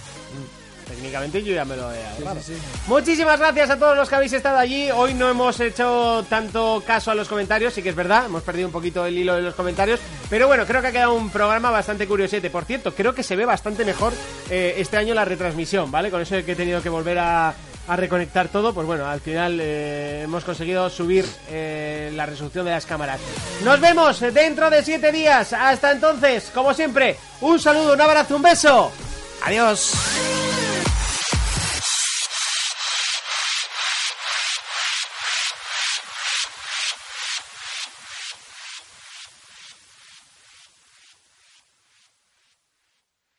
A: Técnicamente yo ya me lo he ahorrado. Muchísimas gracias a todos los que habéis estado allí. Hoy no hemos hecho tanto caso a los comentarios, sí que es verdad, hemos perdido un poquito el hilo de los comentarios. Pero bueno, creo que ha quedado un programa bastante curiosete. Por cierto, creo que se ve bastante mejor eh, este año la retransmisión, ¿vale? Con eso de que he tenido que volver a, a reconectar todo, pues bueno, al final eh, hemos conseguido subir eh, la resolución de las cámaras. Nos vemos dentro de siete días. Hasta entonces, como siempre, un saludo, un abrazo, un beso. Adiós.